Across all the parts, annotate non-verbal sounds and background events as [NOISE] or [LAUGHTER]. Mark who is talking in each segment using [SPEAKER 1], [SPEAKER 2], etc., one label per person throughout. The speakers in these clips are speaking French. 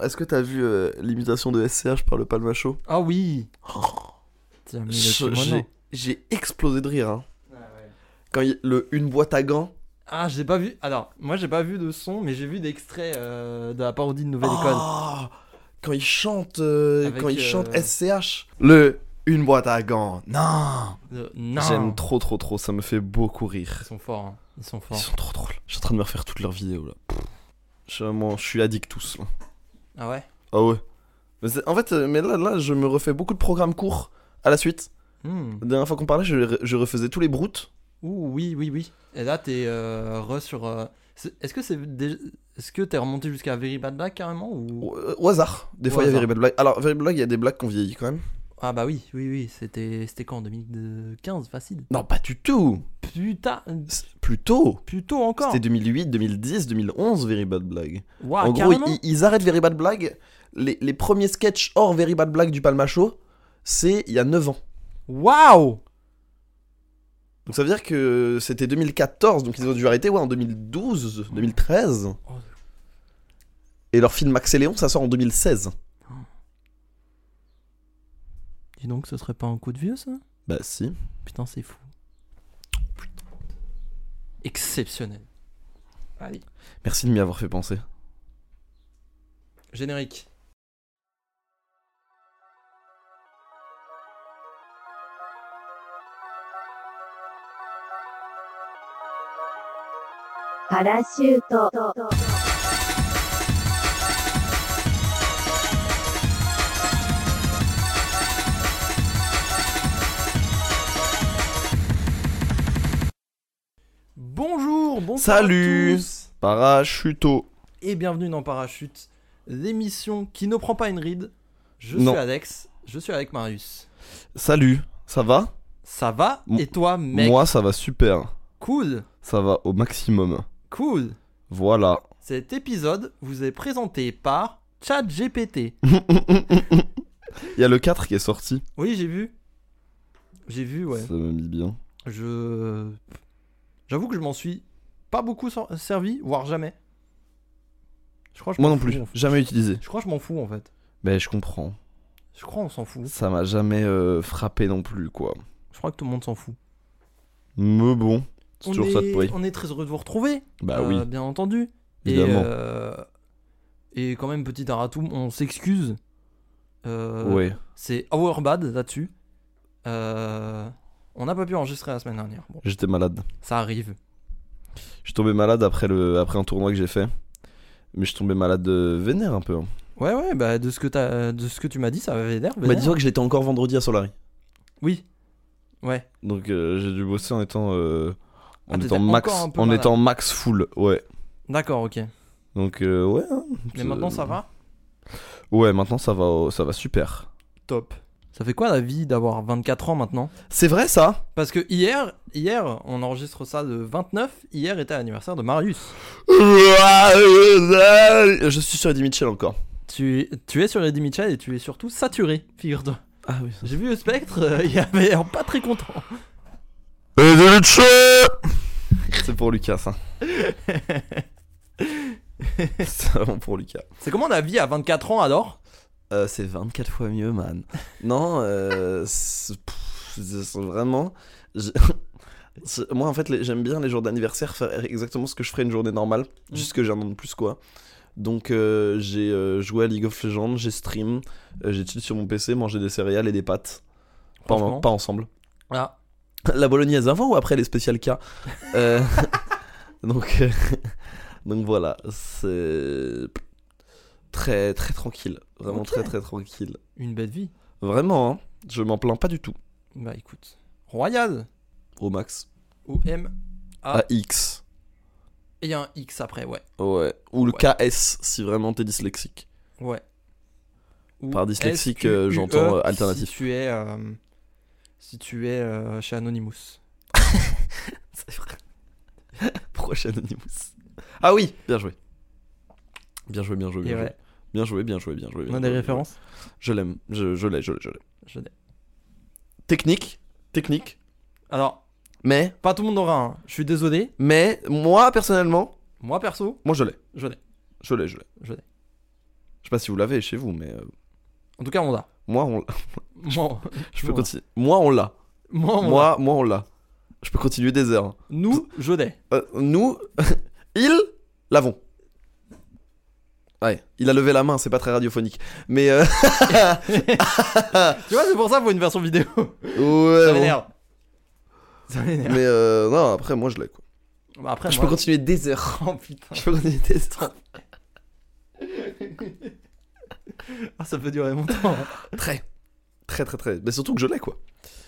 [SPEAKER 1] Est-ce que t'as vu euh, l'imitation de SCH par le palmacho [LAUGHS]
[SPEAKER 2] Ah oui Tiens, mais
[SPEAKER 1] Je-
[SPEAKER 2] le
[SPEAKER 1] J'ai j'ai explosé de rire. hein. Quand il- le une boîte à gants.
[SPEAKER 2] Ah, j'ai pas vu. Alors, moi, j'ai pas vu de son, mais j'ai vu d'extraits euh, de la parodie de Nouvelle École.
[SPEAKER 1] Ah, quand il chante, euh,
[SPEAKER 2] Avec,
[SPEAKER 1] quand il
[SPEAKER 2] euh,
[SPEAKER 1] chante SCH. Le une boîte à gants. Non.
[SPEAKER 2] Euh, non
[SPEAKER 1] J'aime trop trop trop. Ça me fait beaucoup rire.
[SPEAKER 2] Ils sont forts. hein. Ils sont
[SPEAKER 1] Ils
[SPEAKER 2] forts.
[SPEAKER 1] sont trop drôles. Je suis en train de me refaire toutes leurs vidéos là. Pff. Je suis vraiment, je suis addict tous. Là.
[SPEAKER 2] Ah ouais
[SPEAKER 1] Ah ouais. Mais c'est- en fait, euh, mais là, là, je me refais beaucoup de programmes courts à la suite.
[SPEAKER 2] Hmm.
[SPEAKER 1] La dernière fois qu'on parlait, je, je refaisais tous les broutes.
[SPEAKER 2] Ouh, oui, oui, oui. Et là, t'es euh, re sur. euh, c'est- Est-ce que c'est. dé- Est-ce que t'es remonté jusqu'à Very Bad Black carrément ou...
[SPEAKER 1] Au, euh, au hasard. Des
[SPEAKER 2] Au
[SPEAKER 1] fois, il y avait
[SPEAKER 2] hasard.
[SPEAKER 1] des belles blagues. Alors, Very Bad Blague, il y a des blagues qu'on vieillit quand même.
[SPEAKER 2] Ah bah oui, oui, oui. C'était c'était quand en 2015 Facile.
[SPEAKER 1] Non, pas du tout.
[SPEAKER 2] Putain
[SPEAKER 1] C'est- Plutôt.
[SPEAKER 2] Plutôt encore
[SPEAKER 1] C'était 2008, 2010, 2011, Very Bad Blague.
[SPEAKER 2] Waouh,
[SPEAKER 1] en gros,
[SPEAKER 2] Ah, carrément
[SPEAKER 1] ils, ils arrêtent Very Bad Blague. Les, les premiers sketchs hors Very Bad Blague du Palma Show, c'est il y a 9 ans.
[SPEAKER 2] Waouh
[SPEAKER 1] Donc ça veut dire que c'était 2014, donc ils ont dû arrêter ouais, en 2012, 2013.
[SPEAKER 2] Oh.
[SPEAKER 1] Et leur film Max et Léon, ça sort en 2016.
[SPEAKER 2] Dis donc, ce serait pas un coup de vieux ça
[SPEAKER 1] Bah si.
[SPEAKER 2] Putain, c'est fou. Exceptionnel. Allez.
[SPEAKER 1] Merci de m'y avoir fait penser.
[SPEAKER 2] Générique.
[SPEAKER 3] 「パラシュート」
[SPEAKER 2] Bonjour, bonsoir.
[SPEAKER 1] Salut
[SPEAKER 2] à tous.
[SPEAKER 1] Parachuto.
[SPEAKER 2] et bienvenue dans Parachute, l'émission qui ne prend pas une ride. Je
[SPEAKER 1] Non.
[SPEAKER 2] suis Alex, je suis avec Marius.
[SPEAKER 1] Salut, ça va
[SPEAKER 2] Ça va
[SPEAKER 1] M-
[SPEAKER 2] Et toi, mec
[SPEAKER 1] Moi ça va super.
[SPEAKER 2] Cool,
[SPEAKER 1] Ça va au maximum.
[SPEAKER 2] cool.
[SPEAKER 1] Voilà.
[SPEAKER 2] [LAUGHS] Cet épisode vous est présenté par ChatGPT.
[SPEAKER 1] Il y a le 4 qui est sorti.
[SPEAKER 2] Oui, j'ai vu. J'ai vu, ouais.
[SPEAKER 1] Ça m'a mis bien.
[SPEAKER 2] Je. J'avoue que je m'en suis pas beaucoup sor- servi, voire jamais. Je crois que je
[SPEAKER 1] Moi
[SPEAKER 2] m'en
[SPEAKER 1] non plus,
[SPEAKER 2] fous, en fait.
[SPEAKER 1] jamais utilisé.
[SPEAKER 2] Je crois que je m'en fous en fait.
[SPEAKER 1] Mais je comprends.
[SPEAKER 2] Je crois qu'on s'en fout.
[SPEAKER 1] Ça m'a jamais euh, frappé non plus quoi.
[SPEAKER 2] Je crois que tout le monde s'en fout.
[SPEAKER 1] Mais bon, c'est
[SPEAKER 2] On
[SPEAKER 1] toujours ça de
[SPEAKER 2] est-
[SPEAKER 1] prix.
[SPEAKER 2] On est très heureux de vous retrouver.
[SPEAKER 1] Bah
[SPEAKER 2] Euh,
[SPEAKER 1] oui,
[SPEAKER 2] Bien entendu.
[SPEAKER 1] évidemment.
[SPEAKER 2] Et, euh, et quand même, petit Aratum, on s'excuse. Euh,
[SPEAKER 1] ouais.
[SPEAKER 2] C'est Our Bad là-dessus. Euh, on n'a pas pu enregistrer la semaine dernière. Bon,
[SPEAKER 1] J'étais malade.
[SPEAKER 2] ça arrive.
[SPEAKER 1] Je suis tombé malade après, le, après un tournoi que j'ai fait. Mais je suis tombé malade euh, vénère un peu. hein.
[SPEAKER 2] Ouais, ouais, bah, de, ce que t'as- de ce que tu m'as dit, ça avait l'air.
[SPEAKER 1] Bah,
[SPEAKER 2] vénère.
[SPEAKER 1] dis-toi que j'étais encore vendredi à Solari.
[SPEAKER 2] Oui. Ouais.
[SPEAKER 1] Donc euh, j'ai dû bosser en étant, euh, en
[SPEAKER 2] Ah, t'étais
[SPEAKER 1] étant max,
[SPEAKER 2] encore un peu
[SPEAKER 1] en
[SPEAKER 2] malade.
[SPEAKER 1] étant max full, ouais.
[SPEAKER 2] D'accord, ok.
[SPEAKER 1] Donc euh, ouais. hein,
[SPEAKER 2] Mais
[SPEAKER 1] c'est-
[SPEAKER 2] maintenant, ça va
[SPEAKER 1] Ouais, maintenant ça va, oh, ça va super.
[SPEAKER 2] Top. Ça fait quoi la vie d'avoir 24 ans maintenant
[SPEAKER 1] C'est vrai ça
[SPEAKER 2] Parce que hier, hier, on enregistre ça le 29. Hier était l'anniversaire de Marius.
[SPEAKER 1] Je suis sur Eddie Mitchell encore.
[SPEAKER 2] Tu, tu es sur Lady Mitchell et tu es surtout saturé, figure-toi.
[SPEAKER 1] Ah oui.
[SPEAKER 2] J'ai vu le spectre, euh, il avait l'air pas très content.
[SPEAKER 1] Eddie Mitchell C'est pour Lucas [LAUGHS] ça. C'est vraiment pour Lucas.
[SPEAKER 2] C'est comment la vie à 24 ans alors
[SPEAKER 1] Euh, c'est 24 fois mieux, man. Non, euh, c'est- pff, c'est- vraiment. je- [LAUGHS] c'est- Moi, en fait, les- j'aime bien les jours d'anniversaire faire exactement ce que je ferais une journée normale,
[SPEAKER 2] Mm.
[SPEAKER 1] juste que j'ai un an de plus, quoi. Donc, euh, j'ai euh, joué à League of Legends, j'ai stream, euh, j'ai chill sur mon PC, mangé des céréales et des pâtes. Pas, en-
[SPEAKER 2] Franchement.
[SPEAKER 1] pas ensemble. [LAUGHS]
[SPEAKER 2] Ah,
[SPEAKER 1] La bolognaise avant ou après les spécial cas Euh, [LAUGHS] Donc, euh, [LAUGHS] donc voilà, c'est très très tranquille, vraiment
[SPEAKER 2] Ok.
[SPEAKER 1] très très tranquille.
[SPEAKER 2] une belle vie.
[SPEAKER 1] Vraiment, hein, je m'en plains pas du tout.
[SPEAKER 2] Bah écoute, Royal
[SPEAKER 1] Au max.
[SPEAKER 2] ou M. Ah.
[SPEAKER 1] AX.
[SPEAKER 2] Et il y a un X après, ouais.
[SPEAKER 1] Ouais. Ou le
[SPEAKER 2] Ouais.
[SPEAKER 1] KS si vraiment t'es
[SPEAKER 2] [LAUGHS]
[SPEAKER 1] dyslexique.
[SPEAKER 2] Ouais. Ou
[SPEAKER 1] Par dyslexique,
[SPEAKER 2] SQE,
[SPEAKER 1] euh, j'entends, euh,
[SPEAKER 2] E, si
[SPEAKER 1] alternatif.
[SPEAKER 2] tu es, euh, si tu es euh, chez Anonymous.
[SPEAKER 1] C'est vrai. Prochain Anonymous. Ah oui, bien joué. Bien joué, bien joué,
[SPEAKER 2] Et
[SPEAKER 1] bien joué.
[SPEAKER 2] ouais,
[SPEAKER 1] Bien joué, bien joué, bien joué.
[SPEAKER 2] on
[SPEAKER 1] bien
[SPEAKER 2] a des
[SPEAKER 1] joué.
[SPEAKER 2] références
[SPEAKER 1] Je l'aime, je je l'ai, je l'ai, je l'ai.
[SPEAKER 2] Je l'ai.
[SPEAKER 1] Technique, technique.
[SPEAKER 2] Alors,
[SPEAKER 1] Mais,
[SPEAKER 2] pas tout le monde aura un. Je suis désolé.
[SPEAKER 1] mais, moi personnellement,
[SPEAKER 2] Moi perso,
[SPEAKER 1] moi je l'ai.
[SPEAKER 2] je l'ai.
[SPEAKER 1] Je l'ai, je l'ai.
[SPEAKER 2] Je l'ai.
[SPEAKER 1] Je sais pas si vous l'avez chez vous, mais euh,
[SPEAKER 2] En tout cas, on l'a.
[SPEAKER 1] moi,
[SPEAKER 2] [LAUGHS]
[SPEAKER 1] on,
[SPEAKER 2] Moi, on-
[SPEAKER 1] je peux
[SPEAKER 2] Moi.
[SPEAKER 1] continuer. Moi, on l'a.
[SPEAKER 2] moi, on l'a.
[SPEAKER 1] Moi, moi, on l'a. Je peux continuer des heures. hein.
[SPEAKER 2] Nous, je l'ai.
[SPEAKER 1] Euh, nous, [LAUGHS] ils l'avons. Ouais, il a levé la main, c'est pas très radiophonique. Mais euh, [LAUGHS]
[SPEAKER 2] Tu vois, c'est pour ça qu'il faut une version vidéo.
[SPEAKER 1] ouais,
[SPEAKER 2] ça
[SPEAKER 1] Euh, bon.
[SPEAKER 2] m'énerve. Ça m'énerve.
[SPEAKER 1] Mais euh, non, après moi je l'ai quoi.
[SPEAKER 2] Bah Après,
[SPEAKER 1] je
[SPEAKER 2] moi-
[SPEAKER 1] peux continuer des heures. [LAUGHS]
[SPEAKER 2] [LAUGHS] Oh putain.
[SPEAKER 1] Je peux continuer des heures.
[SPEAKER 2] Ah, ça peut durer longtemps. hein.
[SPEAKER 1] Très, très, très, très. Mais surtout que je l'ai quoi.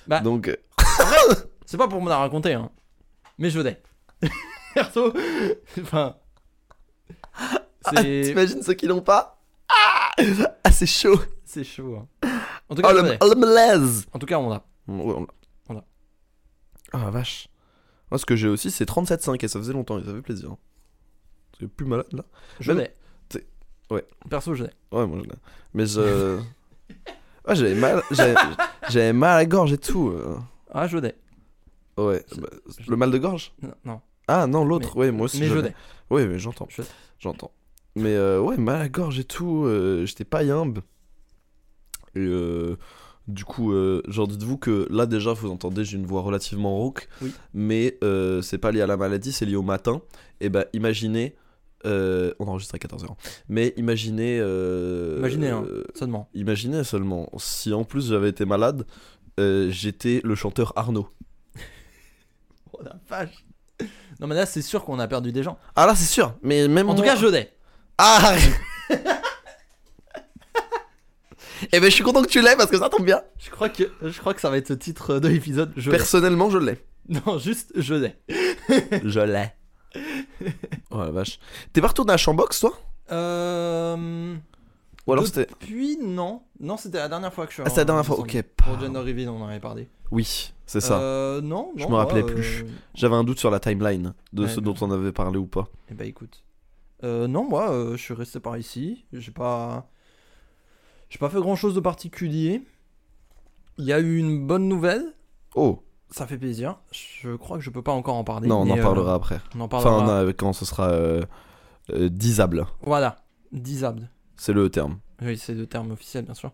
[SPEAKER 2] Bah.
[SPEAKER 1] Donc euh,
[SPEAKER 2] C'est pas pour me la raconter, hein. Mais je l'ai. [LAUGHS] Perso, enfin.
[SPEAKER 1] Ah,
[SPEAKER 2] C'est
[SPEAKER 1] [LAUGHS] t'imagines ceux qui l'ont pas Ah, ah c'est chaud.
[SPEAKER 2] c'est chaud. hein. [LAUGHS] En tout
[SPEAKER 1] Oh
[SPEAKER 2] cas,
[SPEAKER 1] le,
[SPEAKER 2] je l'ai.
[SPEAKER 1] oh, le malaise.
[SPEAKER 2] En tout cas, on l'a.
[SPEAKER 1] Ouais, on l'a.
[SPEAKER 2] On l'a.
[SPEAKER 1] Ah la vache. Moi ce que j'ai aussi c'est 37,5 et ça faisait longtemps et ça fait plaisir. C'est plus malade là.
[SPEAKER 2] Je
[SPEAKER 1] Mais-
[SPEAKER 2] l'ai.
[SPEAKER 1] t'es- ouais.
[SPEAKER 2] Perso, je l'ai.
[SPEAKER 1] Ouais, moi je l'ai. Mais je. ouais, j'avais mal, j'avais j'avais mal à la gorge et tout. euh.
[SPEAKER 2] Ah, je l'ai.
[SPEAKER 1] Ouais. bah, le mal de gorge
[SPEAKER 2] Non, non.
[SPEAKER 1] Ah non, l'autre, ouais, moi aussi.
[SPEAKER 2] Mais je
[SPEAKER 1] je
[SPEAKER 2] l'ai.
[SPEAKER 1] Ouais, mais j'entends.
[SPEAKER 2] Je-
[SPEAKER 1] J'entends. Mais euh, ouais, mal à la gorge et tout. euh, J'étais pas yimbe. Et euh, du coup, euh, genre, dites-vous que là, déjà, vous entendez, j'ai une voix relativement rauque.
[SPEAKER 2] Oui.
[SPEAKER 1] Mais euh, c'est pas lié à la maladie, c'est lié au matin. Et bah, imaginez. euh, on enregistre à 14h. Mais imaginez. euh,
[SPEAKER 2] Imaginez, hein.
[SPEAKER 1] euh,
[SPEAKER 2] Seulement.
[SPEAKER 1] Imaginez seulement, si en plus j'avais été malade, euh, j'étais le chanteur Arnaud.
[SPEAKER 2] Oh la vache. Non, mais là, c'est sûr qu'on a perdu des gens.
[SPEAKER 1] Ah là, c'est sûr, mais même.
[SPEAKER 2] En tout cas, je l'ai.
[SPEAKER 1] Ah [LAUGHS] Eh ben, je suis content que tu l'aies parce que ça tombe bien.
[SPEAKER 2] Je crois que, je crois que ça va être ce titre de l'épisode. Je l'ai.
[SPEAKER 1] Personnellement, je l'ai.
[SPEAKER 2] Non, juste je l'ai.
[SPEAKER 1] [LAUGHS] Je l'ai. [LAUGHS] Oh la vache. T'es pas retourné à Chambox, toi
[SPEAKER 2] Euh.
[SPEAKER 1] Ou alors c'était.
[SPEAKER 2] Depuis, non. Non, c'était la dernière fois que je suis
[SPEAKER 1] Ah, c'est la
[SPEAKER 2] en-
[SPEAKER 1] dernière fois,
[SPEAKER 2] il me
[SPEAKER 1] ok.
[SPEAKER 2] semble. Pour
[SPEAKER 1] pardon.
[SPEAKER 2] Gender Reveal, on en avait parlé.
[SPEAKER 1] Oui, c'est ça.
[SPEAKER 2] Euh, non, non.
[SPEAKER 1] Je me rappelais plus. J'avais un doute sur la timeline de
[SPEAKER 2] Ouais,
[SPEAKER 1] ce
[SPEAKER 2] bien
[SPEAKER 1] dont on avait parlé ou pas.
[SPEAKER 2] Et bah écoute. Euh, non, moi, euh, je suis resté par ici. J'ai pas. J'ai pas fait grand chose de particulier. Il y a eu une bonne nouvelle.
[SPEAKER 1] Oh
[SPEAKER 2] Ça fait plaisir. Je crois que je peux pas encore en parler.
[SPEAKER 1] Non, on
[SPEAKER 2] mais,
[SPEAKER 1] en
[SPEAKER 2] euh,
[SPEAKER 1] parlera après.
[SPEAKER 2] on en
[SPEAKER 1] Enfin,
[SPEAKER 2] parlera.
[SPEAKER 1] on a- quand ce sera euh, euh, disable.
[SPEAKER 2] Voilà. Disable.
[SPEAKER 1] C'est le terme.
[SPEAKER 2] Oui, c'est le terme officiel, bien sûr.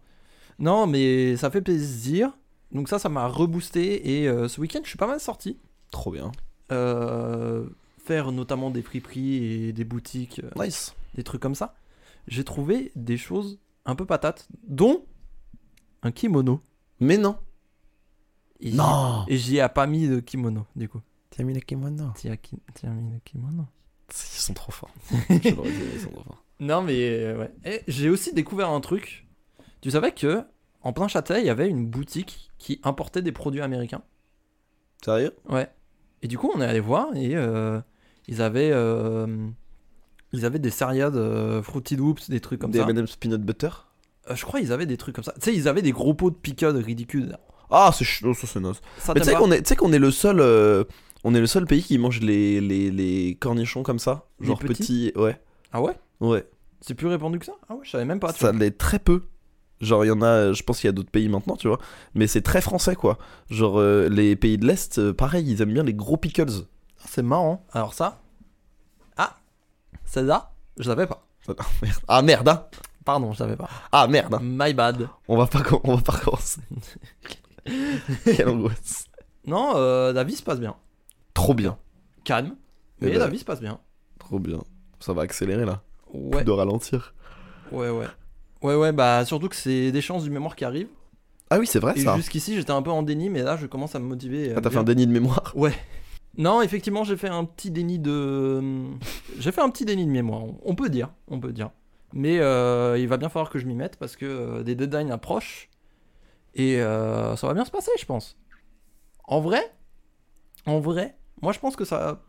[SPEAKER 2] Non, mais ça fait plaisir. Donc ça, ça m'a reboosté. Et euh, ce week-end, je suis pas mal sorti.
[SPEAKER 1] Trop bien.
[SPEAKER 2] Euh, faire notamment des friperies et des boutiques, euh,
[SPEAKER 1] Nice.
[SPEAKER 2] des trucs comme ça. J'ai trouvé des choses un peu patates, dont un kimono.
[SPEAKER 1] Mais non.
[SPEAKER 2] Et j'y- Et j'y ai pas mis de kimono, du coup.
[SPEAKER 1] T'as mis les kimono.
[SPEAKER 2] T'y as, ki- t'y as mis le kimono.
[SPEAKER 1] Ils sont trop [LAUGHS] forts. Je l'aurais dit, ils sont trop forts.
[SPEAKER 2] Non, mais euh, ouais. Et j'ai aussi découvert un truc. Tu savais que en plein Châtelet, il y avait une boutique qui importait des produits américains.
[SPEAKER 1] Sérieux
[SPEAKER 2] Ouais. Et du coup, on est allé voir et euh, ils avaient euh, ils avaient des céréales euh, Fruity Loops, des trucs comme
[SPEAKER 1] Des ben-
[SPEAKER 2] ça.
[SPEAKER 1] M&M's peanut butter
[SPEAKER 2] Euh, je crois ils avaient des trucs comme ça. Tu sais, ils avaient des gros pots de pickles ridicules. là.
[SPEAKER 1] Ah, c'est chaud, ça c'est naze.
[SPEAKER 2] Ça
[SPEAKER 1] Mais tu sais
[SPEAKER 2] t'aime pas
[SPEAKER 1] qu'on est, tu sais qu'on est le seul, euh, on est le seul pays qui mange les, les, les cornichons comme ça,
[SPEAKER 2] Les
[SPEAKER 1] genre petits,
[SPEAKER 2] petits
[SPEAKER 1] ouais,
[SPEAKER 2] Ah ouais
[SPEAKER 1] ouais.
[SPEAKER 2] C'est plus répandu que ça Ah ouais, je savais même pas. tu
[SPEAKER 1] ça
[SPEAKER 2] vois.
[SPEAKER 1] l'est très peu. Genre il y en a, euh, je pense qu'il y a d'autres pays maintenant, tu vois, mais c'est très français quoi. Genre euh, les pays de l'est, euh, pareil, ils aiment bien les gros pickles. [LAUGHS]
[SPEAKER 2] Ah, C'est marrant. Alors ça Ah Celle-là, je l'avais pas.
[SPEAKER 1] Merde. Ah merde, hein
[SPEAKER 2] Pardon, je l'avais pas.
[SPEAKER 1] ah merde, hein.
[SPEAKER 2] My bad.
[SPEAKER 1] on va pas, com- on va pas [LAUGHS] commencer. Quelle angoisse.
[SPEAKER 2] Non, euh, la vie se passe bien.
[SPEAKER 1] Trop bien,
[SPEAKER 2] Calme.
[SPEAKER 1] Eh
[SPEAKER 2] Mais
[SPEAKER 1] ben.
[SPEAKER 2] la vie se passe bien.
[SPEAKER 1] trop bien. Ça va accélérer là,
[SPEAKER 2] Ouais,
[SPEAKER 1] de ralentir.
[SPEAKER 2] ouais, ouais. Ouais, ouais, bah surtout que c'est des chances du mémoire qui arrivent.
[SPEAKER 1] Ah oui, c'est vrai
[SPEAKER 2] Et
[SPEAKER 1] ça.
[SPEAKER 2] jusqu'ici, j'étais un peu en déni, mais là, je commence à me motiver. euh,
[SPEAKER 1] Ah, t'as fait
[SPEAKER 2] bien.
[SPEAKER 1] un déni de mémoire. [LAUGHS]
[SPEAKER 2] Non, effectivement, j'ai fait un petit déni de. euh, J'ai fait un petit déni de mémoire. on- On peut dire, on peut dire. Mais euh, il va bien falloir que je m'y mette parce que euh, des deadlines approchent et euh, ça va bien se passer, je pense. En vrai, en vrai, moi, je pense que ça va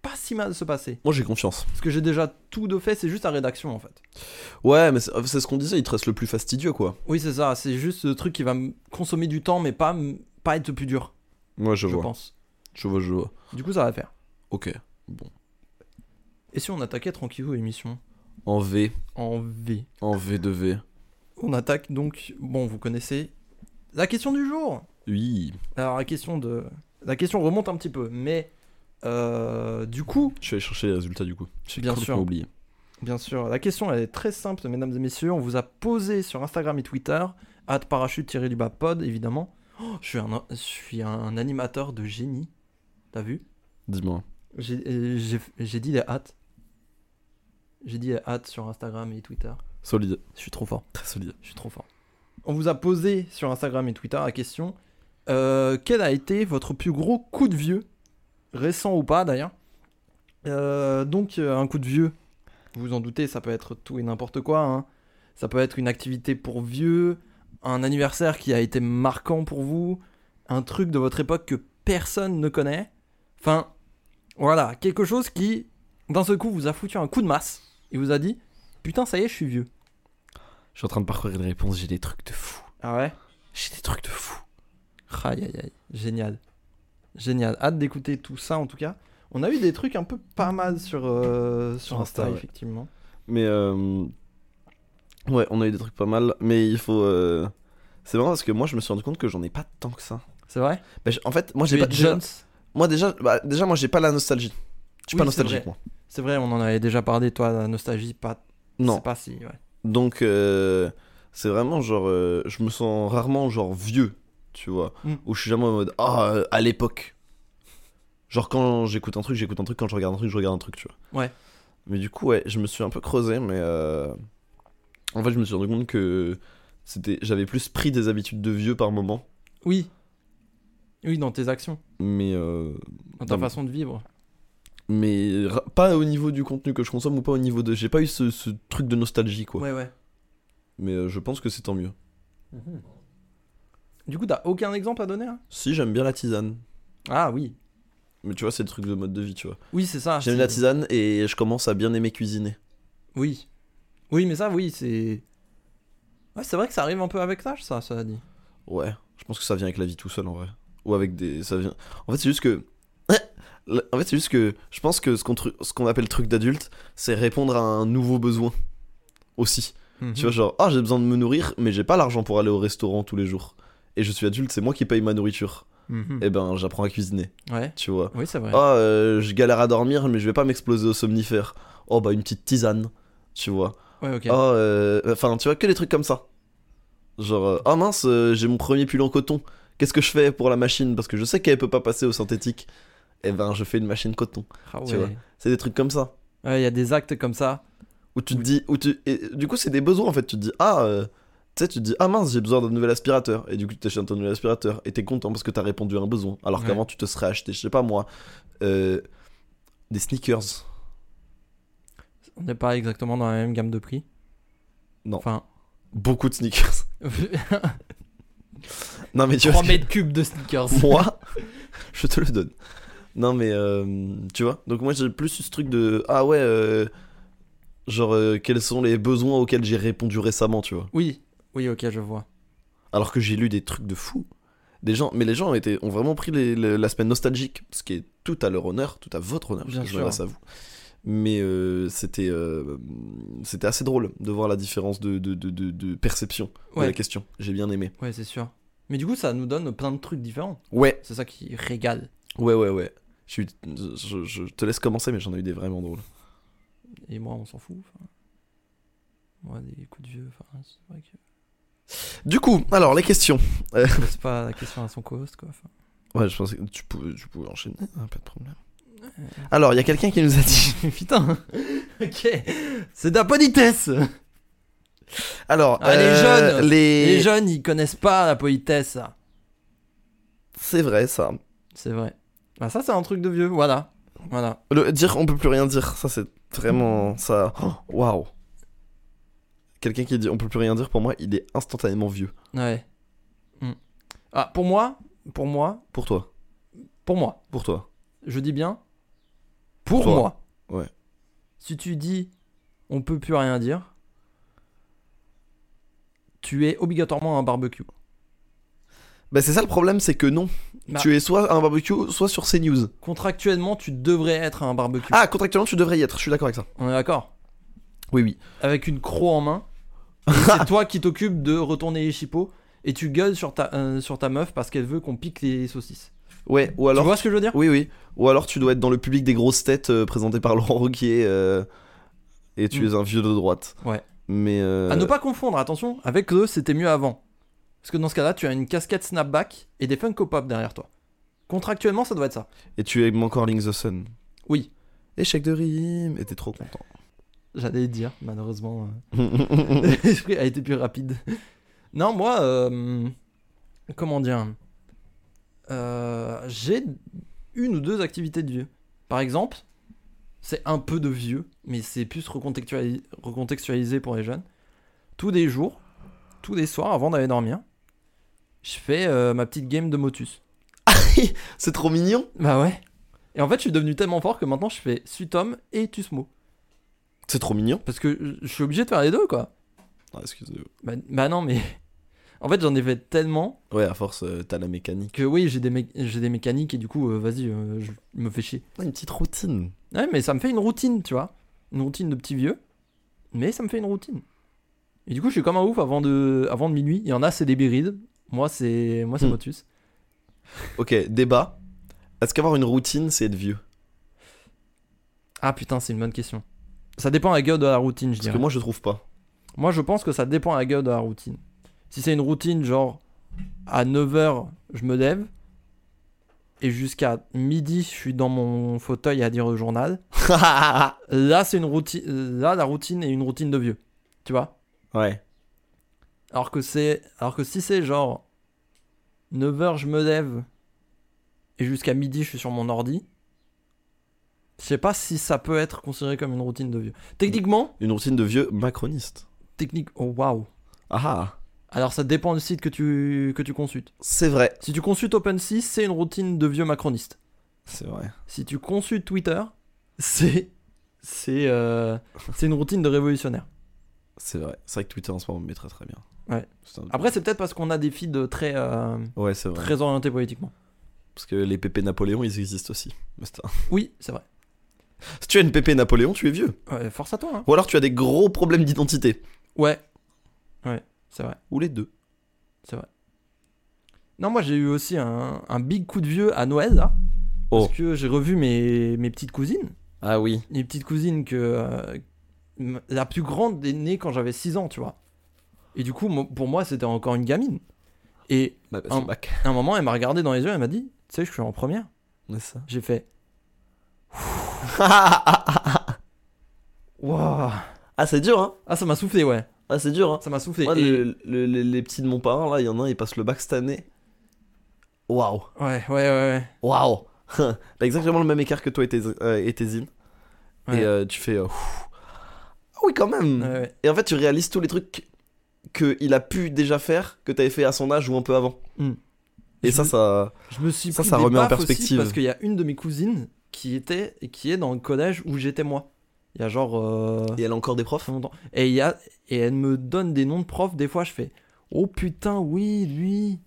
[SPEAKER 2] pas si mal se passer.
[SPEAKER 1] Moi j'ai confiance.
[SPEAKER 2] Parce que j'ai déjà tout de fait, c'est juste la rédaction en fait.
[SPEAKER 1] Ouais, mais c'est c'est ce qu'on disait, il te reste le plus fastidieux, quoi.
[SPEAKER 2] Oui, c'est ça, c'est juste le truc qui va me consommer du temps, mais pas, me- pas être le plus dur,
[SPEAKER 1] Ouais, je,
[SPEAKER 2] je
[SPEAKER 1] vois.
[SPEAKER 2] pense.
[SPEAKER 1] Je vois, je vois.
[SPEAKER 2] Du coup, ça va faire.
[SPEAKER 1] Ok.
[SPEAKER 2] Et si on attaquait tranquillou émission
[SPEAKER 1] En V,
[SPEAKER 2] en V
[SPEAKER 1] en V de V.
[SPEAKER 2] On attaque donc, bon, vous connaissez la question du jour.
[SPEAKER 1] Oui,
[SPEAKER 2] Alors la question de, la question remonte un petit peu, mais euh, du coup,
[SPEAKER 1] je suis allé chercher les résultats du coup. J'ai
[SPEAKER 2] Bien
[SPEAKER 1] complètement
[SPEAKER 2] sûr.
[SPEAKER 1] oublié.
[SPEAKER 2] Bien sûr. La question elle est très simple, mesdames et messieurs. On vous a posé sur Instagram et Twitter, at parachute-pod, évidemment. Oh, je, suis un, je suis un animateur de génie. T'as vu
[SPEAKER 1] Dis-moi.
[SPEAKER 2] J'ai euh, j'ai- j'ai dit les hâtes. J'ai dit les hâtes sur Instagram et Twitter.
[SPEAKER 1] Solide.
[SPEAKER 2] Je suis trop fort.
[SPEAKER 1] Très solide.
[SPEAKER 2] Je suis trop fort. On vous a posé sur Instagram et Twitter la question euh, quel a été votre plus gros coup de vieux Récent ou pas d'ailleurs. Euh, donc, euh, un coup de vieux, vous vous en doutez, ça peut être tout et n'importe quoi. hein. Ça peut être une activité pour vieux, un anniversaire qui a été marquant pour vous, un truc de votre époque que personne ne connaît. Enfin, voilà, quelque chose qui, d'un seul coup, vous a foutu un coup de masse et vous a dit Putain, ça y est, je suis vieux.
[SPEAKER 1] Je suis en train de parcourir les réponses, j'ai des trucs de fou.
[SPEAKER 2] Ah ouais
[SPEAKER 1] J'ai des trucs de fou.
[SPEAKER 2] Aïe aïe aïe, génial. Génial, hâte d'écouter tout ça en tout cas. On a eu des trucs un peu pas mal sur, euh, sur
[SPEAKER 1] Sur
[SPEAKER 2] Insta,
[SPEAKER 1] Insta, ouais.
[SPEAKER 2] effectivement.
[SPEAKER 1] Mais euh, ouais, on a eu des trucs pas mal, mais il faut. euh, C'est marrant parce que moi, je me suis rendu compte que j'en ai pas tant que ça.
[SPEAKER 2] C'est vrai
[SPEAKER 1] Bah, je- en fait, moi, j'ai
[SPEAKER 2] Tu
[SPEAKER 1] pas.
[SPEAKER 2] es Jones,
[SPEAKER 1] Moi déjà, bah, déjà moi j'ai pas la nostalgie. Je suis pas
[SPEAKER 2] Oui, c'est
[SPEAKER 1] nostalgique
[SPEAKER 2] vrai.
[SPEAKER 1] moi.
[SPEAKER 2] c'est vrai, on en avait déjà parlé, toi, la nostalgie, pas.
[SPEAKER 1] Non.
[SPEAKER 2] c'est pas si, ouais.
[SPEAKER 1] Donc euh, c'est vraiment genre, euh, je me sens rarement genre vieux, tu vois,
[SPEAKER 2] Mm.
[SPEAKER 1] où je suis jamais en mode ah euh, à l'époque. Genre quand j'écoute un truc, j'écoute un truc. Quand je regarde un truc, je regarde un truc, tu vois.
[SPEAKER 2] Ouais.
[SPEAKER 1] Mais du coup ouais, je me suis un peu creusé, mais euh, en fait je me suis rendu compte que c'était, j'avais plus pris des habitudes de vieux par moment,
[SPEAKER 2] Oui. Oui, dans tes actions,
[SPEAKER 1] mais euh,
[SPEAKER 2] dans ta
[SPEAKER 1] Dans-
[SPEAKER 2] façon de vivre.
[SPEAKER 1] mais ra- pas au niveau du contenu que je consomme ou pas au niveau de, j'ai pas eu ce, ce truc de nostalgie quoi.
[SPEAKER 2] Ouais, ouais.
[SPEAKER 1] Mais euh, je pense que c'est tant mieux.
[SPEAKER 2] Du coup, t'as aucun exemple à donner hein
[SPEAKER 1] Si, j'aime bien la tisane.
[SPEAKER 2] Ah oui.
[SPEAKER 1] Mais tu vois, c'est le truc de mode de vie, tu vois.
[SPEAKER 2] Oui, c'est ça.
[SPEAKER 1] J'aime
[SPEAKER 2] c'est-
[SPEAKER 1] la tisane et je commence à bien aimer cuisiner.
[SPEAKER 2] Oui. Oui, mais ça, oui, c'est. Ouais, c'est vrai que ça arrive un peu avec l'âge, ça, ça dit.
[SPEAKER 1] Ouais, je pense que ça vient avec la vie tout seul en vrai. Ou avec des. Ça vient... En fait, c'est juste que. [COUGHS] en fait, c'est juste que je pense que ce qu'on tru- ce qu'on appelle truc d'adulte, c'est répondre à un nouveau besoin. Aussi.
[SPEAKER 2] Mhm.
[SPEAKER 1] Tu vois, genre, ah, j'ai besoin de me nourrir, mais j'ai pas l'argent pour aller au restaurant tous les jours. Et je suis adulte, c'est moi qui paye ma nourriture.
[SPEAKER 2] Mhm.
[SPEAKER 1] Et ben, j'apprends à cuisiner,
[SPEAKER 2] Ouais.
[SPEAKER 1] tu vois.
[SPEAKER 2] Oui, c'est vrai.
[SPEAKER 1] Ah, euh, je galère à dormir, mais je vais pas m'exploser au somnifère. Oh, bah, une petite tisane, tu vois.
[SPEAKER 2] Ouais, ok.
[SPEAKER 1] Ah, euh, enfin, tu vois, que des trucs comme ça. Genre, euh, ah mince, euh, j'ai mon premier pull en coton. Qu'est-ce que je fais pour la machine Parce que je sais qu'elle peut pas passer au synthétique. Eh ben, je fais une machine coton.
[SPEAKER 2] Ah ouais.
[SPEAKER 1] tu vois. C'est des trucs comme ça.
[SPEAKER 2] Ouais, il y a des actes comme ça.
[SPEAKER 1] Où tu te dis. Où tu... et du coup, c'est des besoins en fait. Tu te dis, ah, euh, tu sais, tu te dis, ah mince, j'ai besoin d'un nouvel aspirateur. Et du coup, tu t'achètes un nouvel aspirateur. Et t'es content parce que t'as répondu à un besoin. Alors
[SPEAKER 2] Ouais.
[SPEAKER 1] qu'avant, tu te serais acheté, je sais pas moi, euh, des sneakers.
[SPEAKER 2] On n'est pas exactement dans la même gamme de prix.
[SPEAKER 1] Non.
[SPEAKER 2] [LAUGHS] Enfin,
[SPEAKER 1] Beaucoup de sneakers. [LAUGHS]
[SPEAKER 2] 3
[SPEAKER 1] non, mais tu vois. ce que-
[SPEAKER 2] mètres cubes de sneakers.
[SPEAKER 1] [LAUGHS] moi, [LAUGHS] je te le donne. Non, mais euh, tu vois, donc moi j'ai plus eu ce truc de ah ouais, euh, genre euh, quels sont les besoins auxquels j'ai répondu récemment, tu vois.
[SPEAKER 2] Oui, oui, ok, je vois.
[SPEAKER 1] Alors que j'ai lu des trucs de fou. Des gens, mais les gens ont, été, ont vraiment pris les- le- l'aspect nostalgique, ce qui est tout à leur honneur, tout à votre honneur, parce
[SPEAKER 2] Bien
[SPEAKER 1] que je
[SPEAKER 2] sûr.
[SPEAKER 1] m'adresse à vous. Mais euh, c'était euh, c'était assez drôle de voir la différence de, de, de- de- de perception de
[SPEAKER 2] Ouais,
[SPEAKER 1] la question. J'ai bien aimé.
[SPEAKER 2] ouais c'est sûr. Mais du coup, ça nous donne plein de trucs différents.
[SPEAKER 1] Ouais,
[SPEAKER 2] C'est ça qui régale.
[SPEAKER 1] ouais, ouais, ouais. Je, suis- je- je te laisse commencer, mais j'en ai eu des vraiment drôles.
[SPEAKER 2] Et moi, on s'en fout. enfin. Moi, des coups de vieux, enfin, c'est vrai que.
[SPEAKER 1] Du coup, alors les questions.
[SPEAKER 2] Je pose pas la question à son co-host, quoi. [LAUGHS] enfin.
[SPEAKER 1] Ouais, je pensais que tu pouvais, tu pouvais enchaîner, hein, pas de problème.
[SPEAKER 2] Euh.
[SPEAKER 1] Alors, il y a quelqu'un qui nous a dit.
[SPEAKER 2] Putain Ok C'est de la politesse
[SPEAKER 1] Alors, euh,
[SPEAKER 2] Ah, les jeunes
[SPEAKER 1] les-
[SPEAKER 2] Les jeunes, ils connaissent pas la politesse, ça.
[SPEAKER 1] C'est vrai, ça.
[SPEAKER 2] C'est vrai. Ah, ça, c'est un truc de vieux, voilà. Voilà.
[SPEAKER 1] Le dire on peut plus rien dire, ça c'est vraiment ça. Oh, Waouh. Quelqu'un qui dit on peut plus rien dire, pour moi, il est instantanément vieux.
[SPEAKER 2] Ouais. Hmm. Ah, pour moi, pour moi,
[SPEAKER 1] Pour toi,
[SPEAKER 2] pour moi,
[SPEAKER 1] pour toi.
[SPEAKER 2] je dis bien, pour
[SPEAKER 1] Toi.
[SPEAKER 2] moi.
[SPEAKER 1] Ouais.
[SPEAKER 2] Si tu dis, on peut plus rien dire, tu es obligatoirement un barbecue.
[SPEAKER 1] Bah c'est ça le problème, c'est que non.
[SPEAKER 2] Bah.
[SPEAKER 1] Tu es soit à un barbecue, soit sur CNews.
[SPEAKER 2] Contractuellement, tu devrais être un barbecue.
[SPEAKER 1] Ah, contractuellement, tu devrais y être. Je suis d'accord avec ça.
[SPEAKER 2] On est d'accord
[SPEAKER 1] Oui, oui.
[SPEAKER 2] Avec une croix en main,
[SPEAKER 1] [LAUGHS]
[SPEAKER 2] et c'est toi qui t'occupes de retourner les chipots et tu gueules sur ta, euh, sur ta meuf parce qu'elle veut qu'on pique les saucisses.
[SPEAKER 1] Ouais. Ou alors.
[SPEAKER 2] tu vois ce que je veux
[SPEAKER 1] [LAUGHS]
[SPEAKER 2] dire
[SPEAKER 1] Oui, oui. Ou alors tu dois être dans le public des grosses têtes euh, présentées par Laurent Roquier. euh, et tu
[SPEAKER 2] Mm.
[SPEAKER 1] es un vieux de droite.
[SPEAKER 2] Ouais.
[SPEAKER 1] Mais. euh,
[SPEAKER 2] À ne pas confondre, attention, avec le c'était mieux avant. Parce que dans ce cas-là, tu as une casquette snapback et des Funko Pop derrière toi. Contractuellement, ça doit être ça.
[SPEAKER 1] Et tu aimes encore Link the Sun.
[SPEAKER 2] Oui.
[SPEAKER 1] Échec de rime, et t'es trop [LAUGHS] content.
[SPEAKER 2] J'allais dire, malheureusement. euh, [LAUGHS] L'esprit a été plus rapide. Non, moi, euh, comment dire euh, J'ai une ou deux activités de vieux. Par exemple, c'est un peu de vieux, mais c'est plus recontextuali- recontextualisé pour les jeunes. Tous les jours, tous les soirs, avant d'aller dormir, je fais euh, ma petite game de Motus.
[SPEAKER 1] C'est trop mignon.
[SPEAKER 2] Bah ouais. Et en fait, je suis devenu tellement fort que maintenant, je fais Sutom et Tusmo.
[SPEAKER 1] C'est trop mignon.
[SPEAKER 2] Parce que je- je suis obligé de faire les deux, quoi.
[SPEAKER 1] Ah, excusez-moi.
[SPEAKER 2] Bah, bah non, mais. [LAUGHS] En fait, j'en ai fait tellement
[SPEAKER 1] Ouais, à force, euh, t'as la mécanique.
[SPEAKER 2] que oui, j'ai des, mé- j'ai des mécaniques et du coup, euh, vas-y, euh, je me fais chier.
[SPEAKER 1] Ah, une petite routine.
[SPEAKER 2] Ouais, mais ça me fait une routine, tu vois. Une routine de petit vieux, mais ça me fait une routine. Et du coup, je suis comme un ouf avant de, avant de minuit. Il y en a, c'est des birides. Moi, c'est moi c'est
[SPEAKER 1] Hmm.
[SPEAKER 2] Motus.
[SPEAKER 1] Ok, débat. Est-ce qu'avoir une routine, c'est être vieux
[SPEAKER 2] Ah putain, c'est une bonne question. Ça dépend à la gueule de la routine, je
[SPEAKER 1] Parce
[SPEAKER 2] dirais.
[SPEAKER 1] que moi, je trouve pas.
[SPEAKER 2] Moi, je pense que ça dépend à la gueule de la routine. Si c'est une routine, genre à 9h, je me lève et jusqu'à midi, je suis dans mon fauteuil à dire le journal. Là, c'est une routine. Là, la routine est une routine de vieux. Tu vois
[SPEAKER 1] [LAUGHS] ouais.
[SPEAKER 2] Alors que c'est alors que si c'est genre 9h, je me lève et jusqu'à midi, je suis sur mon ordi. Je sais pas si ça peut être considéré comme une routine de vieux. Techniquement,
[SPEAKER 1] Une routine de vieux macroniste.
[SPEAKER 2] technique. Oh waouh.
[SPEAKER 1] Ah ah.
[SPEAKER 2] Alors ça dépend du site que tu que tu consultes.
[SPEAKER 1] C'est vrai.
[SPEAKER 2] Si tu consultes OpenSea, c'est une routine de vieux macroniste.
[SPEAKER 1] C'est vrai.
[SPEAKER 2] Si tu consultes Twitter, c'est c'est euh, c'est une routine de révolutionnaire.
[SPEAKER 1] C'est vrai. C'est vrai que Twitter en ce moment me met très très bien.
[SPEAKER 2] Ouais.
[SPEAKER 1] C'est un-
[SPEAKER 2] Après, c'est peut-être parce qu'on a des feeds très euh,
[SPEAKER 1] Ouais, c'est vrai.
[SPEAKER 2] très orientés politiquement.
[SPEAKER 1] Parce que les pépés Napoléon, ils existent aussi. Mais c'est un-
[SPEAKER 2] Oui, c'est vrai.
[SPEAKER 1] Si tu as une pépé Napoléon, tu es vieux.
[SPEAKER 2] Ouais, force à toi. Hein.
[SPEAKER 1] Ou alors tu as des gros problèmes d'identité.
[SPEAKER 2] Ouais, ouais, c'est vrai.
[SPEAKER 1] Ou les deux.
[SPEAKER 2] Non, moi j'ai eu aussi un, un big coup de vieux à Noël là,
[SPEAKER 1] Oh.
[SPEAKER 2] parce que j'ai revu mes mes petites cousines.
[SPEAKER 1] Ah oui.
[SPEAKER 2] les petites cousines que euh, m- la plus grande est née quand j'avais 6 ans, tu vois. Et du coup, mo- pour moi, c'était encore une gamine. Et
[SPEAKER 1] Bah, bah,
[SPEAKER 2] Un-
[SPEAKER 1] c'est bac.
[SPEAKER 2] à un moment, elle m'a regardé dans les yeux, elle m'a dit, tu sais, je suis en première.
[SPEAKER 1] Mais [LAUGHS] ça.
[SPEAKER 2] J'ai fait, waouh.
[SPEAKER 1] ah, c'est dur, hein.
[SPEAKER 2] Ah, ça m'a soufflé, ouais.
[SPEAKER 1] Ah, c'est dur, hein.
[SPEAKER 2] Ça m'a soufflé.
[SPEAKER 1] Moi,
[SPEAKER 2] Et-
[SPEAKER 1] le- le- le- les petits de mon parrain, là, il y en a un, il passe le bac cette année. Waouh.
[SPEAKER 2] Ouais, ouais, ouais, ouais.
[SPEAKER 1] Waouh. [LAUGHS] T'as exactement le même écart que toi et tes, euh, et tes îles.
[SPEAKER 2] Ouais.
[SPEAKER 1] Et euh, tu fais. euh, Ouf. Ah oui, quand même.
[SPEAKER 2] Ouais, ouais.
[SPEAKER 1] Et en fait, tu réalises tous les trucs qu'il a pu déjà faire, que t'avais fait à son âge ou un peu avant.
[SPEAKER 2] Hmm.
[SPEAKER 1] Et
[SPEAKER 2] Je
[SPEAKER 1] ça,
[SPEAKER 2] me-
[SPEAKER 1] ça.
[SPEAKER 2] Je me suis
[SPEAKER 1] Ça,
[SPEAKER 2] pris
[SPEAKER 1] ça
[SPEAKER 2] des
[SPEAKER 1] remet en
[SPEAKER 2] baffes aussi
[SPEAKER 1] perspective.
[SPEAKER 2] parce qu'il y a une de mes cousines qui était et qui est dans le collège où j'étais moi. Il y a genre euh,
[SPEAKER 1] Et elle a encore des profs
[SPEAKER 2] très longtemps. Et, il y a, et elle me donne des noms de profs. Des fois, je fais Oh putain, oui, lui.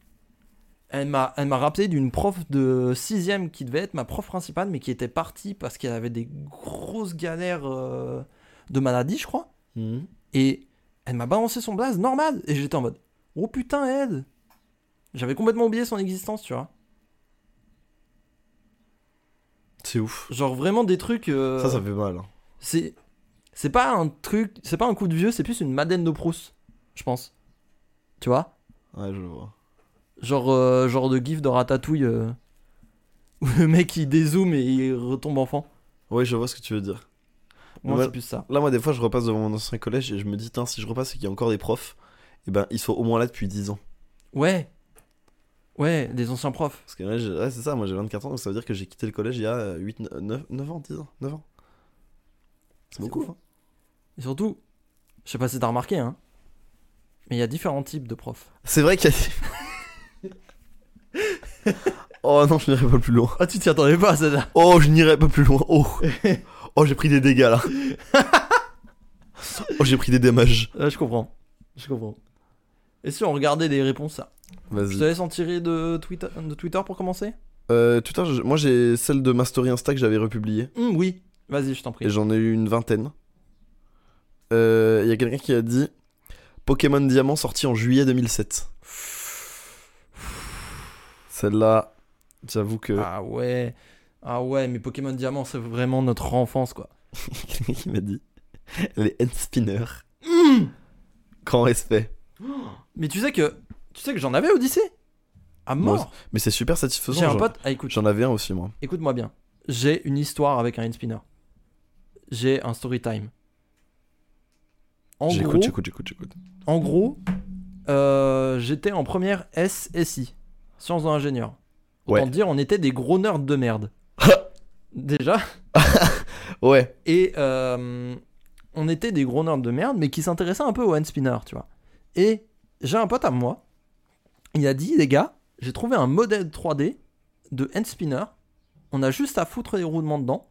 [SPEAKER 2] Elle m'a elle m'a rappelé d'une prof de 6ème qui devait être ma prof principale, mais qui était partie parce qu'elle avait des grosses galères euh, de maladie, je crois. Et elle m'a balancé son blaze normal. Et j'étais en mode Oh putain, elle. J'avais complètement oublié son existence, tu vois.
[SPEAKER 1] C'est ouf.
[SPEAKER 2] Genre vraiment des trucs. euh,
[SPEAKER 1] Ça, ça fait mal. hein.
[SPEAKER 2] C'est c'est pas un truc, c'est pas un coup de vieux, c'est plus une Madeleine de Proust, je pense. Tu vois
[SPEAKER 1] Ouais, je vois.
[SPEAKER 2] Genre euh, genre de gif de Ratatouille euh, [LAUGHS] où le mec il dézoome et il retombe enfant.
[SPEAKER 1] Ouais, je vois ce que tu veux dire.
[SPEAKER 2] Moi
[SPEAKER 1] Ouais.
[SPEAKER 2] c'est plus ça.
[SPEAKER 1] Là, moi, des fois, je repasse devant mon ancien collège et je me dis, tiens, si je repasse et qu'il y a encore des profs, eh ben, ils sont au moins là depuis 10 ans.
[SPEAKER 2] Ouais. Ouais, des anciens profs.
[SPEAKER 1] Parce que ouais, j'ai- ouais, c'est ça, moi j'ai 24 ans, donc ça veut dire que j'ai quitté le collège il y a 8, 9, 9 ans, 10 ans, 9 ans. C'est
[SPEAKER 2] C'est
[SPEAKER 1] beaucoup.
[SPEAKER 2] ouf.
[SPEAKER 1] hein.
[SPEAKER 2] Et surtout, je sais pas si t'as remarqué hein, mais il y a différents types de profs.
[SPEAKER 1] C'est vrai qu'il y a. [LAUGHS] oh non, je n'irai pas plus loin.
[SPEAKER 2] Ah tu t'y attendais pas celle-là.
[SPEAKER 1] Oh, je n'irai pas plus loin. [LAUGHS] Oh, oh j'ai pris des dégâts [LAUGHS] là. oh, j'ai pris des dommages.
[SPEAKER 2] Ouais, Ah, je comprends. Je comprends. Et si on regardait les réponses là Je te
[SPEAKER 1] Vas-y.
[SPEAKER 2] laisse en tirer de Twitter, de Twitter pour commencer
[SPEAKER 1] Euh, tout à l'heure, je- moi j'ai celle de ma story Insta que j'avais republiée.
[SPEAKER 2] Hum, Oui. Vas-y, je t'en prie.
[SPEAKER 1] Et j'en ai eu une vingtaine. Euh, Il y a quelqu'un qui a dit Pokémon Diamant sorti en juillet 2007. Celle-là, j'avoue que. [LAUGHS]
[SPEAKER 2] Ah ouais. Ah ouais, mais Pokémon Diamant, c'est vraiment notre enfance, quoi.
[SPEAKER 1] Quelqu'un qui m'a dit Les head spinners.
[SPEAKER 2] Hmm.
[SPEAKER 1] Grand respect.
[SPEAKER 2] Mais tu sais que tu sais que j'en avais au lycée À
[SPEAKER 1] Moi
[SPEAKER 2] mort.
[SPEAKER 1] Mais c'est super
[SPEAKER 2] J'ai
[SPEAKER 1] satisfaisant.
[SPEAKER 2] un
[SPEAKER 1] genre.
[SPEAKER 2] pote. Ah, écoute,
[SPEAKER 1] J'en avais un aussi, moi.
[SPEAKER 2] écoute-moi bien. J'ai une histoire avec un handspinner. J'ai un story time. En gros,
[SPEAKER 1] J'écoute, j'écoute, j'écoute, j'écoute.
[SPEAKER 2] en gros, euh, j'étais en première SSI, sciences de l'ingénieur. Autant
[SPEAKER 1] Ouais.
[SPEAKER 2] dire, on était des gros nerds de merde. Déjà.
[SPEAKER 1] Ouais.
[SPEAKER 2] Et euh, on était des gros nerds de merde, mais qui s'intéressaient un peu au handspinner, tu vois. Et j'ai un pote à moi, il a dit, les gars, j'ai trouvé un modèle 3D de handspinner, on a juste à foutre les roulements dedans,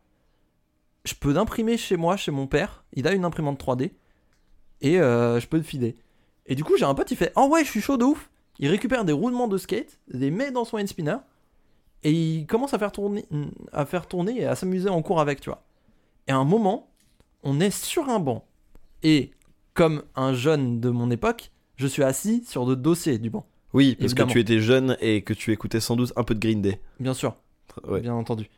[SPEAKER 2] je peux l'imprimer chez moi, chez mon père, il a une imprimante 3D, et euh, je peux le filer. Et du coup, j'ai un pote, il fait, oh ouais, je suis chaud de ouf. Il récupère des roulements de skate, les met dans son handspinner, et il commence à faire tourner, à faire tourner et à s'amuser en cours avec, tu vois. Et à un moment, on est sur un banc. Et comme un jeune de mon époque, je suis assis sur le dossier du banc.
[SPEAKER 1] Oui, parce
[SPEAKER 2] Évidemment.
[SPEAKER 1] que tu étais jeune et que tu écoutais sans doute un peu de Green Day.
[SPEAKER 2] Bien sûr,
[SPEAKER 1] Ouais.
[SPEAKER 2] bien entendu.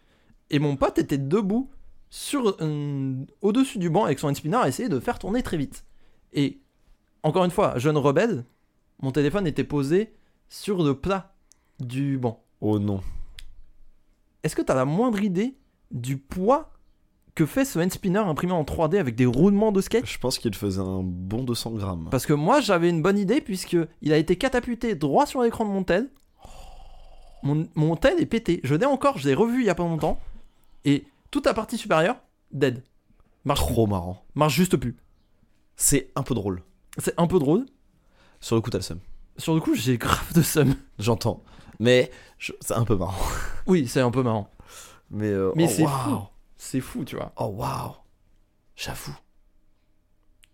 [SPEAKER 2] Et mon pote était debout sur euh, au-dessus du banc avec son spinner à essayer de faire tourner très vite. Et encore une fois, jeune rebelle, mon téléphone était posé sur le plat du banc.
[SPEAKER 1] Oh non.
[SPEAKER 2] Est-ce que t'as la moindre idée du poids que fait ce handspinner imprimé en 3D avec des roulements de skate
[SPEAKER 1] Je pense qu'il faisait un bon 200 grammes.
[SPEAKER 2] Parce que moi, j'avais une bonne idée, puisque il a été catapulté droit sur l'écran de mon TED. Mon, mon TED est pété. Je l'ai encore, je l'ai revu il y a pas longtemps. Et toute la partie supérieure, dead. Marche,
[SPEAKER 1] Trop marrant.
[SPEAKER 2] marche juste plus.
[SPEAKER 1] C'est un peu drôle.
[SPEAKER 2] C'est un peu drôle.
[SPEAKER 1] Sur le coup, t'as le seum.
[SPEAKER 2] Sur le coup, j'ai grave de seum. [LAUGHS]
[SPEAKER 1] J'entends. Mais je- c'est un peu marrant.
[SPEAKER 2] Oui, c'est un peu marrant.
[SPEAKER 1] Mais, euh,
[SPEAKER 2] Mais
[SPEAKER 1] oh,
[SPEAKER 2] c'est
[SPEAKER 1] waouh.
[SPEAKER 2] fou. C'est fou, tu vois.
[SPEAKER 1] Oh waouh. J'avoue.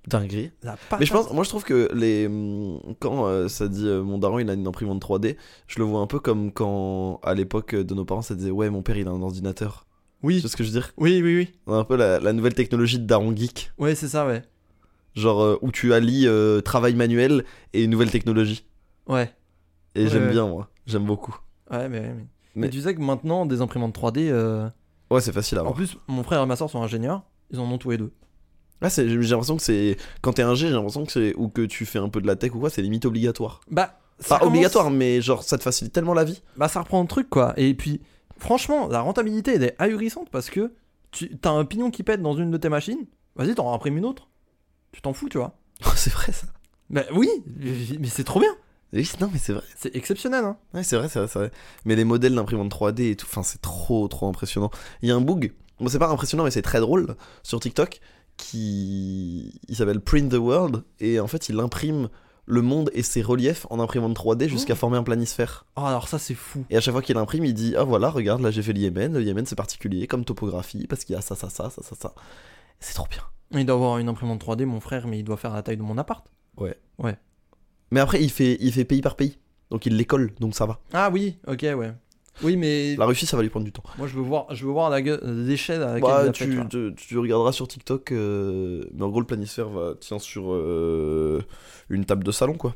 [SPEAKER 1] Dinguerie.
[SPEAKER 2] La
[SPEAKER 1] Mais je pense, moi je trouve que les hum, quand euh, ça dit euh, mon daron il a une imprimante 3D, je le vois un peu comme quand à l'époque de nos parents ça disait ouais mon père il a un ordinateur. Tu
[SPEAKER 2] Oui,
[SPEAKER 1] vois ce que je veux dire
[SPEAKER 2] oui, oui, oui.
[SPEAKER 1] On a un peu la, la nouvelle technologie de daron geek,
[SPEAKER 2] Ouais, c'est ça, ouais.
[SPEAKER 1] genre euh, où tu allies euh, travail manuel et nouvelle technologie.
[SPEAKER 2] Ouais.
[SPEAKER 1] Et
[SPEAKER 2] Ouais,
[SPEAKER 1] j'aime
[SPEAKER 2] ouais.
[SPEAKER 1] bien moi, j'aime beaucoup.
[SPEAKER 2] Ouais, mais, mais...
[SPEAKER 1] Mais-
[SPEAKER 2] Et tu sais que maintenant, des imprimantes 3D. euh,
[SPEAKER 1] Ouais c'est facile à
[SPEAKER 2] En
[SPEAKER 1] avoir.
[SPEAKER 2] plus, mon frère et ma soeur sont ingénieurs. Ils en ont tous les deux.
[SPEAKER 1] Ah, c'est- j'ai j'ai l'impression que c'est quand t'es un G, j'ai l'impression que c'est ou que tu fais un peu de la tech ou quoi, c'est limite obligatoire.
[SPEAKER 2] Bah, ça
[SPEAKER 1] Pas
[SPEAKER 2] commence-
[SPEAKER 1] obligatoire, hein. mais genre ça te facilite tellement la vie. [LAUGHS]
[SPEAKER 2] bah ça reprend un truc quoi. Et puis franchement, la rentabilité elle est ahurissante parce que tu t'as un pignon qui pète dans une de tes machines, vas-y t'en imprimes une autre. Tu t'en fous, tu vois.
[SPEAKER 1] c'est vrai ça.
[SPEAKER 2] Bah oui, mais c'est trop bien.
[SPEAKER 1] Oui, c'est- non mais c'est vrai.
[SPEAKER 2] C'est exceptionnel hein.
[SPEAKER 1] Ouais, c'est vrai, c'est vrai, c'est vrai. Mais les modèles d'imprimantes 3D et tout, enfin, c'est trop, trop impressionnant. Il y a un bug, bon, c'est pas impressionnant, mais c'est très drôle, sur TikTok, qui. Il s'appelle Print the World, et en fait, il imprime le monde et ses reliefs en imprimante 3D jusqu'à former un planisphère.
[SPEAKER 2] Oh alors ça c'est fou.
[SPEAKER 1] Et à chaque fois qu'il imprime, il dit Ah voilà, regarde, là j'ai fait le Yémen, le Yémen c'est particulier comme topographie, parce qu'il y a ça, ça, ça, ça, ça, ça. C'est trop bien.
[SPEAKER 2] Il doit avoir une imprimante 3D mon frère mais il doit faire la taille de mon appart.
[SPEAKER 1] Mais après, il fait, il fait pays par pays, donc il les colle, donc ça va.
[SPEAKER 2] Ah oui, OK ouais. Oui mais
[SPEAKER 1] La Russie, ça va lui prendre du temps.
[SPEAKER 2] moi je veux voir je veux voir la gueule- l'échelle à laquelle
[SPEAKER 1] Bah,
[SPEAKER 2] il l'a fait,
[SPEAKER 1] tu,
[SPEAKER 2] tu vois.
[SPEAKER 1] tu- tu regarderas sur TikTok, euh, mais en gros le planisphère va, tient sur euh, une table de salon, quoi.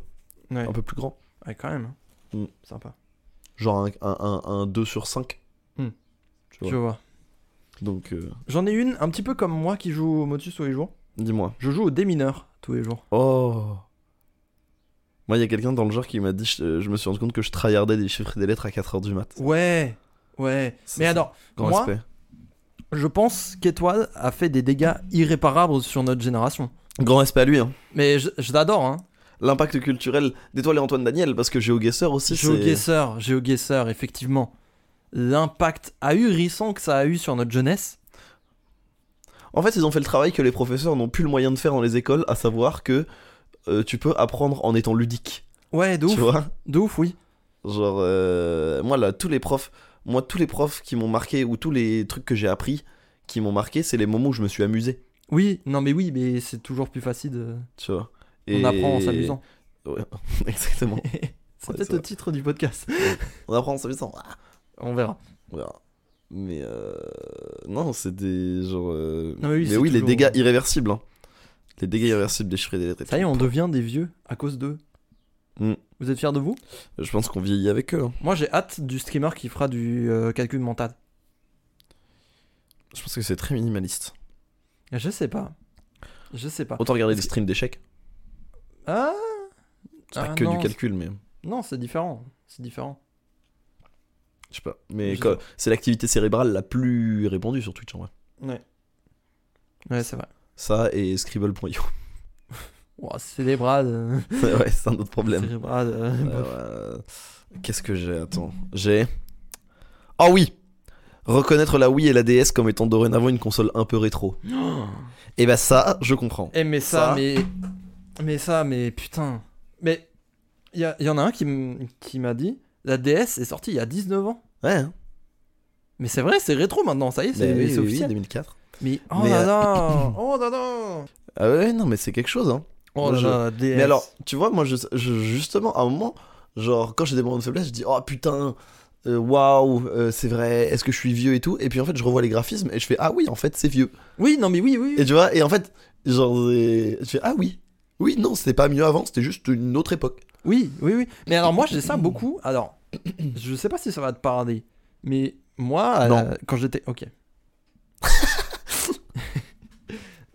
[SPEAKER 2] Ouais.
[SPEAKER 1] Un peu plus grand.
[SPEAKER 2] Ouais, quand même. hein.
[SPEAKER 1] Mm.
[SPEAKER 2] Sympa.
[SPEAKER 1] Genre un, un, un- un 2 sur 5.
[SPEAKER 2] Hmm.
[SPEAKER 1] Tu vois.
[SPEAKER 2] Je vois.
[SPEAKER 1] Donc, euh,
[SPEAKER 2] J'en ai une un petit peu comme moi qui joue au Motus tous les jours.
[SPEAKER 1] dis-moi.
[SPEAKER 2] Je joue au démineur tous les jours.
[SPEAKER 1] Oh Moi, il y a quelqu'un dans le genre qui m'a dit, je, je me suis rendu compte que je tryhardais des chiffres et des lettres à 4h du mat.
[SPEAKER 2] Ouais, ouais.
[SPEAKER 1] Ça,
[SPEAKER 2] [LAUGHS] Mais
[SPEAKER 1] c'est
[SPEAKER 2] alors,
[SPEAKER 1] Grand
[SPEAKER 2] moi,
[SPEAKER 1] respect.
[SPEAKER 2] je pense qu'Étoile a fait des dégâts irréparables sur notre génération.
[SPEAKER 1] Grand respect à lui, hein.
[SPEAKER 2] Mais je, je l'adore, hein.
[SPEAKER 1] L'impact culturel d'Étoile et Antoine Daniel, parce que GeoGuessr aussi, c'est...
[SPEAKER 2] Géoguesseur, Géoguesseur, effectivement. L'impact ahurissant que ça a eu sur notre jeunesse.
[SPEAKER 1] En fait, ils ont fait le travail que les professeurs n'ont plus le moyen de faire dans les écoles, à savoir que euh, tu peux apprendre en étant ludique.
[SPEAKER 2] Ouais, de
[SPEAKER 1] Tu
[SPEAKER 2] ouf,
[SPEAKER 1] vois
[SPEAKER 2] de ouf, oui.
[SPEAKER 1] Genre, euh, moi, là, tous les profs, moi, tous les profs qui m'ont marqué ou tous les trucs que j'ai appris qui m'ont marqué, c'est les moments où je me suis amusé,
[SPEAKER 2] Oui, non mais oui, mais c'est toujours plus facile. de-
[SPEAKER 1] tu vois.
[SPEAKER 2] On
[SPEAKER 1] Et-
[SPEAKER 2] apprend en s'amusant.
[SPEAKER 1] Ouais, [LAUGHS] exactement.
[SPEAKER 2] [LAUGHS] c'est
[SPEAKER 1] Ouais,
[SPEAKER 2] peut-être
[SPEAKER 1] ça
[SPEAKER 2] le
[SPEAKER 1] va.
[SPEAKER 2] titre du podcast. [LAUGHS]
[SPEAKER 1] On apprend en s'amusant. Ah,
[SPEAKER 2] On verra.
[SPEAKER 1] on verra. Mais euh, non, c'est des genre. euh,
[SPEAKER 2] Non, mais oui, c'est
[SPEAKER 1] les
[SPEAKER 2] toujours-
[SPEAKER 1] dégâts irréversibles. hein. Les dégâts irréversibles des chiffres et des lettres. et
[SPEAKER 2] Ça y est,
[SPEAKER 1] tout.
[SPEAKER 2] on devient des vieux à cause d'eux.
[SPEAKER 1] Mm.
[SPEAKER 2] Vous êtes fiers de vous
[SPEAKER 1] Je pense qu'on vieillit avec eux. hein.
[SPEAKER 2] Moi, j'ai hâte du streamer qui fera du euh, calcul mental.
[SPEAKER 1] Je pense que c'est très minimaliste.
[SPEAKER 2] Je sais pas. Je sais pas.
[SPEAKER 1] Autant regarder des streams d'échecs.
[SPEAKER 2] Ah
[SPEAKER 1] C'est pas
[SPEAKER 2] Ah,
[SPEAKER 1] que
[SPEAKER 2] non,
[SPEAKER 1] du calcul, mais.
[SPEAKER 2] Non, c'est différent. C'est différent.
[SPEAKER 1] Je sais pas. Mais
[SPEAKER 2] Je
[SPEAKER 1] quoi,
[SPEAKER 2] sais
[SPEAKER 1] c'est l'activité cérébrale la plus répandue sur Twitch en vrai.
[SPEAKER 2] Ouais. Ouais, c'est vrai.
[SPEAKER 1] Ça et Scribble.io.
[SPEAKER 2] Ouah, célébrade.
[SPEAKER 1] [LAUGHS] ouais, [LAUGHS] c'est un autre problème.
[SPEAKER 2] Célébrade. euh,
[SPEAKER 1] Euh, euh, Qu'est-ce que j'ai Attends. J'ai. Ah oui Reconnaître la Wii et la DS comme étant dorénavant une console un peu rétro. Et bah ça, je comprends.
[SPEAKER 2] Eh mais ça,
[SPEAKER 1] Ça.
[SPEAKER 2] mais mais ça mais putain. Mais il y, a- y en a un qui m- qui m'a dit la DS est sortie il y a 19 ans.
[SPEAKER 1] Ouais, hein.
[SPEAKER 2] Mais c'est vrai, c'est rétro maintenant, ça y est, c'est
[SPEAKER 1] Bah oui,
[SPEAKER 2] c'est
[SPEAKER 1] oui, oui,
[SPEAKER 2] officiel.
[SPEAKER 1] 2004.
[SPEAKER 2] Mais oh
[SPEAKER 1] Mais,
[SPEAKER 2] là
[SPEAKER 1] euh, [COUGHS]
[SPEAKER 2] là, oh là là.
[SPEAKER 1] Ah ouais, non, mais c'est quelque chose, hein.
[SPEAKER 2] Oh là
[SPEAKER 1] Je-
[SPEAKER 2] là, la DS.
[SPEAKER 1] Mais alors, tu vois, moi, je, je- justement, à un moment, genre, quand j'ai des moments de faiblesse, je dis, oh putain, euh, waouh, euh, c'est vrai, est-ce que je suis vieux et tout Et puis en fait, je revois les graphismes et je fais, ah oui, en fait, c'est vieux.
[SPEAKER 2] Oui, non mais oui, oui.
[SPEAKER 1] Et tu vois, et en fait, genre, c'est- je fais, ah oui, oui, non, c'était pas mieux avant, c'était juste une autre époque.
[SPEAKER 2] Oui, oui, oui. Mais alors moi j'ai ça beaucoup. Alors, [CLEARS THROAT] je sais pas si ça va te parler, mais moi à la-
[SPEAKER 1] Non.
[SPEAKER 2] quand j'étais, ok. [LAUGHS]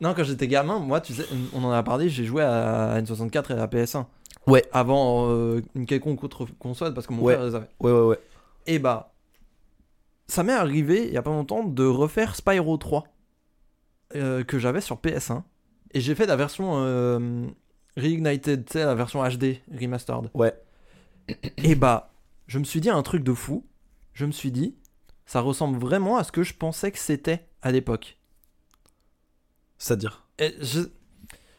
[SPEAKER 2] non, quand j'étais gamin, moi tu sais, on en a parlé, j'ai joué à N64 et à la PS1.
[SPEAKER 1] Ouais.
[SPEAKER 2] Avant euh, une quelconque autre console parce que mon
[SPEAKER 1] Ouais.
[SPEAKER 2] frère les avait.
[SPEAKER 1] Ouais, ouais, ouais.
[SPEAKER 2] Et bah, ça m'est arrivé il y a pas longtemps de refaire Spyro 3 euh, que j'avais sur PS1 et j'ai fait la version euh, Reignited, tu sais, la version HD remastered.
[SPEAKER 1] Ouais.
[SPEAKER 2] [COUGHS] Et bah, je me suis dit un truc de fou. Je me suis dit, ça ressemble vraiment à ce que je pensais que c'était à l'époque.
[SPEAKER 1] C'est-à-dire.
[SPEAKER 2] Et je-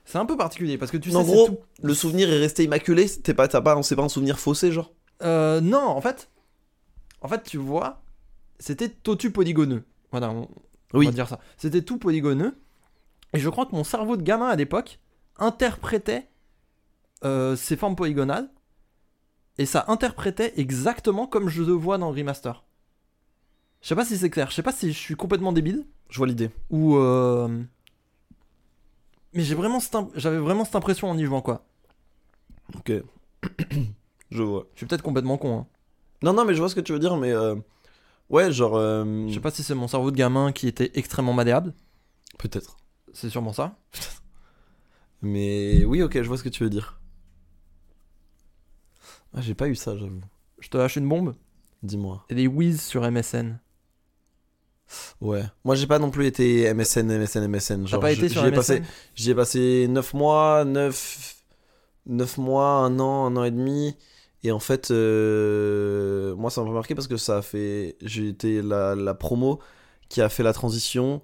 [SPEAKER 2] C'est un peu particulier parce que tu sais.
[SPEAKER 1] En
[SPEAKER 2] c'est
[SPEAKER 1] gros,
[SPEAKER 2] tout-
[SPEAKER 1] Le souvenir est resté immaculé, c'était pas, t'as pas, c'est pas un souvenir faussé, genre
[SPEAKER 2] Euh, non, en fait, en fait, tu vois, c'était totu polygoneux. Voilà, on, on
[SPEAKER 1] Oui.
[SPEAKER 2] va dire ça. C'était tout polygoneux. Et je crois que mon cerveau de gamin à l'époque interprétait euh, ces formes polygonales. Et ça interprétait exactement comme je le vois dans le remaster. Je sais pas si c'est clair. Je sais pas si je suis complètement débile
[SPEAKER 1] Je vois l'idée.
[SPEAKER 2] ou. euh, Mais j'ai vraiment cette imp- j'avais vraiment cette impression en y jouant quoi.
[SPEAKER 1] Ok. je vois.
[SPEAKER 2] Je suis peut-être complètement con. hein.
[SPEAKER 1] Non, non, mais je vois ce que tu veux dire, mais. euh, Ouais, genre. euh,
[SPEAKER 2] Je sais pas si c'est mon cerveau de gamin qui était extrêmement malléable.
[SPEAKER 1] Peut-être.
[SPEAKER 2] C'est sûrement ça.
[SPEAKER 1] Mais oui, ok, je vois ce que tu veux dire. Ah, j'ai pas eu ça, j'avoue.
[SPEAKER 2] Je te lâche une bombe
[SPEAKER 1] Dis-moi.
[SPEAKER 2] et des whiz sur MSN.
[SPEAKER 1] Ouais. Moi, j'ai pas non plus été MSN, MSN, MSN.
[SPEAKER 2] T'as
[SPEAKER 1] Genre,
[SPEAKER 2] pas
[SPEAKER 1] j-
[SPEAKER 2] été sur
[SPEAKER 1] j'y ai
[SPEAKER 2] MSN
[SPEAKER 1] passé, J'y ai passé 9 mois, 9... 9 mois, 1 an, 1 an et demi. Et en fait, euh, moi, ça m'a pas marqué parce que ça a fait. J'ai été la, la promo qui a fait la transition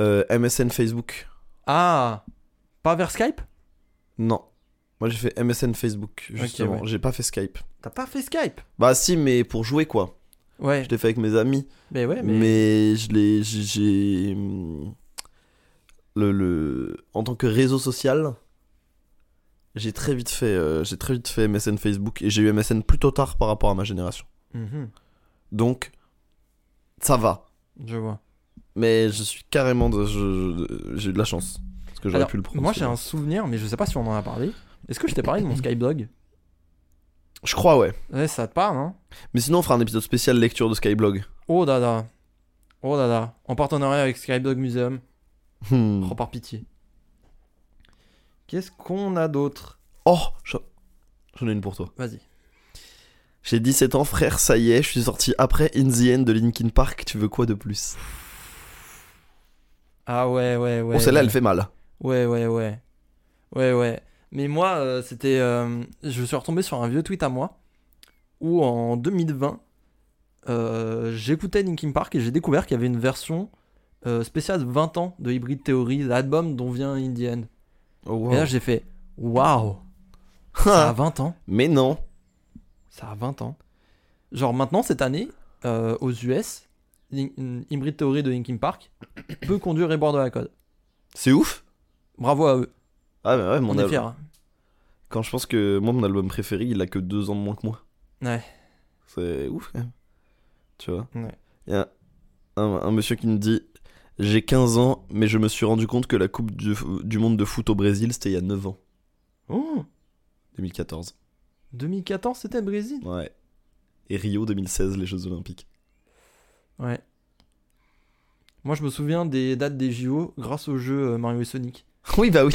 [SPEAKER 1] euh, MSN Facebook.
[SPEAKER 2] Ah Pas vers Skype
[SPEAKER 1] Non. Moi, j'ai fait MSN Facebook, justement.
[SPEAKER 2] ouais.
[SPEAKER 1] J'ai pas fait Skype.
[SPEAKER 2] T'as pas fait Skype
[SPEAKER 1] Bah, si, mais pour jouer, quoi.
[SPEAKER 2] Ouais.
[SPEAKER 1] Je l'ai fait avec mes amis.
[SPEAKER 2] Mais ouais, mais.
[SPEAKER 1] mais je l'ai j'ai- j'ai hmm, le, le en tant que réseau social j'ai très vite fait euh, j'ai très vite fait MSN Facebook et j'ai eu MSN plutôt tard par rapport à ma génération
[SPEAKER 2] Mhm,
[SPEAKER 1] donc ça va
[SPEAKER 2] Je vois. mais
[SPEAKER 1] mais je suis carrément de- je- je- j'ai eu de la chance parce que j'aurais pu le prendre
[SPEAKER 2] Moi j'ai
[SPEAKER 1] celui-là.
[SPEAKER 2] un souvenir, mais je sais pas si on en a parlé. Est-ce que je t'ai parlé de mon
[SPEAKER 1] [LAUGHS]
[SPEAKER 2] Skyblog
[SPEAKER 1] je crois ouais
[SPEAKER 2] Ouais, ça te parle, hein
[SPEAKER 1] mais sinon on fera un épisode spécial lecture de Skyblog [LAUGHS]
[SPEAKER 2] Oh là là. Oh là là. En partenariat avec Skyblog Museum.
[SPEAKER 1] Hmm.
[SPEAKER 2] Oh, par pitié. Qu'est-ce qu'on a d'autre
[SPEAKER 1] oh j'en j'en ai une pour toi
[SPEAKER 2] Vas-y.
[SPEAKER 1] J'ai 17 ans, frère, ça y est, je suis sorti après In the End de Linkin Park, tu veux quoi de plus
[SPEAKER 2] Ah ouais, ouais, ouais.
[SPEAKER 1] Bon, Oh, celle-là,
[SPEAKER 2] ouais.
[SPEAKER 1] elle fait mal.
[SPEAKER 2] Ouais, ouais, ouais. Ouais, ouais. Mais moi, euh, c'était. euh, je suis retombé sur un vieux tweet à moi où en 2020, euh, j'écoutais Linkin Park et j'ai découvert qu'il y avait une version euh, spéciale 20 ans de Hybrid Theory, l'album dont vient In the End.
[SPEAKER 1] Oh, [LAUGHS]
[SPEAKER 2] Et là, j'ai fait Waouh Ça a 20 ans
[SPEAKER 1] Ah, Mais non.
[SPEAKER 2] Ça a 20 ans. Genre maintenant, cette année, euh, aux US, Lin- Hybrid Theory de Linkin Park peut conduire et boire de la code.
[SPEAKER 1] C'est ouf
[SPEAKER 2] Bravo à eux.
[SPEAKER 1] Ah, bah ouais,
[SPEAKER 2] On,
[SPEAKER 1] mon
[SPEAKER 2] est
[SPEAKER 1] al-
[SPEAKER 2] fiers. hein.
[SPEAKER 1] Quand je pense que moi, mon album préféré, il a que deux ans de moins que moi.
[SPEAKER 2] Ouais.
[SPEAKER 1] C'est ouf, quand même. Tu vois
[SPEAKER 2] Ouais.
[SPEAKER 1] Il y a un, un monsieur qui me dit J'ai 15 ans, mais je me suis rendu compte que la Coupe du, du monde de foot au Brésil, c'était il y a 9 ans,
[SPEAKER 2] Oh
[SPEAKER 1] 2014.
[SPEAKER 2] 2014, c'était le Brésil.
[SPEAKER 1] Ouais. Et Rio 2016, les Jeux Olympiques. [LAUGHS]
[SPEAKER 2] Ouais. Moi, je me souviens des dates des JO grâce au jeu euh, Mario et Sonic. [LAUGHS]
[SPEAKER 1] Oui, bah oui.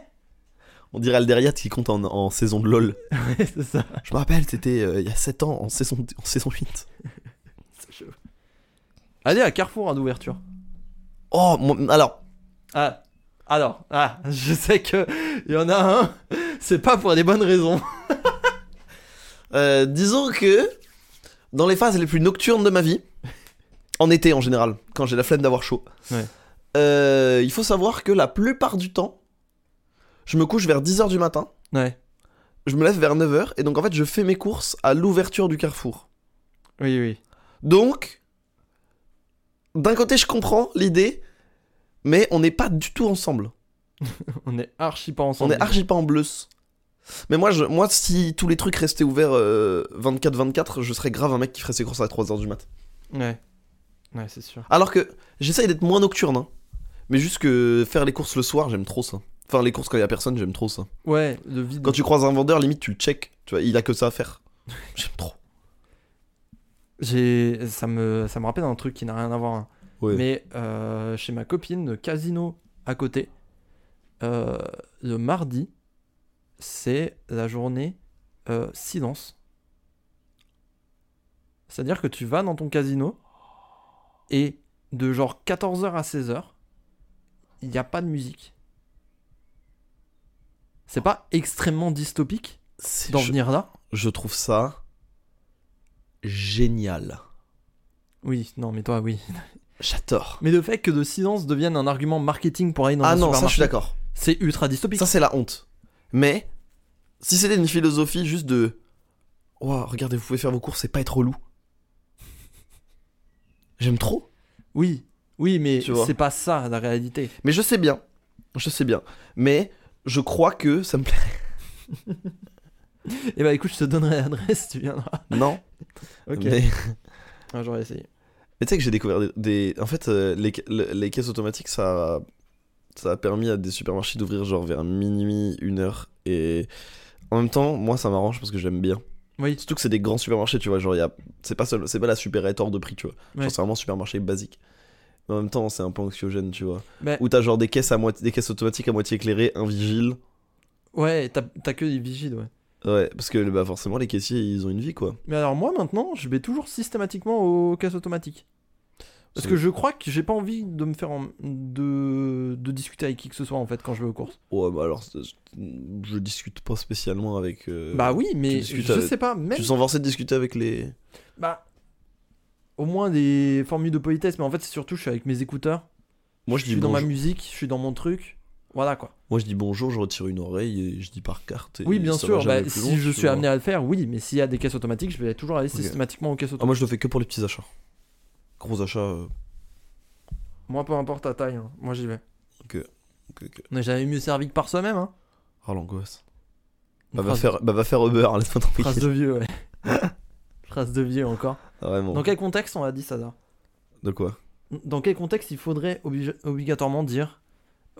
[SPEAKER 1] [LAUGHS] On dirait Alderiat qui compte en, en saison de LOL.
[SPEAKER 2] Ouais, c'est ça.
[SPEAKER 1] Je me rappelle, c'était euh, il y a 7 ans, en saison, en saison 8.
[SPEAKER 2] C'est chaud. Allez à Carrefour hein, d'ouverture.
[SPEAKER 1] Oh, mon- alors,
[SPEAKER 2] Ah, alors, ah, [LAUGHS] je sais que il y en a un, [LAUGHS] c'est pas pour des bonnes raisons.
[SPEAKER 1] euh, disons que dans les phases les plus nocturnes de ma
[SPEAKER 2] [LAUGHS]
[SPEAKER 1] vie, en été en général, quand j'ai la flemme d'avoir chaud,
[SPEAKER 2] Ouais.
[SPEAKER 1] euh, il faut savoir que la plupart du temps, je me couche vers 10h du matin,
[SPEAKER 2] Ouais,
[SPEAKER 1] je me lève vers 9h, et donc en fait, je fais mes courses à l'ouverture du carrefour.
[SPEAKER 2] oui, oui.
[SPEAKER 1] Donc, d'un côté, je comprends l'idée, mais on n'est pas du tout ensemble.
[SPEAKER 2] On est archi pas
[SPEAKER 1] On
[SPEAKER 2] ensemble.
[SPEAKER 1] est archi pas en bleus. Mais moi, je, moi, si tous les trucs restaient ouverts euh, 24-24, je serais grave un mec qui ferait ses courses à 3h du mat.
[SPEAKER 2] Ouais, ouais, c'est sûr.
[SPEAKER 1] Alors que j'essaye d'être moins nocturne, hein. mais juste que faire les courses le soir, j'aime trop ça. Enfin, les courses quand il y a personne, j'aime trop ça.
[SPEAKER 2] Ouais, le vide.
[SPEAKER 1] Quand tu croises un vendeur, limite, tu le check. Tu vois, il a que ça à faire. [LAUGHS] J'aime trop.
[SPEAKER 2] J'ai, ça me, ça me rappelle un truc qui n'a rien à voir. hein.
[SPEAKER 1] Ouais.
[SPEAKER 2] Mais euh, chez ma copine, le casino à côté, euh, le mardi, c'est la journée euh, silence. C'est-à-dire que tu vas dans ton casino et de genre 14h à 16h, il n'y a pas de musique. C'est pas extrêmement dystopique
[SPEAKER 1] C'est-
[SPEAKER 2] d'en
[SPEAKER 1] je,
[SPEAKER 2] venir là
[SPEAKER 1] je trouve ça génial.
[SPEAKER 2] Oui, non, mais toi, oui.
[SPEAKER 1] J'adore.
[SPEAKER 2] Mais le fait que le silence devienne un argument marketing pour aller dans
[SPEAKER 1] Ah
[SPEAKER 2] un
[SPEAKER 1] non, ça je suis
[SPEAKER 2] supermarché,
[SPEAKER 1] d'accord.
[SPEAKER 2] c'est ultra dystopique.
[SPEAKER 1] Ça, c'est la honte. Mais si c'était une philosophie juste de. Ouah, regardez, vous pouvez faire vos courses et pas être relou. J'aime trop.
[SPEAKER 2] Oui, oui, mais
[SPEAKER 1] Tu vois.
[SPEAKER 2] c'est pas ça la réalité.
[SPEAKER 1] Mais je sais bien. Je sais bien. Mais je crois que ça me plaît.
[SPEAKER 2] Eh bah écoute, je te donnerai l'adresse, tu viendras.
[SPEAKER 1] Non.
[SPEAKER 2] [LAUGHS] Ok.
[SPEAKER 1] Mais, mais
[SPEAKER 2] Ah, J'aurais essayé.
[SPEAKER 1] tu sais que j'ai découvert des, des- En fait, euh, les, ca- le- les caisses automatiques, ça. Ça a permis à des supermarchés d'ouvrir genre vers minuit, une heure. Et en même temps, moi, ça m'arrange parce que j'aime bien.
[SPEAKER 2] Oui.
[SPEAKER 1] Surtout que c'est des grands supermarchés, tu vois. Genre, il y a... c'est pas, seul- c'est pas la supérette hors de prix, tu vois. Genre,
[SPEAKER 2] Ouais.
[SPEAKER 1] c'est vraiment supermarché basique. Mais en même temps, c'est un peu anxiogène, tu vois.
[SPEAKER 2] Mais
[SPEAKER 1] Où t'as genre des caisses, à moitié... des caisses automatiques à moitié éclairées, un vigile.
[SPEAKER 2] ouais, t'as t'as que des vigiles, ouais.
[SPEAKER 1] Ouais, parce que bah, forcément, les caissiers, ils ont une vie, quoi.
[SPEAKER 2] Mais alors moi maintenant, je vais toujours systématiquement aux caisses automatiques. Parce
[SPEAKER 1] C'est-
[SPEAKER 2] que je crois que j'ai pas envie de me faire en- de... de discuter avec qui que ce soit en fait quand je vais aux courses.
[SPEAKER 1] Ouais, bah alors, c'est- je discute pas spécialement avec. euh,
[SPEAKER 2] bah oui, mais
[SPEAKER 1] discutes
[SPEAKER 2] je
[SPEAKER 1] avec-
[SPEAKER 2] sais pas, même
[SPEAKER 1] Tu sens forcé de discuter avec les.
[SPEAKER 2] bah au moins des formules de politesse, mais en fait c'est surtout je suis avec mes écouteurs,
[SPEAKER 1] Moi, je
[SPEAKER 2] je
[SPEAKER 1] dis
[SPEAKER 2] suis dans ma
[SPEAKER 1] bonjour.
[SPEAKER 2] musique, je suis dans mon truc. Voilà quoi.
[SPEAKER 1] Moi, je dis bonjour, je retire une oreille et je dis par carte. et
[SPEAKER 2] Oui, bien
[SPEAKER 1] ça va
[SPEAKER 2] sûr.
[SPEAKER 1] jamais
[SPEAKER 2] bah,
[SPEAKER 1] plus
[SPEAKER 2] si
[SPEAKER 1] loin,
[SPEAKER 2] je
[SPEAKER 1] tu
[SPEAKER 2] suis
[SPEAKER 1] vois.
[SPEAKER 2] amené à le faire, oui. Mais s'il y a des caisses automatiques, je vais toujours aller systématiquement aux caisses
[SPEAKER 1] Ah,
[SPEAKER 2] automatiques.
[SPEAKER 1] moi, je le fais que pour les petits achats. Gros achats. euh,
[SPEAKER 2] Moi, peu importe ta taille, hein, moi j'y vais.
[SPEAKER 1] ok, ok.
[SPEAKER 2] On n'est jamais mieux servi que par soi-même. Hein.
[SPEAKER 1] Ah, l'angoisse.
[SPEAKER 2] Une
[SPEAKER 1] Bah, va
[SPEAKER 2] phrase,
[SPEAKER 1] faire, bah, va faire Uber, laisse-moi
[SPEAKER 2] phrase
[SPEAKER 1] tranquille.
[SPEAKER 2] de vieux, ouais. [LAUGHS] phrase de vieux encore.
[SPEAKER 1] Ah, Vraiment.
[SPEAKER 2] Dans quel contexte on a dit ça là
[SPEAKER 1] De quoi
[SPEAKER 2] Dans quel contexte il faudrait oblige- obligatoirement dire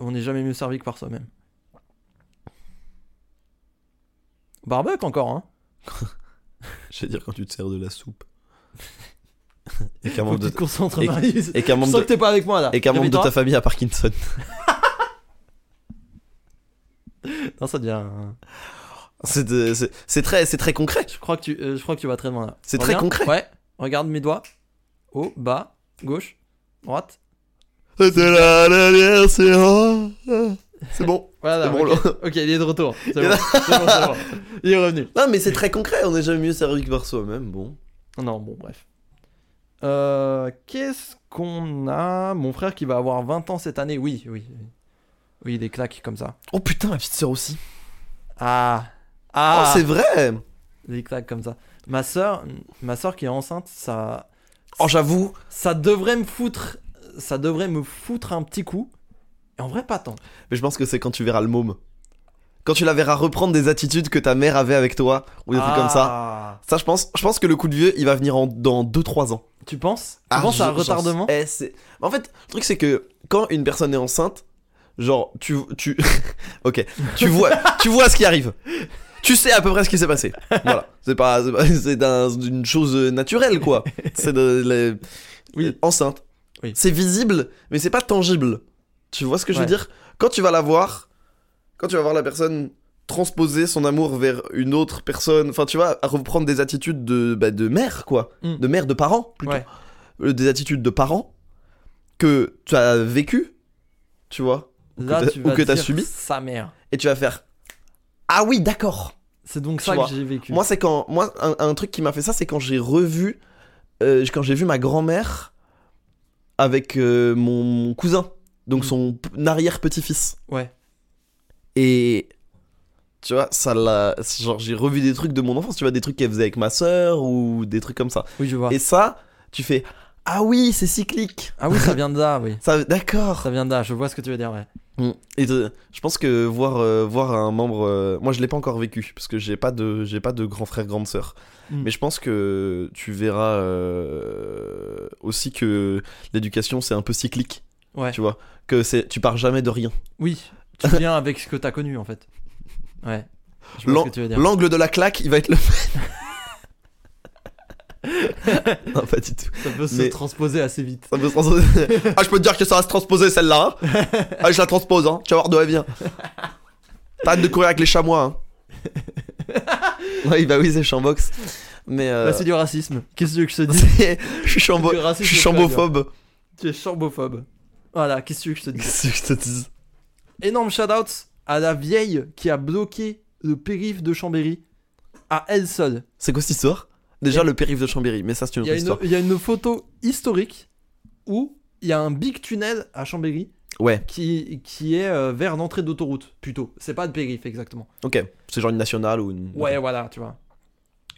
[SPEAKER 2] on n'est jamais mieux servi que par soi-même Barbuck encore, hein
[SPEAKER 1] Je vais dire quand tu te sers de la
[SPEAKER 2] [LAUGHS]
[SPEAKER 1] soupe. et qu'un
[SPEAKER 2] Faut
[SPEAKER 1] membre,
[SPEAKER 2] que
[SPEAKER 1] de,
[SPEAKER 2] tu te concentres,
[SPEAKER 1] et-
[SPEAKER 2] Marius.
[SPEAKER 1] et qu'un
[SPEAKER 2] Je
[SPEAKER 1] membre,
[SPEAKER 2] sens que
[SPEAKER 1] de,
[SPEAKER 2] t'es pas avec moi là.
[SPEAKER 1] et qu'un membre de
[SPEAKER 2] Réveille-toi.
[SPEAKER 1] ta famille a Parkinson. [LAUGHS]
[SPEAKER 2] Non, ça devient. un-
[SPEAKER 1] C'est de- c'est c'est très, c'est très concret.
[SPEAKER 2] Je crois que tu, euh, je crois que tu vas très loin là.
[SPEAKER 1] C'est très
[SPEAKER 2] Reviens.
[SPEAKER 1] concret.
[SPEAKER 2] Ouais. Regarde mes doigts. Haut, bas, gauche, droite.
[SPEAKER 1] C'était la dernière séance. C'est bon.
[SPEAKER 2] Voilà.
[SPEAKER 1] C'est bon,
[SPEAKER 2] ok.
[SPEAKER 1] là.
[SPEAKER 2] ok, il est
[SPEAKER 1] [LAUGHS]
[SPEAKER 2] de retour. C'est bon. c'est bon, c'est bon. Il est revenu.
[SPEAKER 1] Non, mais c'est très concret. On n'est jamais mieux servi que par soi-même. Bon.
[SPEAKER 2] Non, bon, bref. Euh, Qu'est-ce qu'on a Mon frère qui va avoir 20 ans cette année. Oui, oui. oui. Oui, des claques comme ça.
[SPEAKER 1] Oh putain, ma petite sœur aussi.
[SPEAKER 2] Ah.
[SPEAKER 1] Oh,
[SPEAKER 2] Ah.
[SPEAKER 1] c'est vrai.
[SPEAKER 2] des claques comme ça. Ma soeur, ma soeur qui est enceinte, ça.
[SPEAKER 1] Oh, j'avoue.
[SPEAKER 2] Ça devrait me foutre. Ça devrait me foutre un petit coup. Et en vrai, pas tant.
[SPEAKER 1] Mais je pense que c'est quand tu verras le môme. Quand tu la verras reprendre des attitudes que ta mère avait avec toi ou des trucs comme ça.
[SPEAKER 2] Ah.
[SPEAKER 1] Ça, je pense, je pense que le coup de vieux, il va venir en, dans 2-3 ans.
[SPEAKER 2] Tu penses Tu
[SPEAKER 1] Ah,
[SPEAKER 2] penses à un
[SPEAKER 1] je- j'en-
[SPEAKER 2] retardement
[SPEAKER 1] eh, c'est- En fait, le truc, c'est que quand une personne est enceinte, genre, tu. tu... [LAUGHS] ok, tu vois, tu vois ce qui arrive. Tu sais à peu près ce qui s'est passé. Voilà. C'est pas. c'est pas- [LAUGHS] C'est un- une chose naturelle, quoi. C'est de. les-
[SPEAKER 2] Oui.
[SPEAKER 1] Enceinte.
[SPEAKER 2] Oui.
[SPEAKER 1] C'est visible, mais c'est pas tangible. Tu vois ce que je veux
[SPEAKER 2] Ouais.
[SPEAKER 1] dire Quand tu vas la voir, quand tu vas voir la personne transposer son amour vers une autre personne, enfin tu vois, à reprendre des attitudes de, bah, de mère, quoi.
[SPEAKER 2] Mm.
[SPEAKER 1] De mère, de parent, plutôt.
[SPEAKER 2] Ouais.
[SPEAKER 1] Euh, Des attitudes de parent que tu as vécu, tu vois.
[SPEAKER 2] Là,
[SPEAKER 1] t'as-
[SPEAKER 2] tu
[SPEAKER 1] ou
[SPEAKER 2] vas
[SPEAKER 1] que t'as
[SPEAKER 2] dire
[SPEAKER 1] subi.
[SPEAKER 2] Sa mère.
[SPEAKER 1] Et tu vas faire Ah oui, d'accord.
[SPEAKER 2] C'est donc
[SPEAKER 1] Tu
[SPEAKER 2] ça
[SPEAKER 1] vois,
[SPEAKER 2] que j'ai vécu.
[SPEAKER 1] Moi, c'est quand. Moi, un, un truc qui m'a fait ça, c'est quand j'ai revu. euh, quand j'ai vu ma grand-mère avec euh, mon, mon cousin, donc
[SPEAKER 2] Mm.
[SPEAKER 1] son p- arrière-petit-fils.
[SPEAKER 2] Ouais.
[SPEAKER 1] Et. Tu vois, ça l'a. Genre, j'ai revu des trucs de mon enfance, tu vois, des trucs qu'elle faisait avec ma sœur ou des trucs comme ça.
[SPEAKER 2] Oui, je vois.
[SPEAKER 1] Et ça, tu fais Ah oui, c'est cyclique.
[SPEAKER 2] Ah oui, ça vient de
[SPEAKER 1] [LAUGHS]
[SPEAKER 2] là, oui.
[SPEAKER 1] Ça, d'accord.
[SPEAKER 2] Ça vient de là, je vois ce que tu veux dire, ouais.
[SPEAKER 1] Mm. Et de- je pense que voir, euh, voir un membre. euh, moi, je l'ai pas encore vécu parce que j'ai pas de, j'ai pas de grand frère, grande sœur.
[SPEAKER 2] Mm.
[SPEAKER 1] Mais je pense que tu verras euh, aussi que l'éducation c'est un peu cyclique.
[SPEAKER 2] Ouais.
[SPEAKER 1] Tu vois que c'est, tu pars jamais de rien.
[SPEAKER 2] Oui, tu viens avec ce que t'as connu, en fait. Ouais. Je vois
[SPEAKER 1] L'an-
[SPEAKER 2] ce que tu veux dire.
[SPEAKER 1] L'angle de la claque, il va être le [LAUGHS] même. non, pas du tout.
[SPEAKER 2] Ça peut se
[SPEAKER 1] mais-
[SPEAKER 2] transposer assez vite.
[SPEAKER 1] Ça peut se
[SPEAKER 2] [LAUGHS]
[SPEAKER 1] transposer. ah, je peux te dire que ça va se transposer celle-là. hein. Ah, je la transpose. Hein. Tu vas voir d'où elle vient. T'arrêtes de courir avec les chamois.
[SPEAKER 2] [LAUGHS]
[SPEAKER 1] Hein. oui, bah oui, c'est Chambox. Mais euh,
[SPEAKER 2] Bah, c'est du racisme. Qu'est-ce que tu veux que je te dise
[SPEAKER 1] [LAUGHS] c'est- [LAUGHS] je suis chambo-
[SPEAKER 2] Du
[SPEAKER 1] je
[SPEAKER 2] racisme
[SPEAKER 1] suis
[SPEAKER 2] au clavier.
[SPEAKER 1] chambophobe.
[SPEAKER 2] Tu es chambophobe. Voilà, qu'est-ce que tu veux que je te dise
[SPEAKER 1] Qu'est-ce que je te dis
[SPEAKER 2] Énorme shout-out à la vieille qui a bloqué le périph' de Chambéry. À elle seule.
[SPEAKER 1] C'est quoi cette histoire Déjà le périph' de Chambéry, mais ça c'est une
[SPEAKER 2] Il y,
[SPEAKER 1] autre
[SPEAKER 2] a une,
[SPEAKER 1] histoire.
[SPEAKER 2] il y a une photo historique où il y a un big tunnel à Chambéry
[SPEAKER 1] Ouais,
[SPEAKER 2] qui, qui est euh, vers l'entrée d'autoroute, plutôt. C'est pas de périph' exactement.
[SPEAKER 1] ok. C'est genre une nationale ou une.
[SPEAKER 2] Ouais, voilà, tu vois.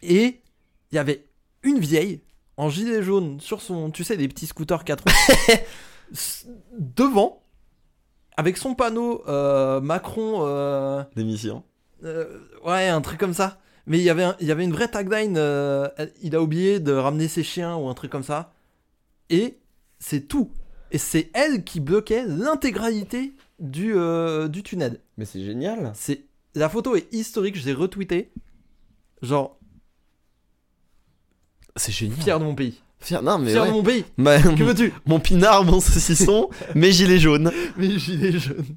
[SPEAKER 2] Et il y avait une vieille en gilet jaune sur son, tu sais, des petits scooters 4 roues,
[SPEAKER 1] [LAUGHS]
[SPEAKER 2] s- devant, avec son panneau euh, Macron, euh,
[SPEAKER 1] Démission.
[SPEAKER 2] euh, ouais, un truc comme ça. Mais il y avait, un- il y avait une vraie tagline, euh, elle- il a oublié de ramener ses chiens ou un truc comme ça. Et c'est tout. Et c'est elle qui bloquait l'intégralité du, euh, du tunnel.
[SPEAKER 1] Mais c'est génial.
[SPEAKER 2] C'est la photo est historique, je l'ai retweetée. Genre
[SPEAKER 1] C'est génial.
[SPEAKER 2] fier de mon pays.
[SPEAKER 1] Fier- Non mais.
[SPEAKER 2] fier
[SPEAKER 1] ouais.
[SPEAKER 2] de mon pays.
[SPEAKER 1] Ma-
[SPEAKER 2] Que veux-tu
[SPEAKER 1] mon pinard, mon
[SPEAKER 2] [LAUGHS]
[SPEAKER 1] saucisson, mes gilets jaunes.
[SPEAKER 2] Mes gilets jaunes.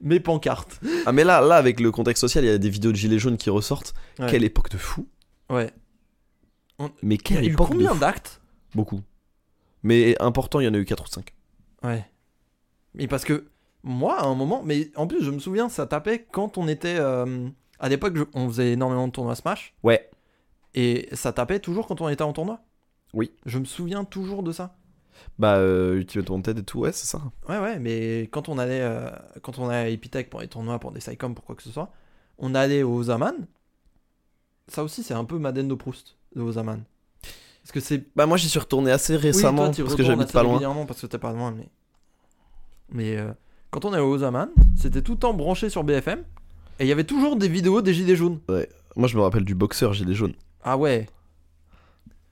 [SPEAKER 2] Mes pancartes.
[SPEAKER 1] Ah mais là, là avec le contexte social, il y a des vidéos de gilets jaunes qui ressortent.
[SPEAKER 2] Ouais.
[SPEAKER 1] Quelle époque de fou.
[SPEAKER 2] Ouais.
[SPEAKER 1] Mais
[SPEAKER 2] Il y a
[SPEAKER 1] quelle
[SPEAKER 2] eu
[SPEAKER 1] époque de
[SPEAKER 2] combien
[SPEAKER 1] fou.
[SPEAKER 2] d'actes
[SPEAKER 1] Beaucoup. Mais important, il y en a eu 4 ou 5.
[SPEAKER 2] Ouais. Mais parce que moi, à un moment, mais en plus, je me souviens, ça tapait quand on était. euh, à l'époque, je- on faisait énormément de tournois Smash.
[SPEAKER 1] Ouais.
[SPEAKER 2] Et ça tapait toujours quand on était en tournoi.
[SPEAKER 1] Oui.
[SPEAKER 2] Je me souviens toujours de ça.
[SPEAKER 1] Bah, euh, Ultimate Wanted et tout, ouais, c'est ça.
[SPEAKER 2] Ouais, ouais, mais quand on allait, euh, quand on allait à Epitech pour les tournois, pour des Saicom, pour quoi que ce soit, on allait au Zaman. Ça aussi, c'est un peu Madeleine de Proust, de Ozaman. Parce que c'est.
[SPEAKER 1] Bah, moi j'y suis retourné assez
[SPEAKER 2] Oui, toi,
[SPEAKER 1] récemment
[SPEAKER 2] t'y
[SPEAKER 1] parce que
[SPEAKER 2] retournes
[SPEAKER 1] j'habite
[SPEAKER 2] assez
[SPEAKER 1] pas loin.
[SPEAKER 2] régulièrement parce que t'es pas loin, mais. Mais euh, quand on allait au Ozaman, c'était tout le temps branché sur BFM. Et il y avait toujours des vidéos des Gilets jaunes.
[SPEAKER 1] Moi je me rappelle du boxeur gilet jaune. Tu
[SPEAKER 2] Ah ouais.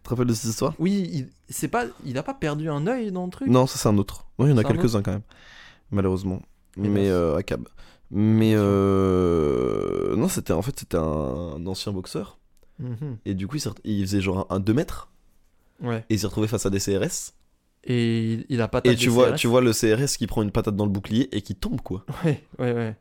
[SPEAKER 1] te rappelles de cette histoire
[SPEAKER 2] Oui, il, c'est pas, il a pas perdu un œil dans le truc.
[SPEAKER 1] Non, ça c'est un autre. Non, il y en a
[SPEAKER 2] C'est un
[SPEAKER 1] quelques-uns quand même, malheureusement.
[SPEAKER 2] Mais
[SPEAKER 1] Mais
[SPEAKER 2] mince.
[SPEAKER 1] euh, à cab. Mais euh, non, c'était en fait c'était un ancien boxeur
[SPEAKER 2] Mhm.
[SPEAKER 1] et du coup il, s'est ret- il faisait genre un 2 mètres
[SPEAKER 2] Ouais.
[SPEAKER 1] et il s'est retrouvé face à des CRS
[SPEAKER 2] Et il, il a pas
[SPEAKER 1] et tu vois tu vois le CRS qui prend une patate dans le bouclier et qui tombe quoi.
[SPEAKER 2] Ouais, ouais, ouais.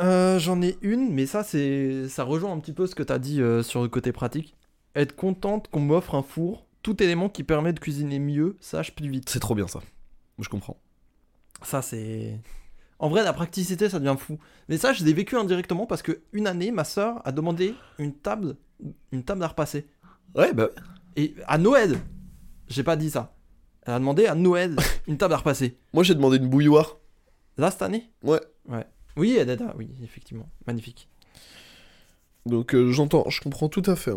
[SPEAKER 2] Euh, J'en ai une, mais ça, c'est, ça rejoint un petit peu ce que t'as dit euh, sur le côté pratique. Être contente qu'on m'offre un four, tout élément qui permet de cuisiner mieux, sache plus
[SPEAKER 1] [LAUGHS]
[SPEAKER 2] vite.
[SPEAKER 1] C'est trop bien ça. Je comprends.
[SPEAKER 2] Ça, c'est. En vrai, la praticité, ça devient fou. Mais ça, je l'ai vécu indirectement parce que une année, ma sœur a demandé une table, une table à repasser.
[SPEAKER 1] Ouais bah
[SPEAKER 2] Et à Noël, j'ai pas dit ça. Elle a demandé
[SPEAKER 1] [LAUGHS]
[SPEAKER 2] à Noël une table à repasser.
[SPEAKER 1] moi j'ai demandé une bouilloire.
[SPEAKER 2] Là, cette année
[SPEAKER 1] Ouais.
[SPEAKER 2] Ouais. Oui, elle est là, oui, effectivement. Magnifique.
[SPEAKER 1] Donc euh, j'entends, je comprends tout à fait.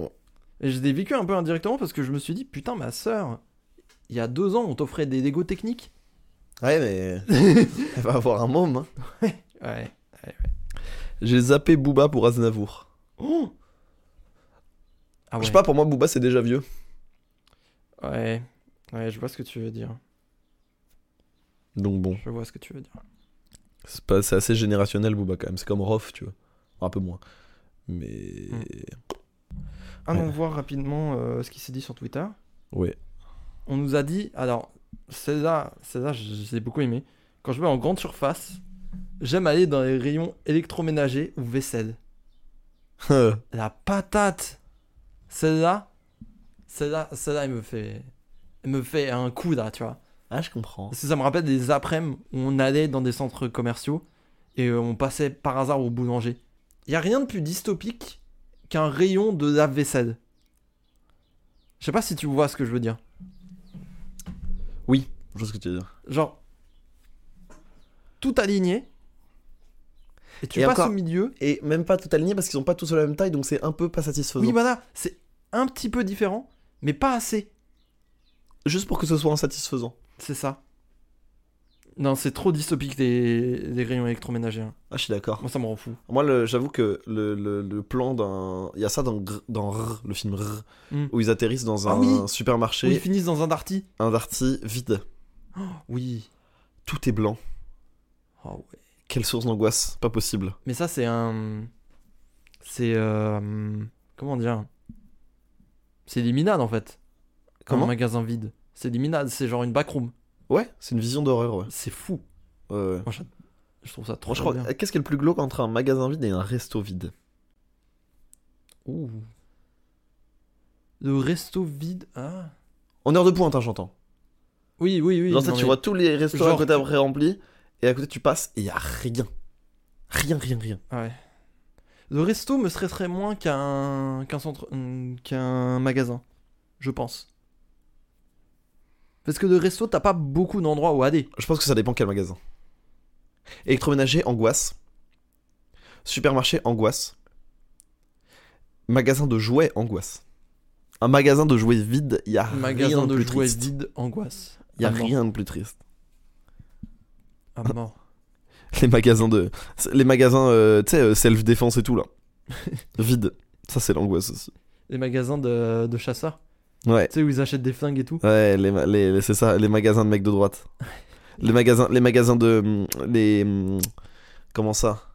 [SPEAKER 2] Et je l'ai vécu un peu indirectement parce que je me suis dit, putain, ma sœur, il y a deux ans, on t'offrait des Lego techniques.
[SPEAKER 1] Ouais mais [LAUGHS] elle va avoir un môme. hein.
[SPEAKER 2] Ouais.
[SPEAKER 1] J'ai zappé Booba pour Aznavour.
[SPEAKER 2] Oh ah ouais.
[SPEAKER 1] Je sais pas pour moi Booba c'est déjà vieux.
[SPEAKER 2] Ouais. Ouais, je vois ce que tu veux dire.
[SPEAKER 1] Donc bon.
[SPEAKER 2] Je vois ce que tu veux dire.
[SPEAKER 1] C'est pas- c'est assez générationnel Booba quand même, c'est comme Rof, tu vois. Enfin, un peu moins. Mais Hmm.
[SPEAKER 2] Allons
[SPEAKER 1] Ouais.
[SPEAKER 2] voir rapidement euh, ce qui s'est dit sur Twitter.
[SPEAKER 1] [LAUGHS] ouais.
[SPEAKER 2] On nous a dit, alors, celle-là, celle-là, je je l'ai beaucoup aimé. Quand je vais en grande surface, J'aime aller dans les rayons électroménagers ou vaisselle.
[SPEAKER 1] Ah,
[SPEAKER 2] La patate Celle-là, celle-là, celle-là, elle me fait. Elle me fait un coup là, tu vois.
[SPEAKER 1] ah, je comprends.
[SPEAKER 2] Parce que ça me rappelle des après-midi où on allait dans des centres commerciaux et euh, on passait par hasard au boulanger. Il y a rien de plus dystopique qu'un rayon de lave-vaisselle. Je sais pas si tu vois ce que je veux dire.
[SPEAKER 1] Je vois ce que tu veux dire.
[SPEAKER 2] Genre tout aligné et tu
[SPEAKER 1] Et
[SPEAKER 2] passes
[SPEAKER 1] encore-
[SPEAKER 2] au milieu.
[SPEAKER 1] Et même pas tout aligné parce qu'ils sont pas tous à la même taille, donc c'est un peu pas satisfaisant.
[SPEAKER 2] Oui, voilà, c'est un petit peu différent, mais pas assez.
[SPEAKER 1] Juste pour que ce soit insatisfaisant.
[SPEAKER 2] C'est ça. Non, c'est trop dystopique les, les rayons électroménagers. hein.
[SPEAKER 1] Ah, je suis d'accord.
[SPEAKER 2] Moi, ça me rend fou.
[SPEAKER 1] Moi, le- j'avoue que le, le- le plan d'un. Il y a ça dans, Gr- dans Rrr, le film Rrr,
[SPEAKER 2] Mm.
[SPEAKER 1] où ils atterrissent dans
[SPEAKER 2] Ah
[SPEAKER 1] un
[SPEAKER 2] oui. Ou
[SPEAKER 1] supermarché,
[SPEAKER 2] ils finissent dans un darty.
[SPEAKER 1] un darty vide.
[SPEAKER 2] Oui.
[SPEAKER 1] Tout est blanc.
[SPEAKER 2] Oh, ouais.
[SPEAKER 1] Quelle source d'angoisse, pas possible.
[SPEAKER 2] Mais ça, c'est un. C'est. euh, Comment dire C'est des minades en fait. Comme
[SPEAKER 1] Comment
[SPEAKER 2] un magasin vide. C'est des minades, c'est genre une backroom.
[SPEAKER 1] Ouais, c'est une vision d'horreur, ouais.
[SPEAKER 2] C'est fou.
[SPEAKER 1] Ouais, ouais.
[SPEAKER 2] Moi, je, je trouve ça Oh, trop
[SPEAKER 1] Moi, je crois-
[SPEAKER 2] bien.
[SPEAKER 1] Qu'est-ce qui est le plus glauque entre un magasin vide et un resto vide
[SPEAKER 2] Ouh. Le resto vide. Ah.
[SPEAKER 1] En heure de pointe, hein, j'entends.
[SPEAKER 2] Oui, oui, oui.
[SPEAKER 1] Genre, ça,
[SPEAKER 2] non,
[SPEAKER 1] tu
[SPEAKER 2] mais-
[SPEAKER 1] vois tous les restaurants
[SPEAKER 2] Genre-
[SPEAKER 1] à côté après remplis, et à côté tu passes et y a rien. Rien, rien, rien.
[SPEAKER 2] Ouais. Le resto me stresserait moins qu'un qu'un centre hum, qu'un magasin, je pense. Parce que le resto, t'as pas beaucoup d'endroits où aller.
[SPEAKER 1] Je pense que ça dépend quel magasin. Électroménager, angoisse. Supermarché, angoisse. Magasin de jouets, angoisse. Un magasin de jouets vide, y a
[SPEAKER 2] Magasin
[SPEAKER 1] rien de
[SPEAKER 2] de
[SPEAKER 1] plus
[SPEAKER 2] jouets
[SPEAKER 1] triste.
[SPEAKER 2] vide, angoisse.
[SPEAKER 1] Y a
[SPEAKER 2] Ah, non.
[SPEAKER 1] rien de plus triste.
[SPEAKER 2] Ah mort.
[SPEAKER 1] Les magasins de. Les magasins, euh, tu sais, euh, self-défense et tout
[SPEAKER 2] [LAUGHS]
[SPEAKER 1] là. vide. Ça, c'est l'angoisse aussi.
[SPEAKER 2] Les magasins de, de chasseurs.
[SPEAKER 1] Ouais.
[SPEAKER 2] Tu sais, où ils achètent des flingues et tout.
[SPEAKER 1] Ouais, les, ma- les, les- c'est ça, les magasins de mecs de [LAUGHS] droite. Les magasins, les magasins de. hum, Les. hum, Comment ça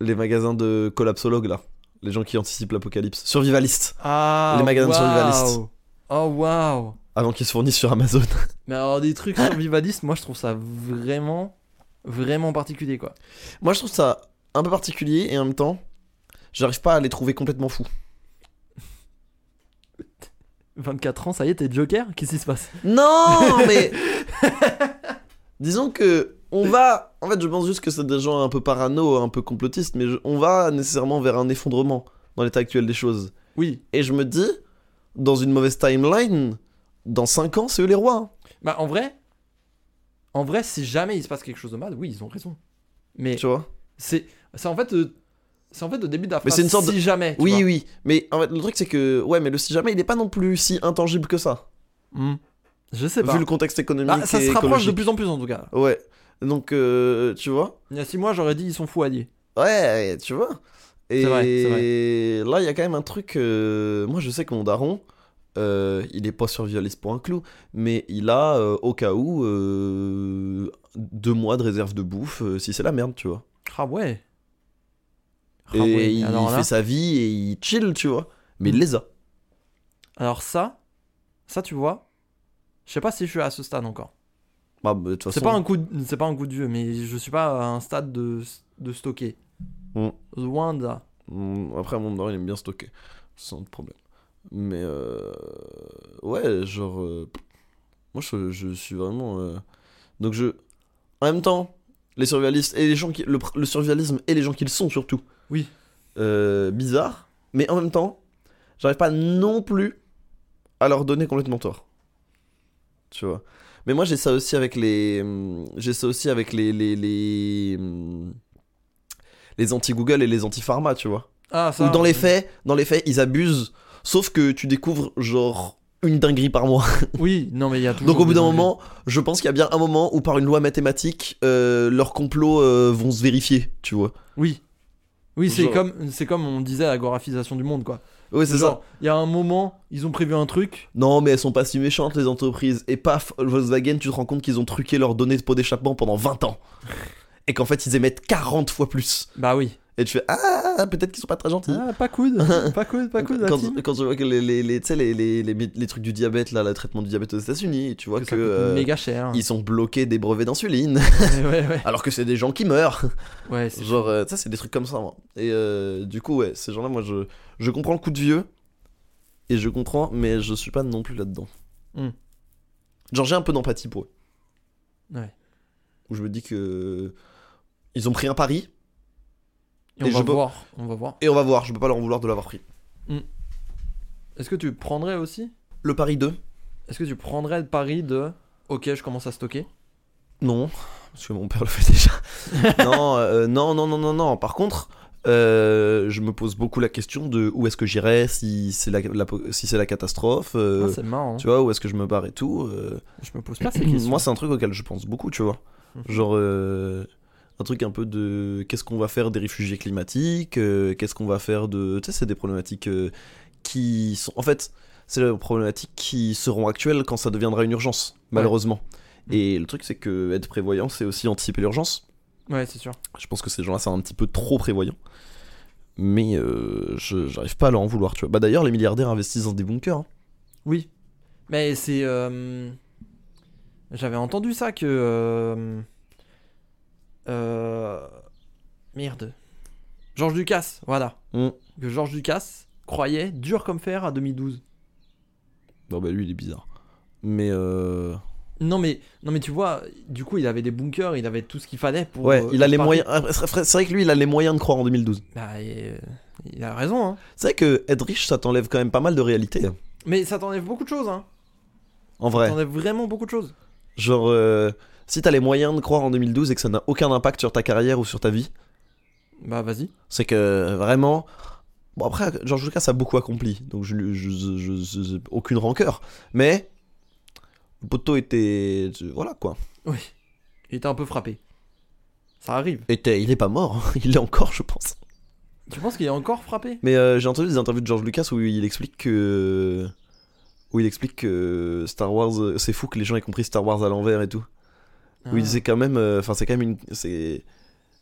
[SPEAKER 1] Les magasins de collapsologues, là. Les gens qui anticipent l'apocalypse. Survivalistes,
[SPEAKER 2] Ah
[SPEAKER 1] Les magasins de
[SPEAKER 2] waouh.
[SPEAKER 1] survivalistes.
[SPEAKER 2] Oh waouh
[SPEAKER 1] avant qu'ils se fournissent sur Amazon. [LAUGHS]
[SPEAKER 2] Mais alors, des [LAUGHS] trucs survivalistes, moi je trouve ça vraiment, vraiment particulier quoi.
[SPEAKER 1] Moi, je trouve ça un peu particulier et en même temps, j'arrive pas à les trouver complètement fous.
[SPEAKER 2] 24 ans, ça y est, t'es Joker Qu'est-ce qui se passe
[SPEAKER 1] [LAUGHS] Non, mais. Disons que. On va. En fait, je pense juste que c'est des gens un peu parano, un peu complotistes, mais je- on va nécessairement vers un effondrement dans l'état actuel des choses.
[SPEAKER 2] Oui.
[SPEAKER 1] Et je me dis, dans une mauvaise timeline, dans 5 ans, c'est eux les rois. hein,
[SPEAKER 2] Bah en vrai, en vrai, si jamais il se passe quelque chose de mal, oui, ils ont raison. Mais
[SPEAKER 1] Tu vois
[SPEAKER 2] c'est c'est en fait. euh, C'est en fait le début de la
[SPEAKER 1] Mais
[SPEAKER 2] phrase.
[SPEAKER 1] c'est une sorte
[SPEAKER 2] si
[SPEAKER 1] de-
[SPEAKER 2] jamais. tu
[SPEAKER 1] Oui,
[SPEAKER 2] vois.
[SPEAKER 1] oui. Mais en fait, le truc, c'est que, ouais, mais le si jamais, il est pas non plus si intangible que ça.
[SPEAKER 2] Hmm. Je sais pas.
[SPEAKER 1] Vu le contexte économique.
[SPEAKER 2] Ah, ça
[SPEAKER 1] et
[SPEAKER 2] se rapproche de
[SPEAKER 1] écologique.
[SPEAKER 2] plus en plus en tout cas.
[SPEAKER 1] Ouais. Donc, euh, tu vois
[SPEAKER 2] Il y a 6 mois, j'aurais dit ils sont fous alliés.
[SPEAKER 1] Ouais, tu vois Et
[SPEAKER 2] C'est vrai, c'est
[SPEAKER 1] là, il y a quand même un truc. euh, Moi, je sais que mon daron. euh, il est pas survivaliste pour un clou, mais il a euh, au cas où euh, deux mois de réserve de bouffe euh, si c'est la merde, tu vois.
[SPEAKER 2] Ah ouais. Ah
[SPEAKER 1] et
[SPEAKER 2] ouais,
[SPEAKER 1] il
[SPEAKER 2] alors, là-
[SPEAKER 1] fait sa vie et il chill, tu vois. Mais
[SPEAKER 2] Mm.
[SPEAKER 1] il les a.
[SPEAKER 2] alors ça, ça tu vois, je sais pas si je suis à ce stade encore.
[SPEAKER 1] Bah, bah, de toute
[SPEAKER 2] C'est
[SPEAKER 1] façon,
[SPEAKER 2] pas un coup, de- c'est pas un coup de vieux, mais je suis pas à un stade de, de stocker.
[SPEAKER 1] Mm.
[SPEAKER 2] Loin de là.
[SPEAKER 1] mm, Après, mon daron, il aime bien stocker. Sans problème. Mais euh, ouais, genre. euh, Moi, je, je suis vraiment. euh, Donc, je. En même temps, les survivalistes et les gens qui. Le, pr- le survivalisme et les gens qui le sont, surtout.
[SPEAKER 2] Oui.
[SPEAKER 1] Euh, bizarre. Mais en même temps, j'arrive pas non plus à leur donner complètement tort. Tu vois. Mais moi, j'ai ça aussi avec les. hum, J'ai ça aussi avec les. Les, les, hum, les anti-Google et les anti-pharma, tu vois.
[SPEAKER 2] Ah ça.
[SPEAKER 1] Ou dans les
[SPEAKER 2] euh,
[SPEAKER 1] faits, dans les faits, ils abusent. Sauf que tu découvres genre une dinguerie par
[SPEAKER 2] [LAUGHS]
[SPEAKER 1] mois.
[SPEAKER 2] Oui, non mais il y a toujours.
[SPEAKER 1] Donc au bout
[SPEAKER 2] des
[SPEAKER 1] d'un
[SPEAKER 2] enjeux.
[SPEAKER 1] moment, je pense qu'il y a bien un moment où par une loi mathématique, euh, leurs complots euh, vont se vérifier, tu vois.
[SPEAKER 2] Oui. Oui, c'est
[SPEAKER 1] Genre-
[SPEAKER 2] comme, c'est comme on disait à l'agoraphisation du monde quoi.
[SPEAKER 1] Oui, c'est ça.
[SPEAKER 2] Genre, Il y a un moment, ils ont prévu un truc.
[SPEAKER 1] Non, mais elles sont pas si méchantes, les entreprises. Et paf, Volkswagen, tu te rends compte qu'ils ont truqué leurs données de pot d'échappement pendant 20 ans. Et qu'en fait, ils émettent 40 fois plus.
[SPEAKER 2] Bah oui.
[SPEAKER 1] Et tu fais Ah, peut-être qu'ils sont pas très gentils.
[SPEAKER 2] Ah, pas [LAUGHS] coude, pas coude, pas coude. la
[SPEAKER 1] quand,
[SPEAKER 2] team.
[SPEAKER 1] quand je vois que les, les, les, tu sais, les, les, les, les trucs du diabète, là, le traitement du diabète aux États-Unis, tu vois
[SPEAKER 2] Ça
[SPEAKER 1] que.
[SPEAKER 2] coûte
[SPEAKER 1] euh,
[SPEAKER 2] méga cher.
[SPEAKER 1] ils sont bloqués des brevets d'insuline, [LAUGHS]
[SPEAKER 2] [LAUGHS] ouais, ouais.
[SPEAKER 1] alors que c'est des gens qui meurent.
[SPEAKER 2] Ouais, [LAUGHS] c'est
[SPEAKER 1] Genre, euh, ça, c'est des trucs comme ça, moi. Et euh, du coup, ouais, ces gens-là, moi, je, je comprends le coup de vieux. Et je comprends, mais je suis pas non plus là-dedans.
[SPEAKER 2] Hmm.
[SPEAKER 1] Genre, j'ai un peu d'empathie pour eux.
[SPEAKER 2] Ouais.
[SPEAKER 1] Où je me dis que. Ils ont pris un pari,
[SPEAKER 2] Et on
[SPEAKER 1] Et
[SPEAKER 2] va
[SPEAKER 1] je peux-
[SPEAKER 2] voir, on va voir.
[SPEAKER 1] et on va voir, je peux pas leur en vouloir de l'avoir pris.
[SPEAKER 2] Est-ce que tu prendrais aussi
[SPEAKER 1] Le pari 2
[SPEAKER 2] Est-ce que tu prendrais le pari de OK, je commence à stocker
[SPEAKER 1] Non, parce que mon père le fait déjà.
[SPEAKER 2] [LAUGHS]
[SPEAKER 1] non, euh, non, non, non, non, non. Par contre, euh, je me pose beaucoup la question de où est-ce que j'irai si c'est la, la- si c'est la catastrophe. euh,
[SPEAKER 2] Ah, C'est marrant. hein.
[SPEAKER 1] tu vois, où est-ce que je me barre et tout. euh.
[SPEAKER 2] Je me pose pas ces
[SPEAKER 1] [CLEARS THROAT]
[SPEAKER 2] questions.
[SPEAKER 1] moi, c'est un truc auquel je pense beaucoup, tu vois.
[SPEAKER 2] Mhm.
[SPEAKER 1] Genre, euh, un truc un peu de qu'est-ce qu'on va faire des réfugiés climatiques, euh, qu'est-ce qu'on va faire de. Tu sais, c'est des problématiques euh, qui sont. En fait, c'est des problématiques qui seront actuelles quand ça deviendra une urgence, malheureusement.
[SPEAKER 2] Mhm.
[SPEAKER 1] Et le truc, c'est que être prévoyant, c'est aussi anticiper l'urgence.
[SPEAKER 2] Ouais, c'est sûr.
[SPEAKER 1] Je pense que ces gens-là sont un petit peu trop prévoyants. Mais euh, je j'arrive pas à leur en vouloir, tu vois. Bah d'ailleurs, les milliardaires investissent dans des bunkers. hein.
[SPEAKER 2] Oui. Mais c'est euh, j'avais entendu ça que euh, euh, merde. Georges Lucas, voilà.
[SPEAKER 1] Mm.
[SPEAKER 2] Que Georges Lucas croyait dur comme fer à 2012.
[SPEAKER 1] Non, bah lui, il est bizarre. Mais euh,
[SPEAKER 2] Non mais non mais tu vois, du coup, il avait des bunkers, il avait tout ce qu'il fallait pour
[SPEAKER 1] ouais,
[SPEAKER 2] euh,
[SPEAKER 1] il a les
[SPEAKER 2] épargner.
[SPEAKER 1] moyens. ah, C'est vrai c'est vrai que lui, il a les moyens de croire en 2012.
[SPEAKER 2] Bah, et, euh, il a raison hein.
[SPEAKER 1] C'est vrai que être riche, ça t'enlève quand même pas mal de réalité.
[SPEAKER 2] Mais ça t'enlève beaucoup de choses hein.
[SPEAKER 1] En vrai.
[SPEAKER 2] Ça t'enlève vraiment beaucoup de choses.
[SPEAKER 1] Genre, euh, si t'as les moyens de croire en 2012 et que ça n'a aucun impact sur ta carrière ou sur ta vie,
[SPEAKER 2] Bah, vas-y.
[SPEAKER 1] c'est que vraiment. Bon, après, George Lucas a beaucoup accompli, donc je, lui- je, je- je- je- j'ai aucune rancœur. Mais. Le poteau était. Voilà quoi.
[SPEAKER 2] Oui. Il était un peu frappé. Ça arrive.
[SPEAKER 1] Était, il est pas mort, [LAUGHS] il est encore, je pense.
[SPEAKER 2] Tu penses qu'il est encore frappé
[SPEAKER 1] Mais euh, j'ai entendu des interviews de George Lucas où il explique que. Où il explique que Star Wars. euh, C'est fou que les gens aient compris Star Wars à l'envers et tout. Où il
[SPEAKER 2] Ah.
[SPEAKER 1] disait quand même. euh, Enfin, c'est quand même une. C'est.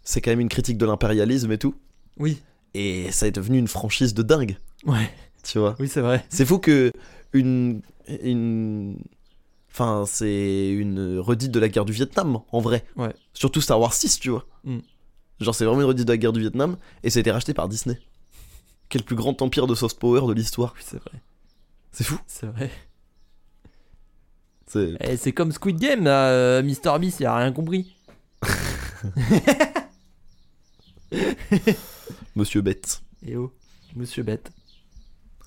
[SPEAKER 1] C'est quand même une critique de l'impérialisme et tout.
[SPEAKER 2] Oui.
[SPEAKER 1] Et ça est devenu une franchise de dingue,
[SPEAKER 2] Ouais.
[SPEAKER 1] tu vois.
[SPEAKER 2] Oui, c'est vrai.
[SPEAKER 1] C'est fou que. Une. Une. Enfin, c'est une redite de la guerre du Vietnam, en vrai.
[SPEAKER 2] Ouais.
[SPEAKER 1] Surtout Star Wars 6, tu vois.
[SPEAKER 2] Mm.
[SPEAKER 1] Genre, c'est vraiment une redite de la guerre du Vietnam, et ça a été racheté par Disney. Quel plus grand empire de soft power de l'histoire.
[SPEAKER 2] Oui, c'est vrai.
[SPEAKER 1] C'est fou.
[SPEAKER 2] C'est vrai.
[SPEAKER 1] C'est
[SPEAKER 2] Eh, c'est comme Squid Game, là. euh, Mr. Beast, il a rien compris.
[SPEAKER 1] Monsieur Bête.
[SPEAKER 2] Et oh, monsieur bête.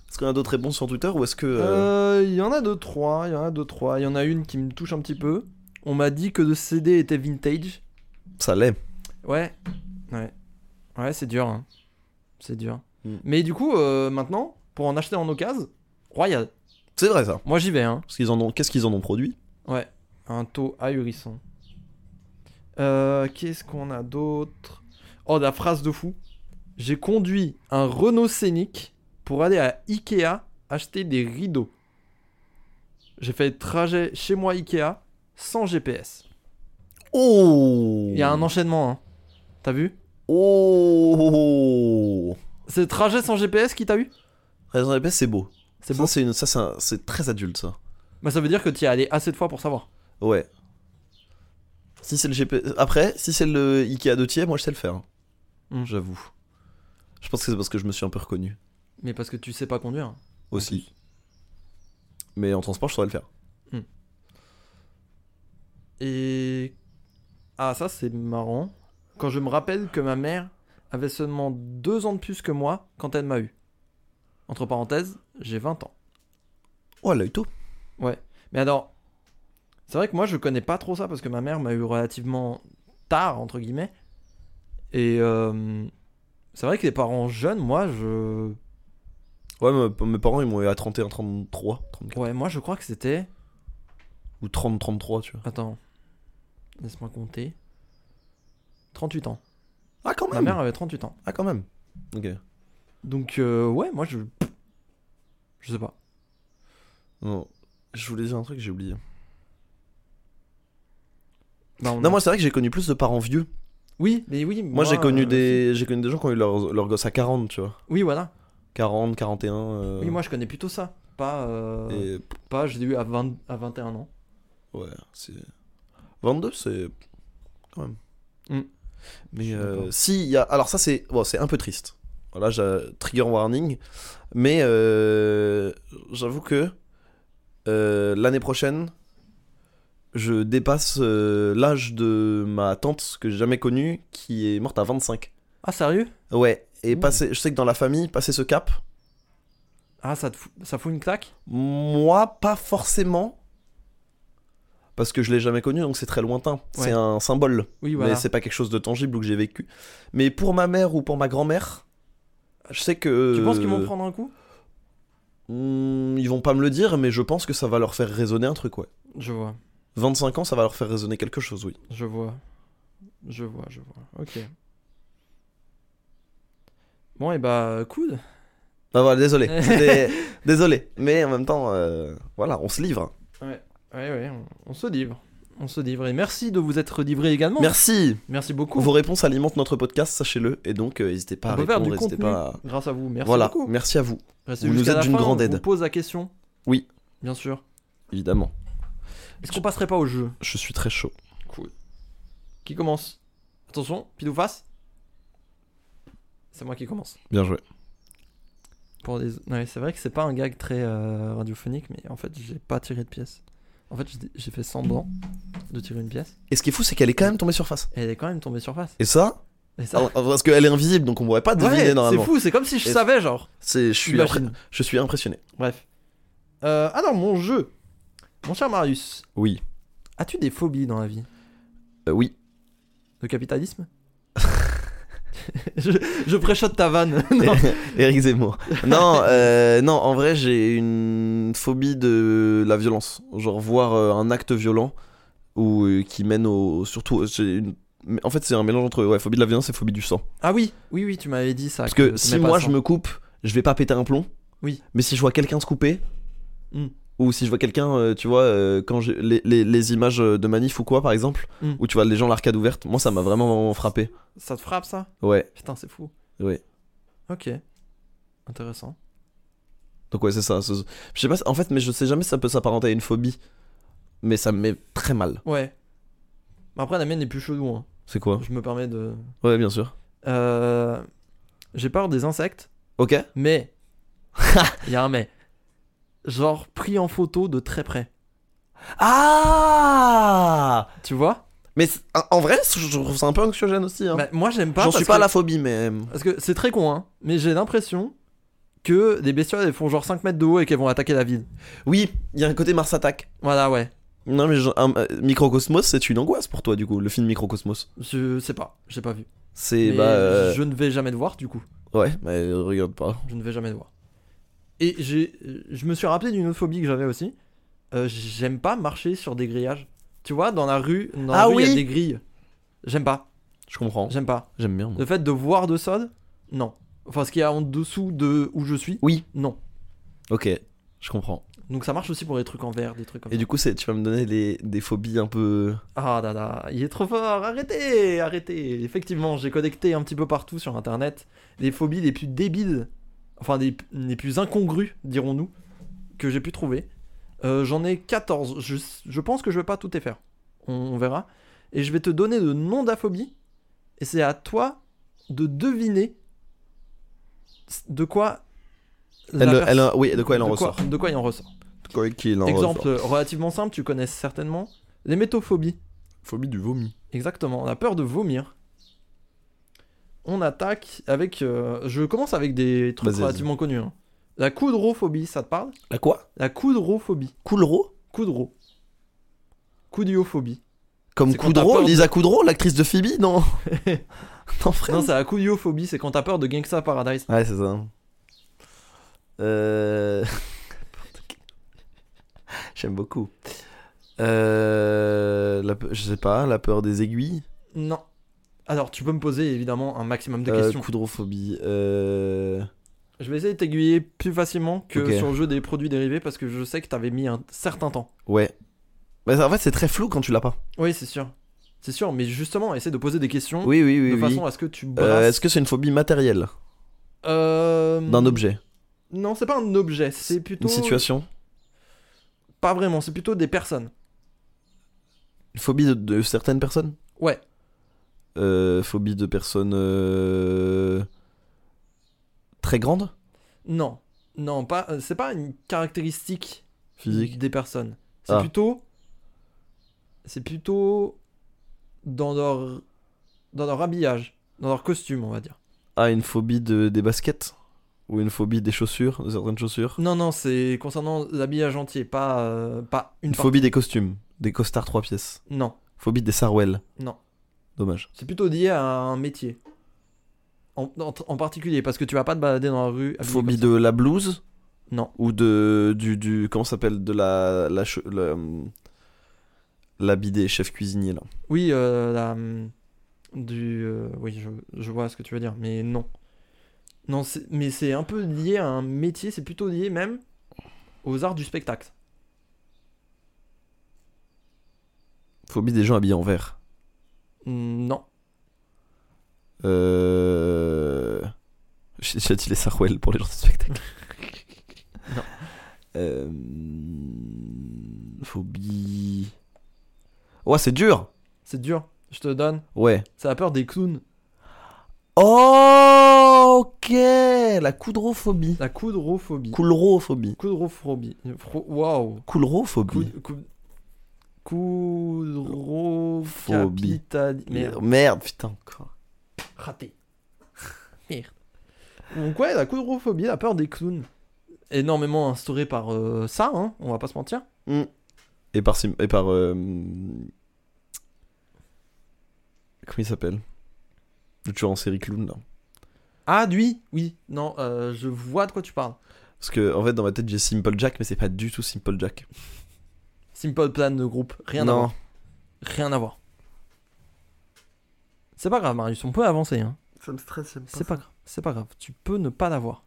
[SPEAKER 1] Est-ce qu'on a d'autres réponses sur Twitter ou est-ce que.
[SPEAKER 2] Il
[SPEAKER 1] euh,
[SPEAKER 2] y en a deux, trois. Il y en a deux, trois. Il y en a une qui me touche un petit peu. On m'a dit que le CD était vintage.
[SPEAKER 1] Ça l'est.
[SPEAKER 2] Ouais. Ouais. Ouais, c'est dur. hein. C'est dur.
[SPEAKER 1] Mm.
[SPEAKER 2] Mais du coup, euh, maintenant, pour en acheter en occasion, royal.
[SPEAKER 1] C'est vrai ça.
[SPEAKER 2] Moi, j'y vais, hein.
[SPEAKER 1] Parce qu'ils en ont. Qu'est-ce qu'ils en ont produit
[SPEAKER 2] Ouais, un taux ahurissant. Euh, Qu'est-ce qu'on a d'autre Oh, la phrase de fou. J'ai conduit un Renault Scénic pour aller à Ikea acheter des rideaux. J'ai fait le trajet chez moi Ikea sans GPS.
[SPEAKER 1] Oh
[SPEAKER 2] Il y a un enchaînement, hein. T'as vu
[SPEAKER 1] Oh
[SPEAKER 2] C'est le trajet sans GPS qui t'a eu
[SPEAKER 1] Raison épais, c'est beau.
[SPEAKER 2] C'est
[SPEAKER 1] Ça,
[SPEAKER 2] bon.
[SPEAKER 1] c'est une- ça, c'est un- c'est très adulte ça.
[SPEAKER 2] Bah, ça veut dire que t'y es allé assez de fois pour savoir.
[SPEAKER 1] Ouais. Si c'est le GPS. Après, si c'est le Ikea de Thiers, moi je sais le faire.
[SPEAKER 2] Mm.
[SPEAKER 1] J'avoue. Je pense que c'est parce que je me suis un peu reconnu
[SPEAKER 2] Mais parce que tu sais pas conduire. Ah,
[SPEAKER 1] aussi. Mais en transport, je saurais le faire.
[SPEAKER 2] Et. Ah, ça, c'est marrant. Quand je me rappelle que ma mère avait seulement deux ans de plus que moi quand elle m'a eu. Entre parenthèses, j'ai 20 ans.
[SPEAKER 1] Oh, l'œil tôt.
[SPEAKER 2] Ouais. Mais alors, c'est vrai que moi, je connais pas trop ça parce que ma mère m'a eu relativement tard, entre guillemets. Et. euh, C'est vrai que les parents jeunes, moi, je.
[SPEAKER 1] Ouais, mes, mes parents, ils m'ont eu à 31, 33, 34.
[SPEAKER 2] Ouais, moi, je crois que c'était.
[SPEAKER 1] Ou 30, 33, tu vois.
[SPEAKER 2] Attends. Laisse-moi compter. 38 ans.
[SPEAKER 1] Ah, quand
[SPEAKER 2] Ma
[SPEAKER 1] même
[SPEAKER 2] mère avait 38 ans.
[SPEAKER 1] Ah, quand même. Ok.
[SPEAKER 2] Donc, euh, ouais, moi, je. Je sais pas.
[SPEAKER 1] Non. Je voulais dire un truc, j'ai oublié.
[SPEAKER 2] Bah, on-
[SPEAKER 1] Non, moi, c'est vrai que j'ai connu plus de parents vieux.
[SPEAKER 2] Oui, mais oui.
[SPEAKER 1] Moi, j'ai connu,
[SPEAKER 2] euh,
[SPEAKER 1] des... j'ai connu des gens qui ont eu leur, leur gosse à 40, tu vois.
[SPEAKER 2] Oui, voilà.
[SPEAKER 1] 40, 41. euh,
[SPEAKER 2] Oui, moi, je connais plutôt ça. Pas, euh,
[SPEAKER 1] et-
[SPEAKER 2] pas je l'ai eu à, 20 à 21 ans.
[SPEAKER 1] Ouais, c'est. 22, c'est. Quand même.
[SPEAKER 2] Mm.
[SPEAKER 1] Mais
[SPEAKER 2] suis
[SPEAKER 1] euh,
[SPEAKER 2] d'accord.
[SPEAKER 1] si, il y a. Alors, ça, c'est bon, c'est un peu triste. Voilà, j'ai- trigger warning. Mais euh, j'avoue que euh, l'année prochaine, je dépasse euh, l'âge de ma tante que j'ai jamais connue, qui est morte à 25.
[SPEAKER 2] Ah, sérieux
[SPEAKER 1] Ouais, et
[SPEAKER 2] Mm.
[SPEAKER 1] passer, je sais que dans la famille, passer ce cap,
[SPEAKER 2] Ah, ça, te fout, ça fout une claque
[SPEAKER 1] Moi, pas forcément. Parce que je l'ai jamais connu, donc c'est très lointain. C'est
[SPEAKER 2] Ouais.
[SPEAKER 1] un symbole,
[SPEAKER 2] Oui, voilà.
[SPEAKER 1] mais c'est pas quelque chose de tangible ou que j'ai vécu. Mais pour ma mère ou pour ma grand-mère, je sais que.
[SPEAKER 2] Tu penses qu'ils vont prendre un coup
[SPEAKER 1] Hmm, Ils vont pas me le dire, mais je pense que ça va leur faire résonner un truc, ouais.
[SPEAKER 2] Je vois,
[SPEAKER 1] 25 ans, ça va leur faire résonner quelque chose, oui.
[SPEAKER 2] je vois. Je vois, je vois. Ok. Bon, et bah, coude.
[SPEAKER 1] Ah, voilà, désolé.
[SPEAKER 2] [LAUGHS]
[SPEAKER 1] c'était- désolé. Mais en même temps, euh, voilà, on se livre.
[SPEAKER 2] Ouais, ouais, on, on se livre. On se livre. Et merci de vous être livré également.
[SPEAKER 1] Merci.
[SPEAKER 2] Merci beaucoup.
[SPEAKER 1] Vos réponses alimentent notre podcast, sachez-le. Et donc, euh, n'hésitez pas
[SPEAKER 2] On
[SPEAKER 1] à
[SPEAKER 2] peut faire
[SPEAKER 1] répondre,
[SPEAKER 2] du
[SPEAKER 1] n'hésitez
[SPEAKER 2] contenu
[SPEAKER 1] pas à.
[SPEAKER 2] grâce à vous. Merci
[SPEAKER 1] voilà,
[SPEAKER 2] beaucoup.
[SPEAKER 1] merci à vous,
[SPEAKER 2] Restez
[SPEAKER 1] Vous nous
[SPEAKER 2] jusqu'à
[SPEAKER 1] êtes
[SPEAKER 2] la
[SPEAKER 1] d'une
[SPEAKER 2] fin,
[SPEAKER 1] grande
[SPEAKER 2] on
[SPEAKER 1] aide.
[SPEAKER 2] vous pose la question.
[SPEAKER 1] Oui.
[SPEAKER 2] Bien sûr.
[SPEAKER 1] évidemment.
[SPEAKER 2] Est-ce qu'on passerait pas au jeu
[SPEAKER 1] Je suis très chaud.
[SPEAKER 2] Cool. Qui commence Attention, pile ou face C'est moi qui commence.
[SPEAKER 1] Bien joué.
[SPEAKER 2] Pour des... ouais, c'est vrai que c'est pas un gag très euh, radiophonique, mais en fait, j'ai pas tiré de pièce. En fait, j'ai- j'ai fait semblant de tirer une pièce.
[SPEAKER 1] Et ce qui est fou, c'est qu'elle est quand même tombée sur face.
[SPEAKER 2] Et elle est quand même tombée sur face.
[SPEAKER 1] Et ça,
[SPEAKER 2] Et ça,
[SPEAKER 1] ah, parce qu'elle est invisible, donc on pourrait pas
[SPEAKER 2] Ouais,
[SPEAKER 1] deviner
[SPEAKER 2] c'est
[SPEAKER 1] normalement.
[SPEAKER 2] fou, c'est comme si je
[SPEAKER 1] Et-
[SPEAKER 2] savais, genre.
[SPEAKER 1] C'est, je suis,
[SPEAKER 2] Imagine.
[SPEAKER 1] impré- je suis impressionné.
[SPEAKER 2] Bref. Euh, alors, mon jeu. Mon cher Marius,
[SPEAKER 1] Oui,
[SPEAKER 2] as-tu des phobies dans la vie
[SPEAKER 1] Euh, oui. [LAUGHS]
[SPEAKER 2] Le capitalisme je, je préchote ta vanne.
[SPEAKER 1] [LAUGHS]
[SPEAKER 2] Non.
[SPEAKER 1] Eric Zemmour. Non, euh, non. En vrai, j'ai une phobie de la violence, genre voir euh, un acte violent ou euh, qui mène au, surtout. euh, c'est une- mais En fait, c'est un mélange entre ouais, phobie de la violence et phobie du sang.
[SPEAKER 2] [LAUGHS] Ah oui, oui, oui, tu m'avais dit ça.
[SPEAKER 1] Parce que
[SPEAKER 2] t'aimais
[SPEAKER 1] si
[SPEAKER 2] pas
[SPEAKER 1] moi
[SPEAKER 2] ça.
[SPEAKER 1] je me coupe, je vais pas péter un plomb.
[SPEAKER 2] Oui.
[SPEAKER 1] Mais si je vois quelqu'un se couper,
[SPEAKER 2] Mm.
[SPEAKER 1] ou si je vois quelqu'un, euh, tu vois, euh, quand j'ai les, les- les images de manif ou quoi par exemple,
[SPEAKER 2] Mm.
[SPEAKER 1] où tu vois les gens l'arcade ouverte, moi ça m'a vraiment, vraiment frappé.
[SPEAKER 2] Ça te frappe, ça
[SPEAKER 1] Ouais,
[SPEAKER 2] Putain, c'est fou.
[SPEAKER 1] ouais.
[SPEAKER 2] Ok. Intéressant.
[SPEAKER 1] Donc ouais, c'est ça. c'est- Je sais pas, en fait, mais je sais jamais si ça peut s'apparenter à une phobie. Mais ça me met très mal.
[SPEAKER 2] Ouais. Mais Après, la mienne est plus chelou. hein.
[SPEAKER 1] C'est quoi
[SPEAKER 2] Je me permets de.
[SPEAKER 1] Ouais, bien sûr.
[SPEAKER 2] Euh, J'ai peur des insectes,
[SPEAKER 1] Ok [LAUGHS]
[SPEAKER 2] mais. Il y a un mais. Genre pris en photo de très près.
[SPEAKER 1] Ah
[SPEAKER 2] Tu vois
[SPEAKER 1] Mais c'est- en- en vrai, je trouve ça un peu anxiogène aussi. Hein.
[SPEAKER 2] Bah, Moi, j'aime pas.
[SPEAKER 1] J'en
[SPEAKER 2] parce
[SPEAKER 1] suis pas
[SPEAKER 2] que...
[SPEAKER 1] à la phobie, mais. euh,
[SPEAKER 2] Parce que c'est très con, hein. Mais j'ai l'impression que des bestioles, elles font genre 5 mètres de haut et qu'elles vont attaquer la ville.
[SPEAKER 1] Oui, il y a un côté Mars Attack.
[SPEAKER 2] Voilà, ouais.
[SPEAKER 1] Non mais je- un- euh, Microcosmos c'est une angoisse pour toi du coup, le film Microcosmos.
[SPEAKER 2] Je sais pas. J'ai pas vu.
[SPEAKER 1] C'est
[SPEAKER 2] Mais
[SPEAKER 1] bah euh,
[SPEAKER 2] Je ne vais jamais le voir, du coup.
[SPEAKER 1] ouais, mais euh, regarde pas.
[SPEAKER 2] Je ne vais jamais le voir. Et j'ai, euh, je me suis rappelé d'une autre phobie que j'avais aussi. Euh, j'aime pas marcher sur des grillages. Tu vois, dans la rue, dans la
[SPEAKER 1] Ah
[SPEAKER 2] rue, il y
[SPEAKER 1] oui
[SPEAKER 2] a des grilles. J'aime pas,
[SPEAKER 1] Je comprends.
[SPEAKER 2] j'aime pas.
[SPEAKER 1] J'aime bien. moi.
[SPEAKER 2] Le fait de voir de sol, non. Enfin, ce qu'il y a en dessous de où je suis,
[SPEAKER 1] Oui,
[SPEAKER 2] non.
[SPEAKER 1] OK, je comprends.
[SPEAKER 2] Donc ça marche aussi pour les trucs en verre, des trucs comme
[SPEAKER 1] Et
[SPEAKER 2] ça.
[SPEAKER 1] du coup, c'est tu vas me donner des, des phobies un peu
[SPEAKER 2] Ah là là, il est trop fort, arrêtez, arrêtez. Effectivement, j'ai connecté un petit peu partout sur internet les phobies les plus débiles, enfin des- les plus incongrues, dirons-nous, que j'ai pu trouver. Euh, J'en ai 14, je, je pense que je vais pas tout faire, on, on verra. Et je vais te donner le nom de la phobie, et c'est à toi de deviner de quoi. la
[SPEAKER 1] elle,
[SPEAKER 2] pers-
[SPEAKER 1] elle a- oui, de quoi elle en
[SPEAKER 2] de
[SPEAKER 1] ressort
[SPEAKER 2] De quoi il en ressort.
[SPEAKER 1] De quoi qu'il en
[SPEAKER 2] Exemple
[SPEAKER 1] ressort.
[SPEAKER 2] relativement simple, tu connais certainement les métophobies.
[SPEAKER 1] Phobie du vomi.
[SPEAKER 2] Exactement, on a peur de vomir. On attaque avec. euh, je commence avec des trucs
[SPEAKER 1] Vas-y, vas-y.
[SPEAKER 2] relativement connus. hein. La coudrophobie, ça te parle
[SPEAKER 1] La quoi
[SPEAKER 2] La coudrophobie.
[SPEAKER 1] Coulreau
[SPEAKER 2] Coudro. Coudiophobie.
[SPEAKER 1] Comme
[SPEAKER 2] C'est quand t'as
[SPEAKER 1] Coudreau,
[SPEAKER 2] peur de-
[SPEAKER 1] Lisa Coudreau, l'actrice de Phoebe,
[SPEAKER 2] [LAUGHS]
[SPEAKER 1] non Non frère.
[SPEAKER 2] Non, c'est la coudiophobie, c'est quand t'as peur de Gangsta Paradise.
[SPEAKER 1] Ouais, c'est ça. Euh... [LAUGHS] n'importe qui. J'aime beaucoup. Euh... la pe- Je sais pas, la peur des aiguilles.
[SPEAKER 2] Non. Alors, tu peux me poser évidemment un maximum de
[SPEAKER 1] Euh,
[SPEAKER 2] questions.
[SPEAKER 1] Coudrophobie. Euh...
[SPEAKER 2] Je vais essayer de t'aiguiller plus facilement que
[SPEAKER 1] Ok.
[SPEAKER 2] sur le jeu des produits dérivés parce que je sais que t'avais mis un certain temps.
[SPEAKER 1] Bah, Ouais. Mais en fait, c'est très flou quand tu l'as pas.
[SPEAKER 2] Oui, c'est sûr. C'est sûr, mais justement, essaie de poser des questions
[SPEAKER 1] Oui, oui,
[SPEAKER 2] Mmh. de
[SPEAKER 1] oui. oui.
[SPEAKER 2] façon à ce que tu
[SPEAKER 1] Euh,
[SPEAKER 2] brasses.
[SPEAKER 1] Est-ce que c'est une phobie matérielle
[SPEAKER 2] Euh,
[SPEAKER 1] d'un objet
[SPEAKER 2] Non, c'est pas un objet, c'est plutôt.
[SPEAKER 1] Une situation
[SPEAKER 2] Pas vraiment, c'est plutôt des personnes.
[SPEAKER 1] Une phobie de, de certaines personnes
[SPEAKER 2] Ouais.
[SPEAKER 1] Euh, Phobie de personnes. euh, très grandes
[SPEAKER 2] Non, non, pas. euh, C'est pas une caractéristique
[SPEAKER 1] Physique
[SPEAKER 2] des personnes. C'est
[SPEAKER 1] Ah.
[SPEAKER 2] plutôt. C'est plutôt dans leur dans leur habillage, dans leur costume, on va dire.
[SPEAKER 1] Ah, une phobie de, des baskets Ou une phobie des chaussures De certaines chaussures
[SPEAKER 2] Non, non, c'est concernant l'habillage entier, pas euh, pas une
[SPEAKER 1] Une
[SPEAKER 2] partie.
[SPEAKER 1] phobie des costumes Des costards trois pièces
[SPEAKER 2] Non,
[SPEAKER 1] Phobie des sarouels
[SPEAKER 2] Non.
[SPEAKER 1] Dommage.
[SPEAKER 2] c'est plutôt lié à un métier. En, en- en particulier, parce que tu vas pas te balader dans la rue. habillé
[SPEAKER 1] phobie
[SPEAKER 2] comme ça.
[SPEAKER 1] de la blouse
[SPEAKER 2] Non.
[SPEAKER 1] Ou de. Du. du comment ça s'appelle De la. la che- le, hum, L'habit des chefs cuisiniers là.
[SPEAKER 2] Oui, euh, la, hum, du, euh, oui, je, je vois ce que tu veux dire, mais non. Non, c'est- mais c'est un peu lié à un métier, c'est plutôt lié même aux arts du spectacle.
[SPEAKER 1] Phobie des gens habillés en vert.
[SPEAKER 2] Hmm, Non,
[SPEAKER 1] Euh... J'ai déjà dit les Sarwell pour les gens de spectacle.
[SPEAKER 2] [LAUGHS] Non.
[SPEAKER 1] Euh, Phobie. Ouais, c'est dur.
[SPEAKER 2] c'est dur, je te donne.
[SPEAKER 1] Ouais.
[SPEAKER 2] C'est la peur des clowns,
[SPEAKER 1] Oh, ok. La coudrophobie.
[SPEAKER 2] la coudrophobie.
[SPEAKER 1] Coulrophobie.
[SPEAKER 2] Coudrophobie. Fro- Waouh.
[SPEAKER 1] Coulrophobie.
[SPEAKER 2] Cou- cou- Coudrophobie. Merde.
[SPEAKER 1] Merde, putain, encore.
[SPEAKER 2] [LAUGHS] Raté. Merde. Donc ouais, la coudrophobie, la peur des clowns. Énormément instaurée par euh, ça, hein, on va pas se mentir.
[SPEAKER 1] Et par. Sim- Et par euh, Comment il s'appelle Le tueur en série clown, là.
[SPEAKER 2] Ah, lui Oui, non, euh, je vois de quoi tu parles.
[SPEAKER 1] Parce que en fait dans ma tête j'ai Simple Jack mais c'est pas du tout Simple Jack.
[SPEAKER 2] Simple Plan de groupe, rien à
[SPEAKER 1] non,
[SPEAKER 2] voir. Rien à voir. C'est pas grave, Marius, on peut avancer. Hein.
[SPEAKER 1] ça me stresse, j'aime
[SPEAKER 2] C'est pas grave, c'est pas grave. Tu peux ne pas l'avoir.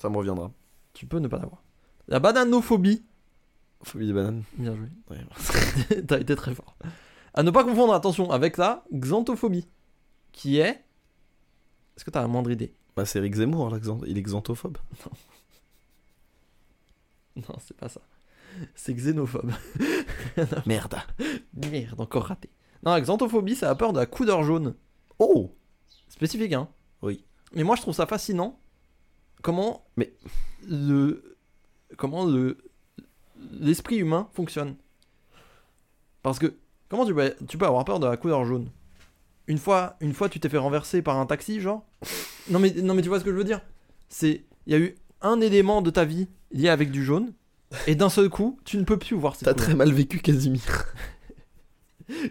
[SPEAKER 1] Ça me reviendra.
[SPEAKER 2] Tu peux ne pas l'avoir. La bananophobie.
[SPEAKER 1] Phobie des bananes.
[SPEAKER 2] Bien joué.
[SPEAKER 1] Ouais.
[SPEAKER 2] [LAUGHS] T'as été très fort. À ne pas confondre, attention, avec la xanthophobie, qui est. Est-ce que t'as la moindre idée
[SPEAKER 1] Bah c'est Eric Zemmour, là, xan- il est
[SPEAKER 2] [LAUGHS]
[SPEAKER 1] xanthophobe.
[SPEAKER 2] Non, c'est pas ça. C'est xénophobe.
[SPEAKER 1] Merde.
[SPEAKER 2] Merde, encore raté. Non, la xanthophobie, c'est la peur de la couleur jaune.
[SPEAKER 1] Oh
[SPEAKER 2] Spécifique, hein
[SPEAKER 1] Oui.
[SPEAKER 2] Mais moi, je trouve ça fascinant. Comment.
[SPEAKER 1] Mais-
[SPEAKER 2] Le. Comment le. L'esprit humain fonctionne. Parce que. Comment tu peux, tu peux avoir peur de la couleur jaune une fois, une fois, tu t'es fait renverser par un taxi, genre non mais, non, mais tu vois ce que je veux dire C'est. Il y a eu un élément de ta vie lié avec du jaune. Et d'un seul coup, tu ne peux plus voir cette
[SPEAKER 1] T'as
[SPEAKER 2] couleur.
[SPEAKER 1] très mal vécu Casimir.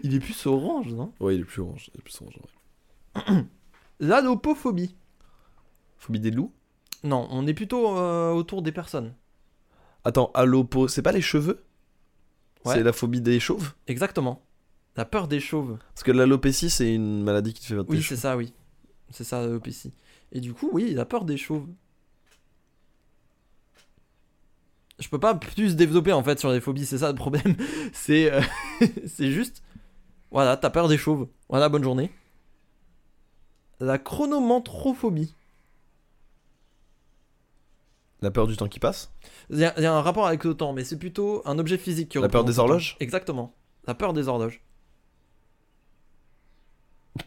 [SPEAKER 2] Il est plus orange, non
[SPEAKER 1] Ouais il est plus orange, il est plus orange. ouais.
[SPEAKER 2] L'alopophobie.
[SPEAKER 1] Phobie des loups
[SPEAKER 2] Non, on est plutôt euh, autour des personnes.
[SPEAKER 1] Attends, allopo, c'est pas les cheveux
[SPEAKER 2] Ouais.
[SPEAKER 1] C'est la phobie des chauves
[SPEAKER 2] Exactement. La peur des chauves.
[SPEAKER 1] Parce que l'alopécie c'est une maladie qui te fait perdre tes
[SPEAKER 2] Oui, c'est
[SPEAKER 1] cheveux.
[SPEAKER 2] ça, oui. C'est ça, l'alopécie. Et du coup, oui, la peur des chauves. Je peux pas plus développer en fait sur les phobies, c'est ça le problème. [LAUGHS] C'est euh, c'est juste. Voilà, t'as peur des chauves. Voilà, bonne journée. La chronomantrophobie.
[SPEAKER 1] La peur du temps qui
[SPEAKER 2] [GASPS]
[SPEAKER 1] passe
[SPEAKER 2] Il y, a il y a un rapport avec le temps, mais c'est plutôt un objet physique. qui
[SPEAKER 1] La peur
[SPEAKER 2] représente
[SPEAKER 1] des
[SPEAKER 2] le temps.
[SPEAKER 1] horloges
[SPEAKER 2] Exactement. La peur des horloges. [LAUGHS]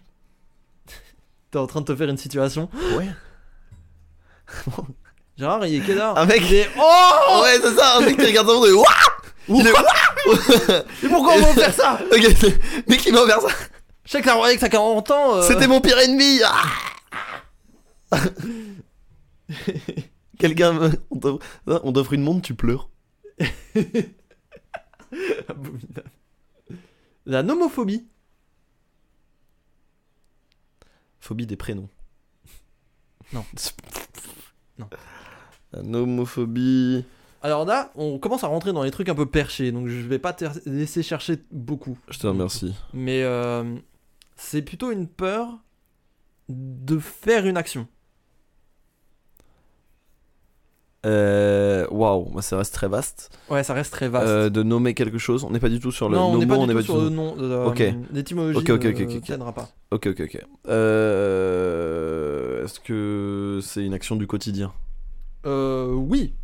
[SPEAKER 2] T'es en train de te faire une situation.
[SPEAKER 1] Ouais.
[SPEAKER 2] Gérard, il est quelle heure
[SPEAKER 1] Un mec [LAUGHS]
[SPEAKER 2] Il est- Oh
[SPEAKER 1] Ouais c'est ça, un mec qui regarde ça et Il est
[SPEAKER 2] Et pourquoi on va faire ça
[SPEAKER 1] Ok, [LAUGHS] mais qui m'a ouvert ça
[SPEAKER 2] Chaque Laroyec, ça a 40 ans. euh,
[SPEAKER 1] C'était mon pire ennemi ah Quelqu'un me- on t'offre- On t'offre une montre, tu pleures.
[SPEAKER 2] [LAUGHS] abominable. La nomophobie.
[SPEAKER 1] Phobie des prénoms. [LAUGHS]
[SPEAKER 2] Non. Non.
[SPEAKER 1] La nomophobie.
[SPEAKER 2] Alors là, on commence à rentrer dans les trucs un peu perchés, donc je vais pas te laisser chercher beaucoup.
[SPEAKER 1] Je te remercie.
[SPEAKER 2] Mais euh, c'est plutôt une peur de faire une action.
[SPEAKER 1] Euh, waouh, moi, ça reste très vaste.
[SPEAKER 2] Ouais, ça reste très vaste.
[SPEAKER 1] Euh, de nommer quelque chose, on n'est pas du tout sur le
[SPEAKER 2] non, on n'est pas
[SPEAKER 1] nommant,
[SPEAKER 2] du
[SPEAKER 1] on n'est
[SPEAKER 2] tout
[SPEAKER 1] pas du
[SPEAKER 2] sur
[SPEAKER 1] tout.
[SPEAKER 2] le nom. euh,
[SPEAKER 1] Ok.
[SPEAKER 2] L'étymologie
[SPEAKER 1] Ok, ok, ok,
[SPEAKER 2] ne
[SPEAKER 1] ok, ok.
[SPEAKER 2] tiendra pas.
[SPEAKER 1] Ok, ok, ok. Euh, Est-ce que c'est une action du quotidien
[SPEAKER 2] Euh, oui.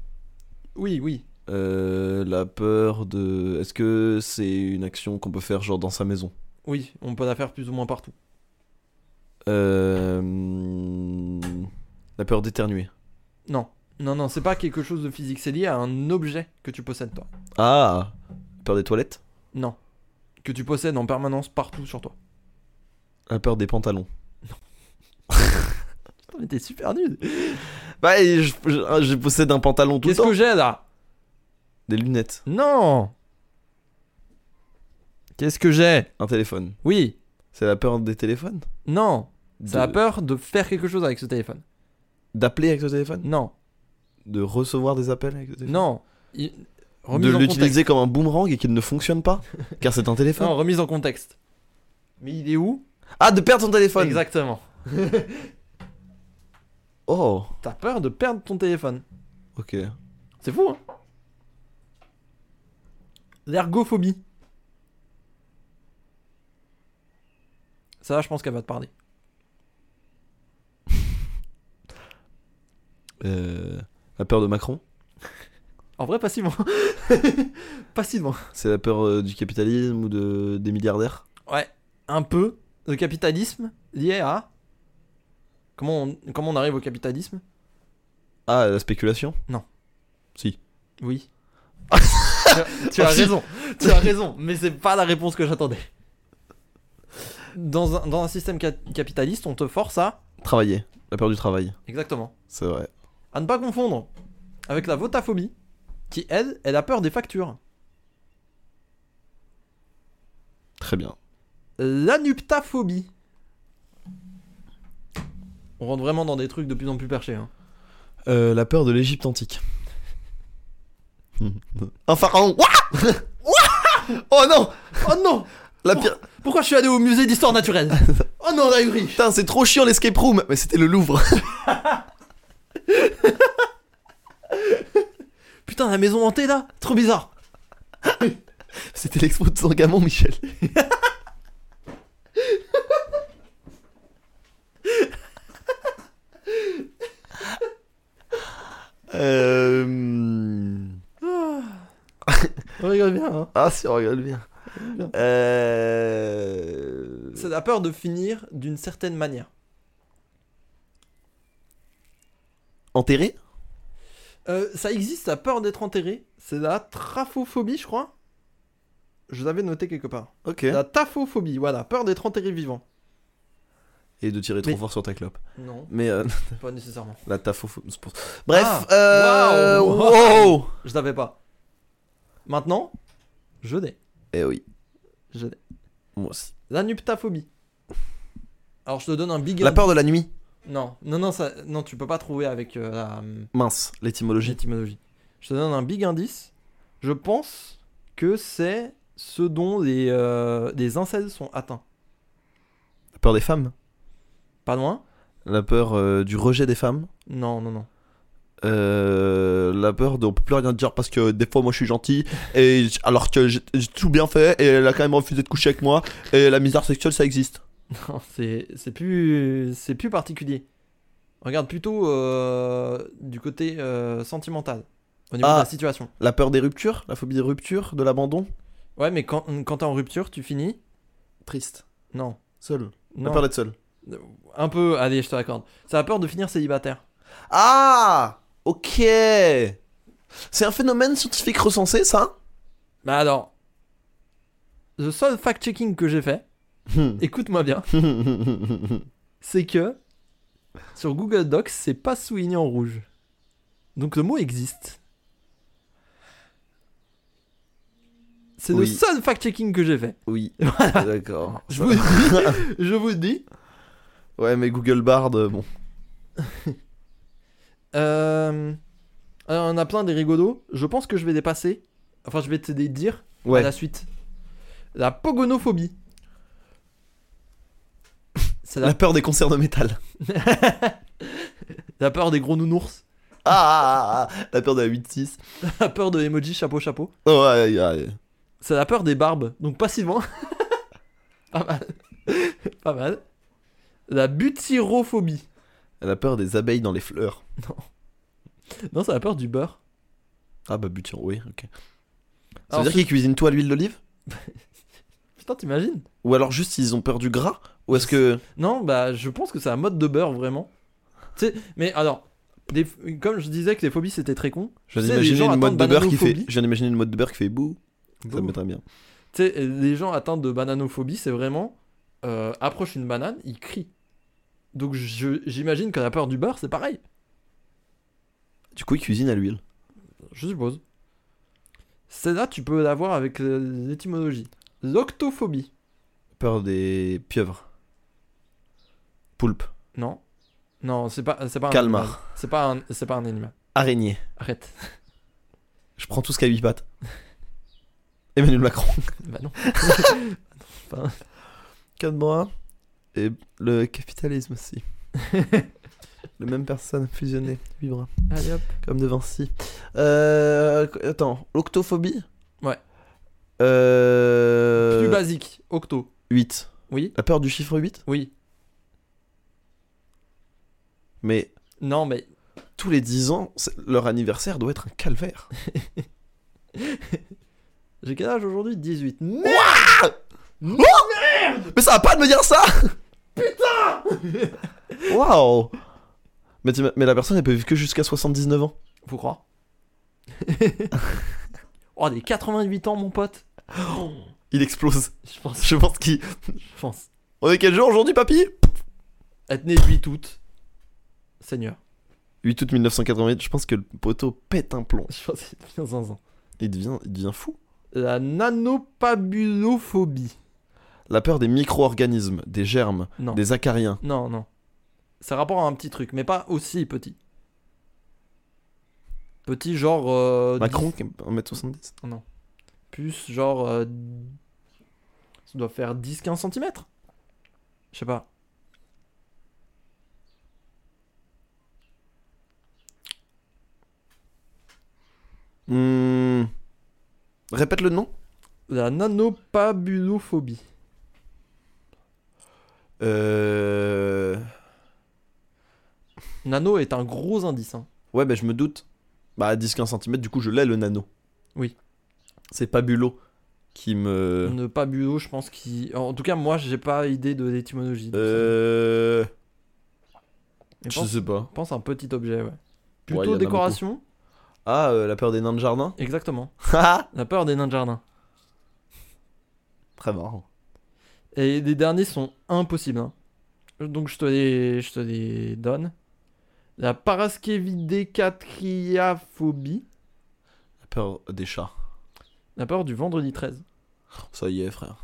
[SPEAKER 2] Oui, oui.
[SPEAKER 1] Euh, La peur de. Est-ce que c'est une action qu'on peut faire genre dans sa maison
[SPEAKER 2] Oui, on peut la faire plus ou moins partout.
[SPEAKER 1] Euh, hmm, La peur d'éternuer.
[SPEAKER 2] Non. Non, non, c'est pas quelque chose de physique, c'est lié à un objet que tu possèdes, toi.
[SPEAKER 1] Ah Peur des toilettes
[SPEAKER 2] Non. Que tu possèdes en permanence partout sur toi.
[SPEAKER 1] La peur des pantalons.
[SPEAKER 2] Putain, mais t'es super nul.
[SPEAKER 1] Bah, et je, je- je possède un pantalon tout le
[SPEAKER 2] Qu'est-ce
[SPEAKER 1] temps.
[SPEAKER 2] que j'ai là
[SPEAKER 1] Des lunettes,
[SPEAKER 2] Non Qu'est-ce que j'ai
[SPEAKER 1] un téléphone.
[SPEAKER 2] Oui.
[SPEAKER 1] C'est la peur des téléphones
[SPEAKER 2] Non.
[SPEAKER 1] De-
[SPEAKER 2] Ça a peur de faire quelque chose avec ce téléphone.
[SPEAKER 1] D'appeler avec le téléphone
[SPEAKER 2] Non.
[SPEAKER 1] De recevoir des appels avec le téléphone
[SPEAKER 2] Non. Il- Remise
[SPEAKER 1] De
[SPEAKER 2] en
[SPEAKER 1] l'utiliser comme un boomerang et qu'il ne fonctionne
[SPEAKER 2] [LAUGHS]
[SPEAKER 1] pas Car c'est un
[SPEAKER 2] contexte.
[SPEAKER 1] téléphone.
[SPEAKER 2] Non, remise en contexte. Mais il est où
[SPEAKER 1] Ah, de perdre son téléphone
[SPEAKER 2] Exactement.
[SPEAKER 1] Oh,
[SPEAKER 2] T'as peur de perdre ton téléphone.
[SPEAKER 1] ok.
[SPEAKER 2] C'est fou, hein L'ergophobie. Ça, je pense qu'elle va te parler.
[SPEAKER 1] Euh, la peur de Macron
[SPEAKER 2] En vrai, [LAUGHS] passivement. passivement.
[SPEAKER 1] C'est la peur euh, du capitalisme ou de, des milliardaires
[SPEAKER 2] Ouais. Un peu de capitalisme lié à. Comment on, comment on arrive au capitalisme
[SPEAKER 1] Ah, la spéculation
[SPEAKER 2] Oui. tu as, tu as raison. Tu as raison. Mais c'est pas la réponse que j'attendais. Dans un, dans un système ca- capitaliste, on te force à.
[SPEAKER 1] Travailler. La peur du travail,
[SPEAKER 2] Exactement.
[SPEAKER 1] c'est vrai.
[SPEAKER 2] À ne pas confondre avec la votaphobie, qui elle, elle a peur des factures.
[SPEAKER 1] Très bien.
[SPEAKER 2] L'anuptaphobie. On rentre vraiment dans des trucs de plus en plus perchés. Hein.
[SPEAKER 1] Euh, la peur de l'Égypte antique. [LAUGHS] un pharaon [LAUGHS] Ouah Ouah Oh non
[SPEAKER 2] [LAUGHS] Oh non
[SPEAKER 1] La pire...
[SPEAKER 2] Pourquoi je suis allé au musée d'histoire naturelle Oh non, la hurie
[SPEAKER 1] Putain, c'est trop chiant l'escape room Mais c'était le Louvre [LAUGHS]
[SPEAKER 2] Putain, la maison hantée là Trop bizarre
[SPEAKER 1] C'était l'expo de Sangamon, Michel. [LAUGHS] euh...
[SPEAKER 2] On rigole bien, hein
[SPEAKER 1] [LAUGHS] Ah, si, on regarde bien.
[SPEAKER 2] bien.
[SPEAKER 1] Euh...
[SPEAKER 2] C'est la peur de finir d'une certaine manière.
[SPEAKER 1] Enterré
[SPEAKER 2] Euh, ça existe, la peur d'être enterré. C'est la trafophobie, je crois. Je l'avais noté quelque part.
[SPEAKER 1] Ok.
[SPEAKER 2] La taphophobie, voilà, peur d'être enterré vivant.
[SPEAKER 1] Et de tirer trop
[SPEAKER 2] Mais-
[SPEAKER 1] fort sur ta clope.
[SPEAKER 2] Non,
[SPEAKER 1] Mais euh, [LAUGHS]
[SPEAKER 2] pas nécessairement.
[SPEAKER 1] la tafo. c'est pour- Bref,
[SPEAKER 2] Ah,
[SPEAKER 1] euh...
[SPEAKER 2] waouh,
[SPEAKER 1] wow.
[SPEAKER 2] Je l'avais pas. Maintenant, je l'ai.
[SPEAKER 1] Eh oui,
[SPEAKER 2] Je l'ai.
[SPEAKER 1] moi aussi.
[SPEAKER 2] La nuptaphobie. Alors je te donne un big
[SPEAKER 1] La peur de la nuit.
[SPEAKER 2] Non, non, non, ça... non, tu peux pas trouver avec euh, la hum,
[SPEAKER 1] Mince, l'étymologie.
[SPEAKER 2] l'étymologie. Je te donne un big indice. Je pense que c'est ce dont les, euh, les incels sont atteints.
[SPEAKER 1] La peur des femmes.
[SPEAKER 2] Pas loin
[SPEAKER 1] La peur euh, du rejet des femmes.
[SPEAKER 2] Non, non, [LAUGHS] non.
[SPEAKER 1] Euh, la peur de on peut plus rien dire parce que des fois moi je suis gentil et j- alors que j'ai j'ai tout bien fait et elle a quand même refusé de coucher avec moi et la misère sexuelle ça existe.
[SPEAKER 2] Non, c'est c'est plus c'est plus particulier. Regarde plutôt euh, du côté euh, sentimental, au niveau de
[SPEAKER 1] Ah.
[SPEAKER 2] la situation.
[SPEAKER 1] La peur des ruptures, la phobie des ruptures, de l'abandon,
[SPEAKER 2] Ouais, mais quand, quand t'es en rupture, tu finis
[SPEAKER 1] triste,
[SPEAKER 2] Non.
[SPEAKER 1] seul, la
[SPEAKER 2] non.
[SPEAKER 1] peur d'être seul.
[SPEAKER 2] Un peu, allez, je te l'accorde. Ça a peur de finir célibataire.
[SPEAKER 1] Ah OK. C'est un phénomène scientifique recensé ça
[SPEAKER 2] [LAUGHS] Mais Bah, alors, le seul fact-checking que j'ai fait, [LAUGHS] écoute-moi bien, c'est que sur Google Docs, c'est pas souligné en rouge. Donc le mot existe. C'est le
[SPEAKER 1] Oui.
[SPEAKER 2] seul fact-checking que j'ai fait.
[SPEAKER 1] Oui, [LAUGHS] d'accord.
[SPEAKER 2] Je [LAUGHS] vous, dis, je vous dis.
[SPEAKER 1] Ouais, mais Google Bard euh, bon.
[SPEAKER 2] Euh, alors, on a plein des rigolos. Je pense que je vais les passer. Enfin, je vais te les dire à
[SPEAKER 1] Ouais.
[SPEAKER 2] la suite. La pogonophobie. [LAUGHS] C'est la,
[SPEAKER 1] La peur des concerts de métal.
[SPEAKER 2] la peur des gros nounours. [LAUGHS]
[SPEAKER 1] ah, ah, ah, la peur de la 8-6.
[SPEAKER 2] la peur de emoji chapeau chapeau.
[SPEAKER 1] Oh, ouais, ouais.
[SPEAKER 2] C'est la peur des barbes. Donc passivement. [LAUGHS] pas mal. [LAUGHS] pas mal. La butyrophobie.
[SPEAKER 1] Elle a peur des abeilles dans les fleurs.
[SPEAKER 2] Non, c'est la peur du beurre.
[SPEAKER 1] Ah bah butyro, oui, ok. Ça veut
[SPEAKER 2] Alors,
[SPEAKER 1] dire qu'ils cuisinent tout à l'huile d'olive
[SPEAKER 2] Putain, t'imagines
[SPEAKER 1] Ou alors juste ils ont peur du gras Ou est-ce que...
[SPEAKER 2] Non, bah je pense que c'est un mode de beurre vraiment. Tu sais, mais alors, des- comme je disais que les phobies c'était très con.
[SPEAKER 1] Je
[SPEAKER 2] sais,
[SPEAKER 1] viens
[SPEAKER 2] les
[SPEAKER 1] d'imaginer
[SPEAKER 2] gens
[SPEAKER 1] une mode de
[SPEAKER 2] attendent
[SPEAKER 1] beurre qui fait...
[SPEAKER 2] bananophobie.
[SPEAKER 1] Je viens d'imaginer une mode de beurre qui fait bouh. Ça me
[SPEAKER 2] Bouh.
[SPEAKER 1] mettrait bien.
[SPEAKER 2] Tu sais, les gens atteints de bananophobie, c'est vraiment euh, approche une banane, ils crient. Donc je- j'imagine que la peur du beurre, c'est pareil.
[SPEAKER 1] Du coup ils cuisinent à l'huile.
[SPEAKER 2] Je suppose. Celle-là, tu peux l'avoir avec euh, l'étymologie. L'octophobie.
[SPEAKER 1] Peur des pieuvres. Poulpe.
[SPEAKER 2] Non. Non, c'est pas, c'est pas un
[SPEAKER 1] Calmar.
[SPEAKER 2] animal. C'est pas un, c'est pas un animal.
[SPEAKER 1] Araignée.
[SPEAKER 2] Arrête. [LAUGHS]
[SPEAKER 1] Je prends tout ce qui a huit pattes. [LAUGHS] Emmanuel Macron.
[SPEAKER 2] bah non.
[SPEAKER 1] Quatre bras. Et le capitalisme
[SPEAKER 2] [LAUGHS]
[SPEAKER 1] aussi. Le même personne fusionnée. Huit bras.
[SPEAKER 2] Allez hop.
[SPEAKER 1] Comme de Vinci. Euh, attends, l'octophobie
[SPEAKER 2] Ouais.
[SPEAKER 1] Euh...
[SPEAKER 2] Plus basique. Octo.
[SPEAKER 1] 8.
[SPEAKER 2] Oui.
[SPEAKER 1] La peur du chiffre 8
[SPEAKER 2] Oui.
[SPEAKER 1] Mais
[SPEAKER 2] Non, mais
[SPEAKER 1] tous les 10 ans, c'est- leur anniversaire doit être un calvaire.
[SPEAKER 2] j'ai quel âge aujourd'hui 18.
[SPEAKER 1] Mais ça va pas de me dire ça Putain [LAUGHS] Waouh mais, t'ima- mais la personne, elle peut vivre que jusqu'à 79 ans.
[SPEAKER 2] Faut croire. [LAUGHS] oh, des 88 ans, mon pote.
[SPEAKER 1] Il explose. [LAUGHS]
[SPEAKER 2] Je pense.
[SPEAKER 1] Je pense qu'il...
[SPEAKER 2] Je pense.
[SPEAKER 1] On est quel jour aujourd'hui, papy
[SPEAKER 2] Être né 8 août. Seigneur. [LAUGHS]
[SPEAKER 1] 8 août 1988, je pense que le poteau pète un plomb.
[SPEAKER 2] Je pense qu'il devient zinzin.
[SPEAKER 1] Il devient, il devient fou.
[SPEAKER 2] La nanopabulophobie.
[SPEAKER 1] La peur des micro-organismes, des germes,
[SPEAKER 2] Non.
[SPEAKER 1] des acariens.
[SPEAKER 2] Non, non. C'est rapport à un petit truc, mais pas aussi petit. Petit genre... euh,
[SPEAKER 1] Macron, qui est 1m70.
[SPEAKER 2] dix- Plus genre... euh, ça doit faire 10-15 cm. Je sais pas.
[SPEAKER 1] Hmm. Répète le nom.
[SPEAKER 2] La nanopabulophobie.
[SPEAKER 1] Euh...
[SPEAKER 2] Nano est un gros indice. hein.
[SPEAKER 1] Ouais, bah je me doute. Bah 10-15 cm, du coup je l'ai le nano.
[SPEAKER 2] Oui. Mm.
[SPEAKER 1] C'est pas Bulot qui me...
[SPEAKER 2] Ne pas bulo, je pense qu'il... En tout cas, moi, j'ai pas idée de l'étymologie.
[SPEAKER 1] Euh...
[SPEAKER 2] Mais
[SPEAKER 1] Je
[SPEAKER 2] pense,
[SPEAKER 1] sais pas.
[SPEAKER 2] pense à un petit objet, ouais. Plutôt
[SPEAKER 1] il y en a
[SPEAKER 2] décoration
[SPEAKER 1] Ah, euh, la peur des nains de jardin [LAUGHS]
[SPEAKER 2] Exactement.
[SPEAKER 1] Haha,
[SPEAKER 2] La peur des nains de jardin.
[SPEAKER 1] Très marrant.
[SPEAKER 2] Et les derniers sont impossibles. hein. Donc je te les, je te les donne. La paraskevidécatriaphobie.
[SPEAKER 1] La peur des chats.
[SPEAKER 2] La peur du vendredi 13.
[SPEAKER 1] Ça y est, frère.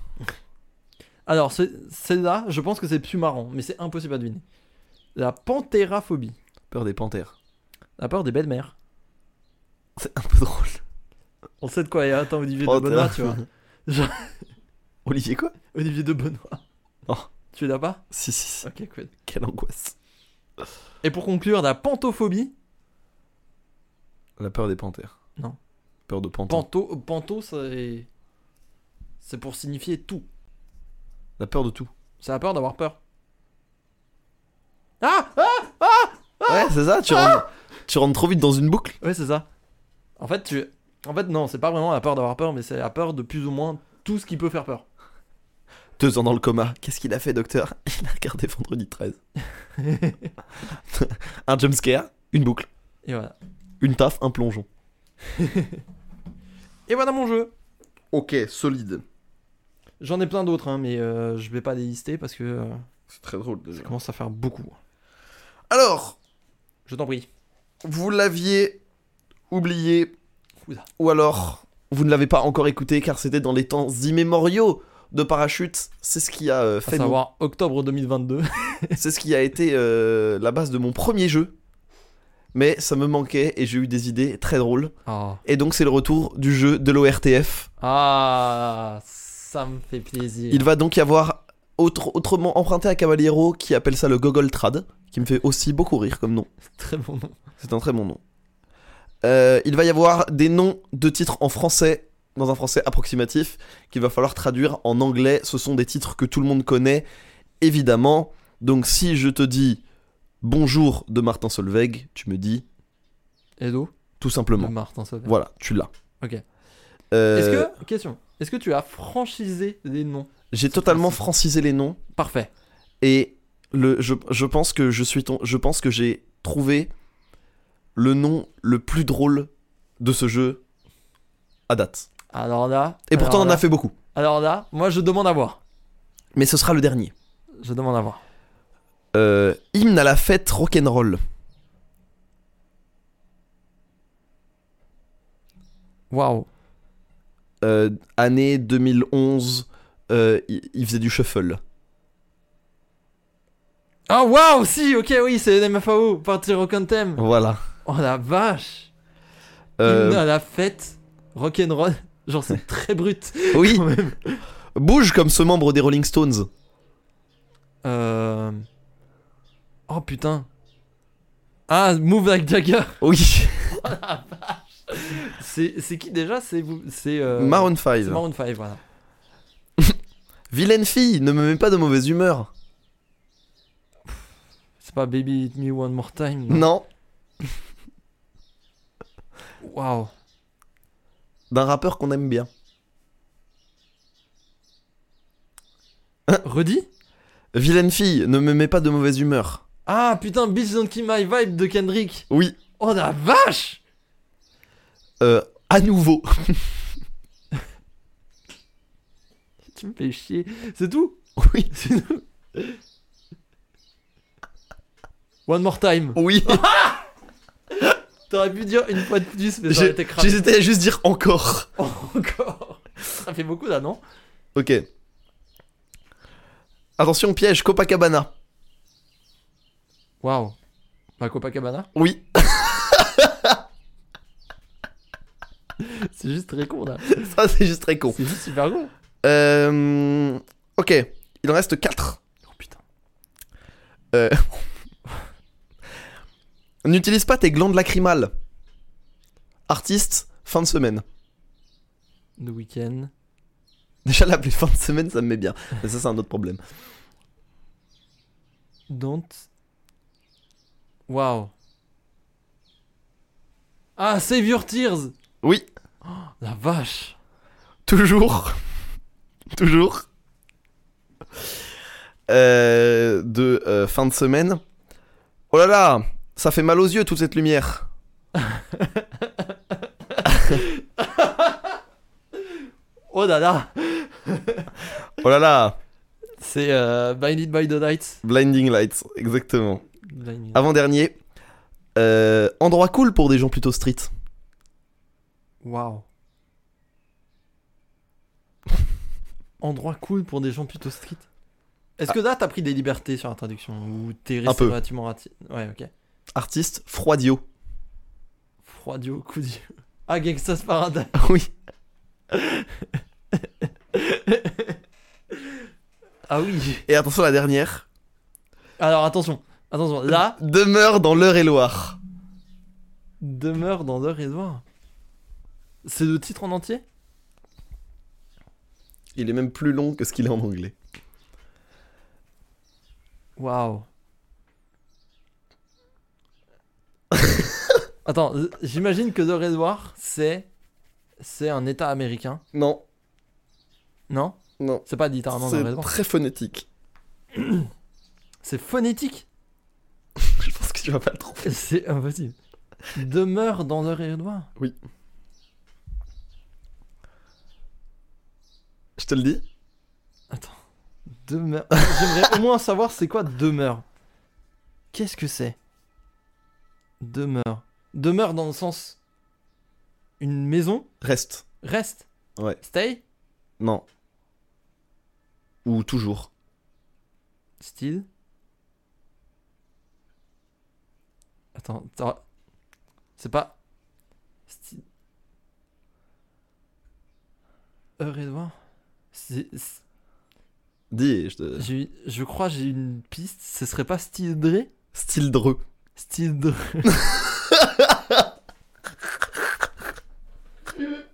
[SPEAKER 2] Alors, ce- celle-là, je pense que c'est plus marrant, mais c'est impossible à deviner. La panthéraphobie.
[SPEAKER 1] Peur des panthères. [LAUGHS]
[SPEAKER 2] La peur des belles-mères.
[SPEAKER 1] C'est un peu drôle.
[SPEAKER 2] On sait de quoi il y a. Attends, Olivier
[SPEAKER 1] Oh,
[SPEAKER 2] de Benoît,
[SPEAKER 1] t'as-
[SPEAKER 2] tu
[SPEAKER 1] [LAUGHS]
[SPEAKER 2] vois. Genre-
[SPEAKER 1] Olivier quoi [LAUGHS]
[SPEAKER 2] Olivier de Benoît.
[SPEAKER 1] Oh.
[SPEAKER 2] Tu es là-bas
[SPEAKER 1] Si, si, si.
[SPEAKER 2] Ok, cool.
[SPEAKER 1] Quelle angoisse.
[SPEAKER 2] Et pour conclure, la pantophobie.
[SPEAKER 1] La peur des panthères.
[SPEAKER 2] Non.
[SPEAKER 1] Peur de panthères.
[SPEAKER 2] Panto, panto c'est... C'est pour signifier tout.
[SPEAKER 1] La peur de tout.
[SPEAKER 2] C'est la peur d'avoir peur. Ah, ah
[SPEAKER 1] ouais, c'est ça, tu rentres, tu rentres trop vite dans une boucle.
[SPEAKER 2] Ouais, c'est ça. En fait, tu... En fait, non, c'est pas vraiment la peur d'avoir peur, mais c'est la peur de plus ou moins tout ce qui peut faire peur.
[SPEAKER 1] Deux ans dans le coma. Qu'est-ce qu'il a fait, docteur [LAUGHS] Il a regardé vendredi
[SPEAKER 2] [LAUGHS]
[SPEAKER 1] 13. un jumpscare, une boucle,
[SPEAKER 2] Et voilà.
[SPEAKER 1] une taf, un plongeon.
[SPEAKER 2] Et voilà mon jeu
[SPEAKER 1] Ok, solide.
[SPEAKER 2] J'en ai plein d'autres, hein, mais euh, je vais pas les lister parce que euh,
[SPEAKER 1] C'est très drôle déjà.
[SPEAKER 2] ça commence à faire beaucoup. hein.
[SPEAKER 1] Alors,
[SPEAKER 2] Je t'en prie.
[SPEAKER 1] vous l'aviez oublié.
[SPEAKER 2] Oula.
[SPEAKER 1] Ou alors, vous ne l'avez pas encore écouté car c'était dans les temps immémoriaux de parachute. C'est ce qui a euh,
[SPEAKER 2] À
[SPEAKER 1] fait mon-
[SPEAKER 2] savoir octobre 2022.
[SPEAKER 1] C'est ce qui a été euh, la base de mon premier jeu. Mais ça me manquait et j'ai eu des idées très drôles.
[SPEAKER 2] Ah.
[SPEAKER 1] Et donc c'est le retour du jeu de l'ORTF.
[SPEAKER 2] Ah, ça me fait plaisir.
[SPEAKER 1] Il va donc y avoir autre- autrement emprunté à Cavaliero qui appelle ça le Gogol Trad, qui me fait aussi beaucoup rire comme nom.
[SPEAKER 2] Très bon nom.
[SPEAKER 1] C'est un très bon nom. Euh, il va y avoir des noms de titres en français, dans un français approximatif, qu'il va falloir traduire en anglais. Ce sont des titres que tout le monde connaît, évidemment. Donc si je te dis Bonjour de Martin Solveig, tu me dis
[SPEAKER 2] Edo
[SPEAKER 1] tout
[SPEAKER 2] de
[SPEAKER 1] simplement.
[SPEAKER 2] Martin Solveig.
[SPEAKER 1] Voilà, tu l'as.
[SPEAKER 2] Mm. Ok.
[SPEAKER 1] Euh,
[SPEAKER 2] Est-ce que, question, est-ce que tu as franchisé des noms
[SPEAKER 1] J'ai totalement francisé les noms
[SPEAKER 2] Parfait.
[SPEAKER 1] et le, je, je pense que je suis ton, je pense que j'ai trouvé le nom le plus drôle de ce jeu à date.
[SPEAKER 2] Alors là.
[SPEAKER 1] Et pourtant
[SPEAKER 2] alors
[SPEAKER 1] on en a
[SPEAKER 2] là-
[SPEAKER 1] fait beaucoup.
[SPEAKER 2] Alors là, moi je demande à voir.
[SPEAKER 1] Mais ce sera le dernier.
[SPEAKER 2] Je demande à voir.
[SPEAKER 1] Euh, hymne à la fête rock'n'roll.
[SPEAKER 2] Waouh.
[SPEAKER 1] Euh, année 2011, euh, il il faisait du shuffle.
[SPEAKER 2] Ah waouh, si, ok, oui, c'est MFAO, partie rock and thème.
[SPEAKER 1] Voilà.
[SPEAKER 2] Oh la vache.
[SPEAKER 1] Euh,
[SPEAKER 2] Hymne à la fête, rock'n'roll. [LAUGHS] Genre c'est très brut.
[SPEAKER 1] oui.
[SPEAKER 2] quand même.
[SPEAKER 1] Bouge comme ce membre des Rolling Stones.
[SPEAKER 2] Euh... Oh putain. Ah, Move Like Jagger.
[SPEAKER 1] Oui.
[SPEAKER 2] C'est c'est qui déjà C'est vous C'est euh,
[SPEAKER 1] Maroon 5.
[SPEAKER 2] c'est Maroon 5, voilà.
[SPEAKER 1] Vilaine fille, ne me mets pas de mauvaise humeur.
[SPEAKER 2] C'est pas Baby Hit Me One More Time. non.
[SPEAKER 1] Non.
[SPEAKER 2] Waouh.
[SPEAKER 1] D'un rappeur qu'on aime bien.
[SPEAKER 2] Redis
[SPEAKER 1] Vilaine fille, ne me mets pas de mauvaise humeur.
[SPEAKER 2] Ah putain, Bitch Don't Kill My Vibe de Kendrick.
[SPEAKER 1] Oui.
[SPEAKER 2] Oh la vache
[SPEAKER 1] Euh, à nouveau. [LAUGHS]
[SPEAKER 2] Tu me fais chier. C'est tout
[SPEAKER 1] Oui.
[SPEAKER 2] [LAUGHS] C'est tout One more time.
[SPEAKER 1] Oui.
[SPEAKER 2] T'aurais pu dire une fois de plus, mais ça aurait
[SPEAKER 1] J'ai-
[SPEAKER 2] été cramé.
[SPEAKER 1] J'hésitais à juste dire encore.
[SPEAKER 2] Encore. [LAUGHS] Ça fait beaucoup là, non
[SPEAKER 1] Ok. Attention, piège, Copacabana.
[SPEAKER 2] Waouh. Bah Copacabana
[SPEAKER 1] Oui. [LAUGHS]
[SPEAKER 2] C'est juste très con là.
[SPEAKER 1] Ça, c'est juste très con.
[SPEAKER 2] C'est juste super con.
[SPEAKER 1] Euh, ok, il en reste 4.
[SPEAKER 2] Oh putain.
[SPEAKER 1] Euh, [LAUGHS] N'utilise pas tes glandes lacrymales. Artiste, fin de semaine.
[SPEAKER 2] The Weeknd.
[SPEAKER 1] Déjà, l'appeler fin de semaine, ça me met bien. Mais ça, c'est un autre problème.
[SPEAKER 2] Don't. Waouh. Ah, Save Your Tears Oh,
[SPEAKER 1] Oui,
[SPEAKER 2] La vache
[SPEAKER 1] toujours. toujours. Euh, de euh, fin de semaine. Oh là là, ça fait mal aux yeux toute cette lumière.
[SPEAKER 2] Oh là là
[SPEAKER 1] Oh là là,
[SPEAKER 2] C'est euh, Blinded by the Lights.
[SPEAKER 1] Blinding Lights, exactement. Ah.
[SPEAKER 2] Blinded.
[SPEAKER 1] Avant-dernier. Euh, endroit cool pour des gens plutôt street.
[SPEAKER 2] Waouh. [LAUGHS] Endroit cool pour des gens plutôt street. Est-ce que là, t'as pris des libertés sur la traduction Ou t'es resté
[SPEAKER 1] Un peu.
[SPEAKER 2] relativement rati- Ouais, ok.
[SPEAKER 1] Artiste, Froidio.
[SPEAKER 2] Froidio, coup d'yeux. Ah, Gangsta's Paradise.
[SPEAKER 1] [LAUGHS] oui.
[SPEAKER 2] Ah oui.
[SPEAKER 1] Et attention, la dernière.
[SPEAKER 2] Alors attention, attention. Là,
[SPEAKER 1] demeure dans l'heure et loire.
[SPEAKER 2] demeure dans l'heure et Loire. C'est le titre en entier
[SPEAKER 1] Il est même plus long que ce qu'il est en anglais. [LAUGHS]
[SPEAKER 2] Waouh. Attends, euh, j'imagine que l'heure et Loire, c'est. C'est un état américain.
[SPEAKER 1] Non,
[SPEAKER 2] Non
[SPEAKER 1] non.
[SPEAKER 2] C'est pas littéralement l'heure et
[SPEAKER 1] C'est
[SPEAKER 2] Loire.
[SPEAKER 1] très phonétique.
[SPEAKER 2] C'est phonétique [LAUGHS]
[SPEAKER 1] Je pense que tu vas pas le trouver.
[SPEAKER 2] C'est impossible. Demeure dans l'heure et Loire.
[SPEAKER 1] Je te le dis
[SPEAKER 2] Demeure. Ah, J'aimerais au moins savoir c'est quoi demeure. Qu'est-ce que c'est Demeure. Demeure dans le sens. Une maison
[SPEAKER 1] Reste.
[SPEAKER 2] Reste
[SPEAKER 1] Ouais.
[SPEAKER 2] Stay
[SPEAKER 1] Non. Ou toujours.
[SPEAKER 2] Still Attends, t'as- c'est pas. Still. Heure et devoir C'est- c'est-
[SPEAKER 1] Dis et je te.
[SPEAKER 2] j'ai- Je crois j'ai une piste, ce serait pas Still Dre [LAUGHS]
[SPEAKER 1] Style dreux.
[SPEAKER 2] Style de...
[SPEAKER 1] [LAUGHS]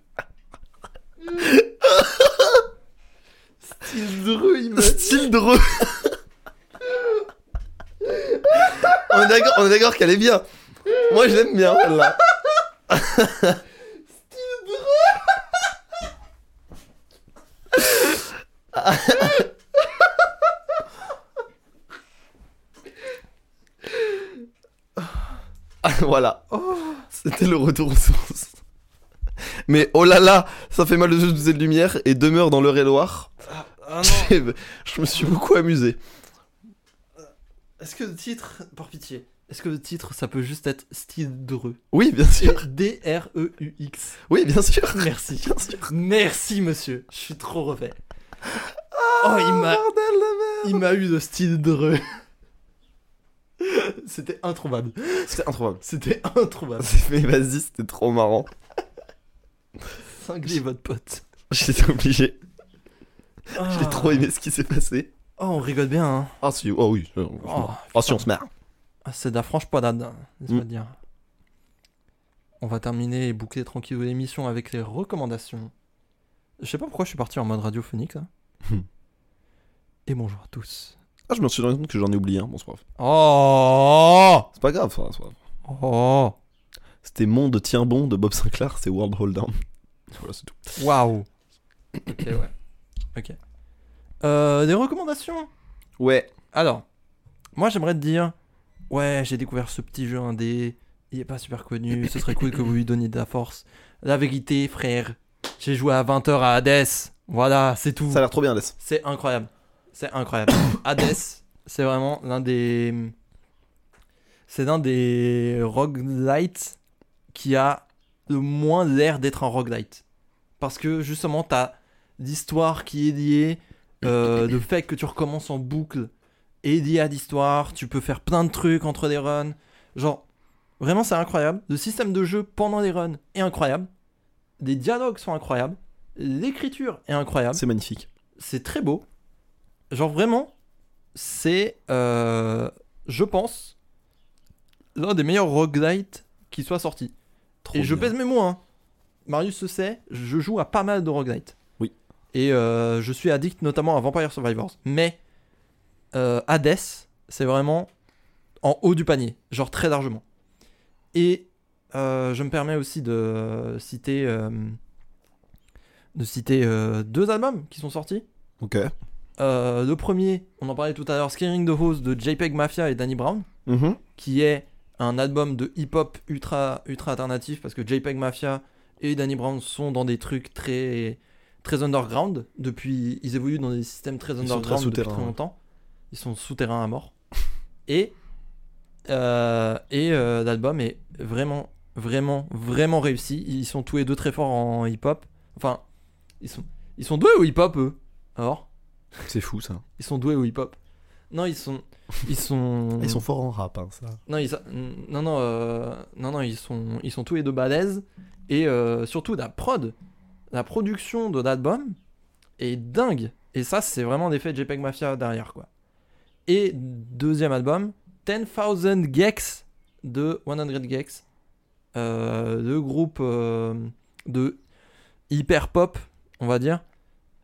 [SPEAKER 1] d'accord, on est d'accord qu'elle est bien. Moi, je l'aime bien, celle-là. [LAUGHS] voilà. C'était le retour aux sources. Mais oh là là, ça fait mal de se cette lumière et demeure dans l'Eure-et-Loire.
[SPEAKER 2] Ah non,
[SPEAKER 1] J'ai- je me suis beaucoup amusé.
[SPEAKER 2] est-ce que le titre, par pitié, est-ce que le titre ça peut juste être style dreux
[SPEAKER 1] Oui, bien sûr.
[SPEAKER 2] D-R-E-U-X.
[SPEAKER 1] Oui, bien sûr.
[SPEAKER 2] Merci.
[SPEAKER 1] Bien sûr.
[SPEAKER 2] Merci monsieur, je suis trop refait. Oh, il m'a
[SPEAKER 1] Bordel de
[SPEAKER 2] il m'a eu de style dreux. C'était introuvable.
[SPEAKER 1] merde. C'était introuvable.
[SPEAKER 2] C'était introuvable.
[SPEAKER 1] Mais vas-y, c'était trop marrant.
[SPEAKER 2] Cinglez votre pote.
[SPEAKER 1] J'étais obligé.
[SPEAKER 2] Ah.
[SPEAKER 1] J'ai trop aimé ce qui s'est passé.
[SPEAKER 2] Oh, on rigole bien, hein.
[SPEAKER 1] Ah si, oh oui. euh,
[SPEAKER 2] Oh,
[SPEAKER 1] Ah si, on se marre.
[SPEAKER 2] Ah, c'est de la franche poilade, hein, laisse-moi
[SPEAKER 1] Mm.
[SPEAKER 2] te dire. On va terminer et boucler tranquille l'émission avec les recommandations. Je sais pas pourquoi je suis parti en mode radiophonique, là.
[SPEAKER 1] Hmm.
[SPEAKER 2] [LAUGHS] et bonjour à tous.
[SPEAKER 1] Ah, je me suis rendu compte que j'en ai oublié un. Bon, c'est pas grave.
[SPEAKER 2] Oh
[SPEAKER 1] C'est pas grave, ça, c'est pas grave.
[SPEAKER 2] Oh
[SPEAKER 1] C'était Monde tient bon de Bob Sinclair, c'est World Hold Down. Voilà, c'est tout.
[SPEAKER 2] Waouh Ok, ouais. Ok. Euh, des recommandations
[SPEAKER 1] Ouais.
[SPEAKER 2] Alors, moi j'aimerais te dire, ouais, j'ai découvert ce petit jeu indé, il est pas super connu, ce serait cool que vous lui donniez de la force. La vérité, frère, j'ai joué à 20h à Hades, voilà, c'est tout.
[SPEAKER 1] Ça a l'air trop bien, Alès.
[SPEAKER 2] C'est incroyable, c'est incroyable. [COUGHS] Hades, c'est vraiment l'un des... C'est l'un des roguelites qui a le moins l'air d'être un roguelite. Parce que justement, t'as l'histoire qui est liée, euh, le fait que tu recommences en boucle est lié à l'histoire, tu peux faire plein de trucs entre les runs. Genre, vraiment c'est incroyable. Le système de jeu pendant les runs est incroyable. Les dialogues sont incroyables. L'écriture est incroyable.
[SPEAKER 1] C'est magnifique.
[SPEAKER 2] C'est très beau. Genre vraiment, c'est, euh, je pense, l'un des meilleurs roguelites qui soit sorti.
[SPEAKER 1] Trop
[SPEAKER 2] Et je
[SPEAKER 1] bien.
[SPEAKER 2] pèse mes mots, hein. Marius le sait, je joue à pas mal de roguelite.
[SPEAKER 1] Oui.
[SPEAKER 2] Et euh, je suis addict notamment à Vampire Survivors. Mais euh, Hades, c'est vraiment en haut du panier, genre très largement. Et euh, je me permets aussi de citer, euh, de citer euh, deux albums qui sont sortis.
[SPEAKER 1] Ok.
[SPEAKER 2] Euh, le premier, on en parlait tout à l'heure, Scaring the Hose de JPEG Mafia et Danny Brown
[SPEAKER 1] Mhm.
[SPEAKER 2] qui est un album de hip-hop ultra, ultra alternatif parce que JPEG Mafia et Danny Brown sont dans des trucs très, très underground. Depuis, ils évoluent dans des systèmes très
[SPEAKER 1] sont très
[SPEAKER 2] underground depuis
[SPEAKER 1] souterrains,
[SPEAKER 2] très
[SPEAKER 1] ouais.
[SPEAKER 2] longtemps. Ils sont souterrains à mort. Et, euh, et euh, l'album est vraiment, vraiment, vraiment réussi. Ils sont tous les deux très forts en hip-hop. Enfin, ils sont, ils sont doués au hip-hop, eux. Alors,
[SPEAKER 1] C'est fou, ça.
[SPEAKER 2] ils sont doués au hip-hop. Non, ils sont. Ils sont.
[SPEAKER 1] [LAUGHS] Ils sont forts en rap, hein, ça.
[SPEAKER 2] Non, ils, non, non, euh, non, non, ils sont, ils sont tous les deux balèzes. Et euh, surtout, la prod, la production de l'album est dingue. Et ça, c'est vraiment l'effet JPEG E Mafia derrière, quoi. Et deuxième album, 10,000 Gex de 100 Gex. Euh, le groupe euh, de hyper pop, on va dire.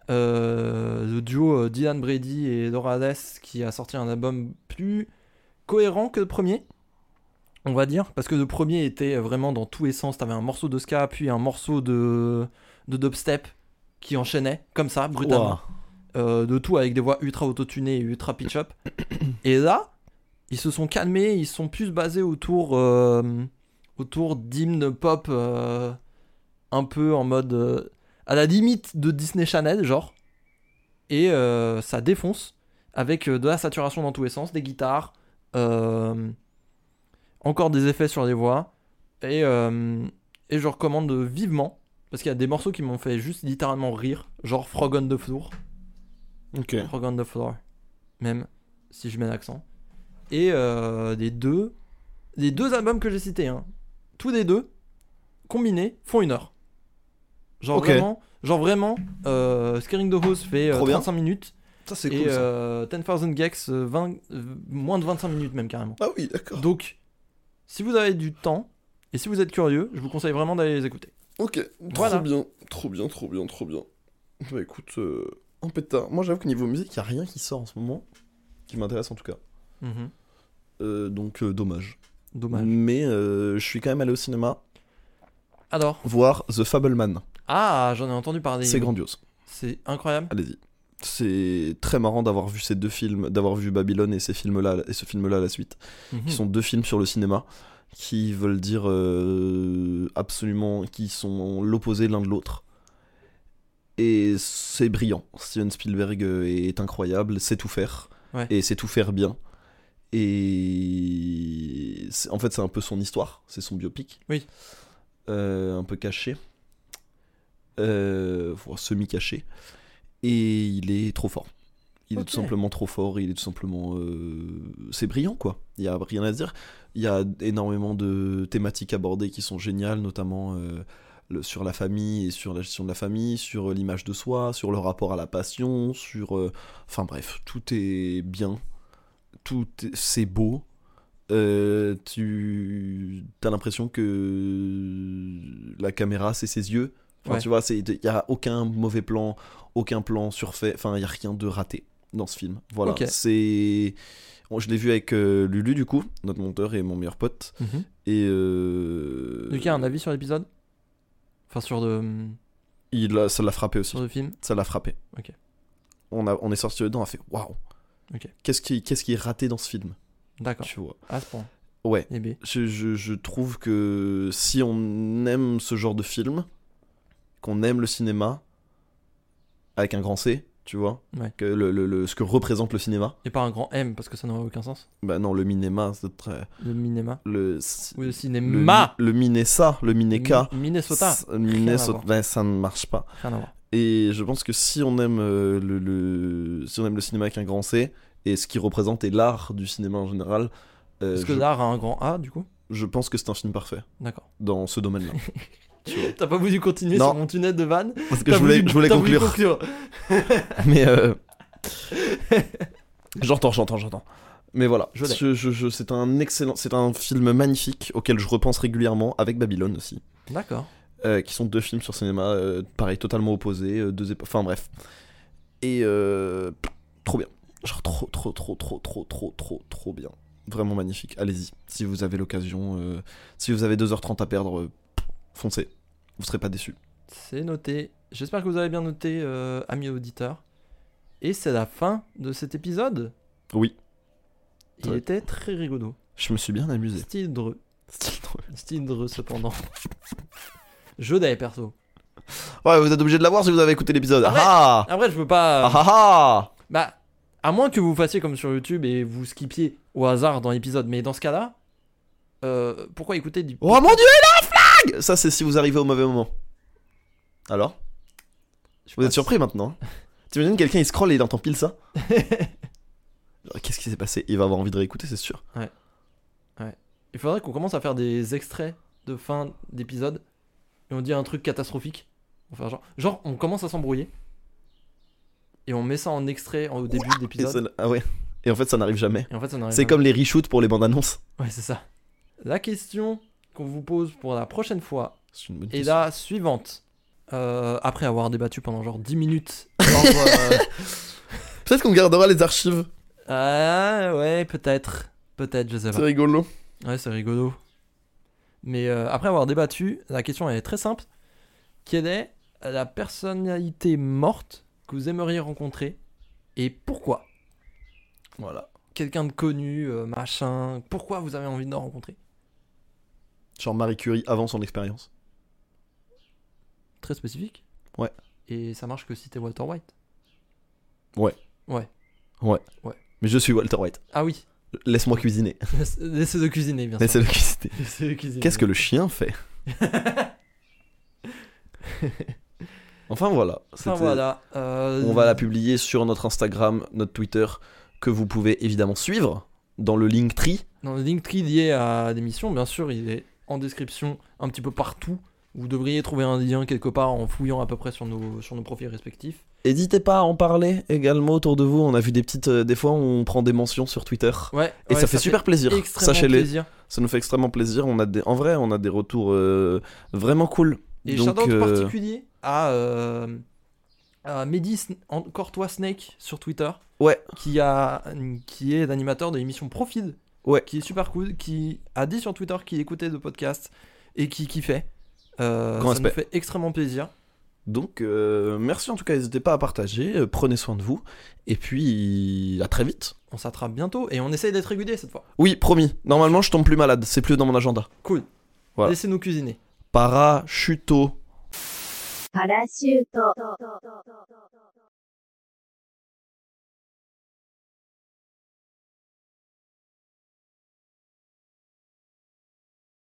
[SPEAKER 2] Euh, le duo euh, Dylan Brady et Laura Hades qui a sorti un album plus cohérent que le premier, on va dire, parce que le premier était vraiment dans tous les sens. T'avais un morceau de ska, puis un morceau de, de dubstep qui enchaînait comme ça, brutalement
[SPEAKER 1] Ouah.
[SPEAKER 2] euh, de tout avec des voix ultra autotunées et ultra pitch-up. et là, ils se sont calmés, ils sont plus basés autour, euh, autour d'hymnes pop euh, un peu en mode euh, à la limite de Disney Channel, genre. Et euh, ça défonce avec euh, de la saturation dans tous les sens, des guitares, euh, encore des effets sur les voix. Et, euh, et je recommande vivement, parce qu'il y a des morceaux qui m'ont fait juste littéralement rire, genre Frog on the Floor.
[SPEAKER 1] Ok.
[SPEAKER 2] Frog on the Floor, même si je mets l'accent. Et euh, les deux, les deux albums que j'ai cités, hein, tous les deux combinés font une heure. Genre
[SPEAKER 1] Ok.
[SPEAKER 2] vraiment, genre vraiment, euh, Scaring the Hose fait euh,
[SPEAKER 1] Trop bien.
[SPEAKER 2] 35 minutes
[SPEAKER 1] Ça, c'est
[SPEAKER 2] et
[SPEAKER 1] cool, ça.
[SPEAKER 2] euh, 10,000 Gex euh, 20, euh, moins de 25 minutes même carrément.
[SPEAKER 1] Ah oui, d'accord.
[SPEAKER 2] Donc, si vous avez du temps et si vous êtes curieux, je vous conseille vraiment d'aller les écouter.
[SPEAKER 1] Ok,
[SPEAKER 2] Voilà.
[SPEAKER 1] trop bien, trop bien, trop bien, trop bien. Bah écoute, euh, un pétard. Moi j'avoue que niveau musique, il a rien qui sort en ce moment. Qui m'intéresse en tout cas. Euh, donc euh, dommage.
[SPEAKER 2] Dommage.
[SPEAKER 1] Mais euh, je suis quand même allé au cinéma
[SPEAKER 2] Alors,
[SPEAKER 1] voir The Fableman.
[SPEAKER 2] ah, j'en ai entendu parler.
[SPEAKER 1] C'est grandiose.
[SPEAKER 2] C'est incroyable.
[SPEAKER 1] Allez-y. C'est très marrant d'avoir vu ces deux films, d'avoir vu Babylone et ces films-là et ce film-là à la suite,
[SPEAKER 2] Mhm.
[SPEAKER 1] qui sont deux films sur le cinéma qui veulent dire euh, absolument qui sont l'opposé l'un de l'autre. Et c'est brillant. Steven Spielberg euh, est incroyable, sait tout faire
[SPEAKER 2] Ouais.
[SPEAKER 1] et sait tout faire bien. Et c'est- en fait, c'est un peu son histoire, c'est son biopic.
[SPEAKER 2] Oui.
[SPEAKER 1] Euh, un peu caché. Euh, voire semi-caché. Et il est trop fort. Il est
[SPEAKER 2] Ok.
[SPEAKER 1] tout simplement trop fort, il est tout simplement. euh, C'est brillant, quoi. Il n'y a rien à dire. Il y a énormément de thématiques abordées qui sont géniales, notamment euh, le- sur la famille et sur la gestion de la famille, sur euh, l'image de soi, sur le rapport à la passion, sur. euh, Enfin bref, tout est bien. Tout est- c'est beau. Euh, tu as l'impression que la caméra c'est ses yeux. Enfin,
[SPEAKER 2] Ouais.
[SPEAKER 1] tu vois, c'est il y a aucun mauvais plan, aucun plan surfait. Enfin, il y a rien de raté dans ce film. Voilà,
[SPEAKER 2] Ok.
[SPEAKER 1] c'est. Bon, je l'ai vu avec euh, Lulu du coup, notre monteur et mon meilleur pote.
[SPEAKER 2] Mhm.
[SPEAKER 1] Et euh,
[SPEAKER 2] Lucas, un avis sur l'épisode Enfin, sur, de,
[SPEAKER 1] il a- ça l'a frappé aussi.
[SPEAKER 2] sur le film
[SPEAKER 1] Ça l'a frappé.
[SPEAKER 2] Ok.
[SPEAKER 1] On, a, on est sorti dedans, on a fait waouh.
[SPEAKER 2] Ok.
[SPEAKER 1] Qu'est-ce qui, qu'est-ce qui est raté dans ce film
[SPEAKER 2] D'accord.
[SPEAKER 1] Tu vois.
[SPEAKER 2] À ce point.
[SPEAKER 1] Ouais.
[SPEAKER 2] Eh bien.
[SPEAKER 1] Je, je- je trouve que si on aime ce genre de film, qu'on aime le cinéma, avec un grand C, tu vois,
[SPEAKER 2] Ouais.
[SPEAKER 1] que le, le- le- ce que représente le cinéma,
[SPEAKER 2] Et pas un grand M, parce que ça n'aurait aucun sens.
[SPEAKER 1] bah non, le minéma, c'est très.
[SPEAKER 2] Le minéma.
[SPEAKER 1] Le,
[SPEAKER 2] Ou le
[SPEAKER 1] le,
[SPEAKER 2] cinéma
[SPEAKER 1] le minésa, le minéka.
[SPEAKER 2] Mi- Minnesota.
[SPEAKER 1] s- Minnesota,
[SPEAKER 2] voir.
[SPEAKER 1] ben, ça ne marche pas.
[SPEAKER 2] Rien à voir.
[SPEAKER 1] Et je pense que si on aime euh, le, le- si on aime le cinéma avec un grand C et ce qui représente et l'art du cinéma en général, euh,
[SPEAKER 2] Est-ce que
[SPEAKER 1] je,
[SPEAKER 2] l'art a un grand A, du coup
[SPEAKER 1] je pense que c'est un film parfait
[SPEAKER 2] D'accord.
[SPEAKER 1] dans ce domaine-là.
[SPEAKER 2] T'as pas voulu continuer
[SPEAKER 1] Non.
[SPEAKER 2] sur mon tunnel de van
[SPEAKER 1] Parce que je voulais, je voulais conclure, [LAUGHS] mais euh, j'entends, j'entends, j'entends. Mais voilà,
[SPEAKER 2] Je l'ai.
[SPEAKER 1] je- je- je- c'est un excellent, c'est un film magnifique auquel je repense régulièrement avec Babylone aussi.
[SPEAKER 2] D'accord.
[SPEAKER 1] euh, qui sont deux films sur cinéma, euh, pareil, totalement opposés, euh, deux épo- Enfin bref. Et euh, pff, trop bien. Genre trop, trop, trop, trop, trop, trop, trop, trop bien. Vraiment magnifique. Allez-y. Si vous avez l'occasion, euh, si vous avez 2h30 à perdre, euh, pff, foncez. Vous serez pas déçus.
[SPEAKER 2] C'est noté. J'espère que vous avez bien noté, euh, amis auditeurs. Et c'est la fin de cet épisode.
[SPEAKER 1] Oui.
[SPEAKER 2] Il
[SPEAKER 1] Ouais.
[SPEAKER 2] était très rigolo.
[SPEAKER 1] Je me suis bien
[SPEAKER 2] [LAUGHS]
[SPEAKER 1] amusé.
[SPEAKER 2] Style dreux. Style dreux, cependant. Jeu d'ailleurs perso.
[SPEAKER 1] Ouais, vous êtes obligé de l'avoir si vous avez écouté l'épisode.
[SPEAKER 2] Ah
[SPEAKER 1] Ah
[SPEAKER 2] ouais.
[SPEAKER 1] ah
[SPEAKER 2] Après, je peux pas. euh,
[SPEAKER 1] Ah ah ah
[SPEAKER 2] Bah, à moins que vous fassiez comme sur YouTube et vous skippiez au hasard dans l'épisode. Mais dans ce cas-là, euh, pourquoi écouter du.
[SPEAKER 1] Oh mon dieu, la flag Ça, c'est si vous arrivez au mauvais moment. Alors
[SPEAKER 2] Je
[SPEAKER 1] Vous êtes
[SPEAKER 2] passe.
[SPEAKER 1] surpris maintenant hein T'imagines quelqu'un il scrolle et il entend pile ça [LAUGHS] Genre, Qu'est-ce qui s'est passé Il va avoir envie de réécouter, c'est sûr.
[SPEAKER 2] Il faudrait qu'on commence à faire des extraits de fin d'épisode et on dit un truc catastrophique. Enfin, genre, genre, on commence à s'embrouiller et on met ça en extrait en- au début de
[SPEAKER 1] Et ça-
[SPEAKER 2] l'épisode.
[SPEAKER 1] ah ouais. Et en fait, ça n'arrive jamais.
[SPEAKER 2] Et en fait, ça n'arrive
[SPEAKER 1] C'est
[SPEAKER 2] jamais.
[SPEAKER 1] comme les reshoots pour les bandes annonces.
[SPEAKER 2] Ouais, c'est ça. La question qu'on vous pose pour la prochaine fois
[SPEAKER 1] C'est une bonne
[SPEAKER 2] est
[SPEAKER 1] question.
[SPEAKER 2] la suivante. Euh, après avoir débattu pendant genre 10 minutes. genre, euh,
[SPEAKER 1] Peut-être qu'on gardera les archives.
[SPEAKER 2] [LAUGHS] ah ouais, peut-être. Peut-être, je sais pas.
[SPEAKER 1] C'est rigolo.
[SPEAKER 2] Ouais, c'est rigolo. Mais euh, après avoir débattu, la question elle est très simple. Quelle est la personnalité morte que vous aimeriez rencontrer et pourquoi
[SPEAKER 1] Voilà.
[SPEAKER 2] Quelqu'un de connu, euh, machin, pourquoi vous avez envie de le rencontrer
[SPEAKER 1] Genre Marie Curie avant son expérience.
[SPEAKER 2] Très spécifique.
[SPEAKER 1] Ouais.
[SPEAKER 2] Et ça marche que si t'es Walter White.
[SPEAKER 1] Mais je suis Walter White.
[SPEAKER 2] Ah oui, [LAUGHS]
[SPEAKER 1] Laisse-moi cuisiner.
[SPEAKER 2] laisse- laissez de cuisiner, bien sûr.
[SPEAKER 1] Laissez-le cuisiner.
[SPEAKER 2] Laissez de cuisiner.
[SPEAKER 1] Qu'est-ce que le chien
[SPEAKER 2] [LAUGHS]
[SPEAKER 1] fait Enfin voilà.
[SPEAKER 2] Enfin
[SPEAKER 1] C'était-
[SPEAKER 2] Ah, voilà. euh,
[SPEAKER 1] On va la publier sur notre Instagram, notre Twitter, que vous pouvez évidemment suivre dans le Linktree.
[SPEAKER 2] Dans le Linktree lié à l'émission, bien sûr, il est en description un petit peu partout. Vous devriez trouver un lien quelque part en fouillant à peu près sur nos, sur nos profils respectifs.
[SPEAKER 1] N'hésitez pas à en parler également autour de vous. On a vu des petites. euh, des fois, on prend des mentions sur Twitter.
[SPEAKER 2] Ouais,
[SPEAKER 1] Et
[SPEAKER 2] ouais,
[SPEAKER 1] ça, fait super plaisir.
[SPEAKER 2] extrêmement
[SPEAKER 1] Sachez-le.
[SPEAKER 2] plaisir.
[SPEAKER 1] Ça nous fait extrêmement plaisir. On a des... En vrai, on a des retours euh, vraiment cool.
[SPEAKER 2] Et
[SPEAKER 1] Donc,
[SPEAKER 2] shout out
[SPEAKER 1] euh,
[SPEAKER 2] particulier à, euh, à Mehdi Sn- encore toi Snake sur Twitter.
[SPEAKER 1] Ouais.
[SPEAKER 2] Qui, a, qui est l'animateur de l'émission Profil
[SPEAKER 1] Ouais.
[SPEAKER 2] qui est super cool, qui a dit sur Twitter qu'il écoutait de podcasts et qui kiffait. Euh,
[SPEAKER 1] Grand
[SPEAKER 2] ça nous
[SPEAKER 1] respect.
[SPEAKER 2] fait extrêmement plaisir.
[SPEAKER 1] Donc, euh, merci en tout cas, n'hésitez pas à partager, euh, prenez soin de vous, et puis à très vite.
[SPEAKER 2] On s'attrape bientôt et on essaye d'être régulier cette fois.
[SPEAKER 1] Oui, promis, normalement je tombe plus malade, c'est plus dans mon agenda.
[SPEAKER 2] Cool.
[SPEAKER 1] Voilà.
[SPEAKER 2] Laissez-nous cuisiner.
[SPEAKER 1] Parachuto.
[SPEAKER 3] パラシュート。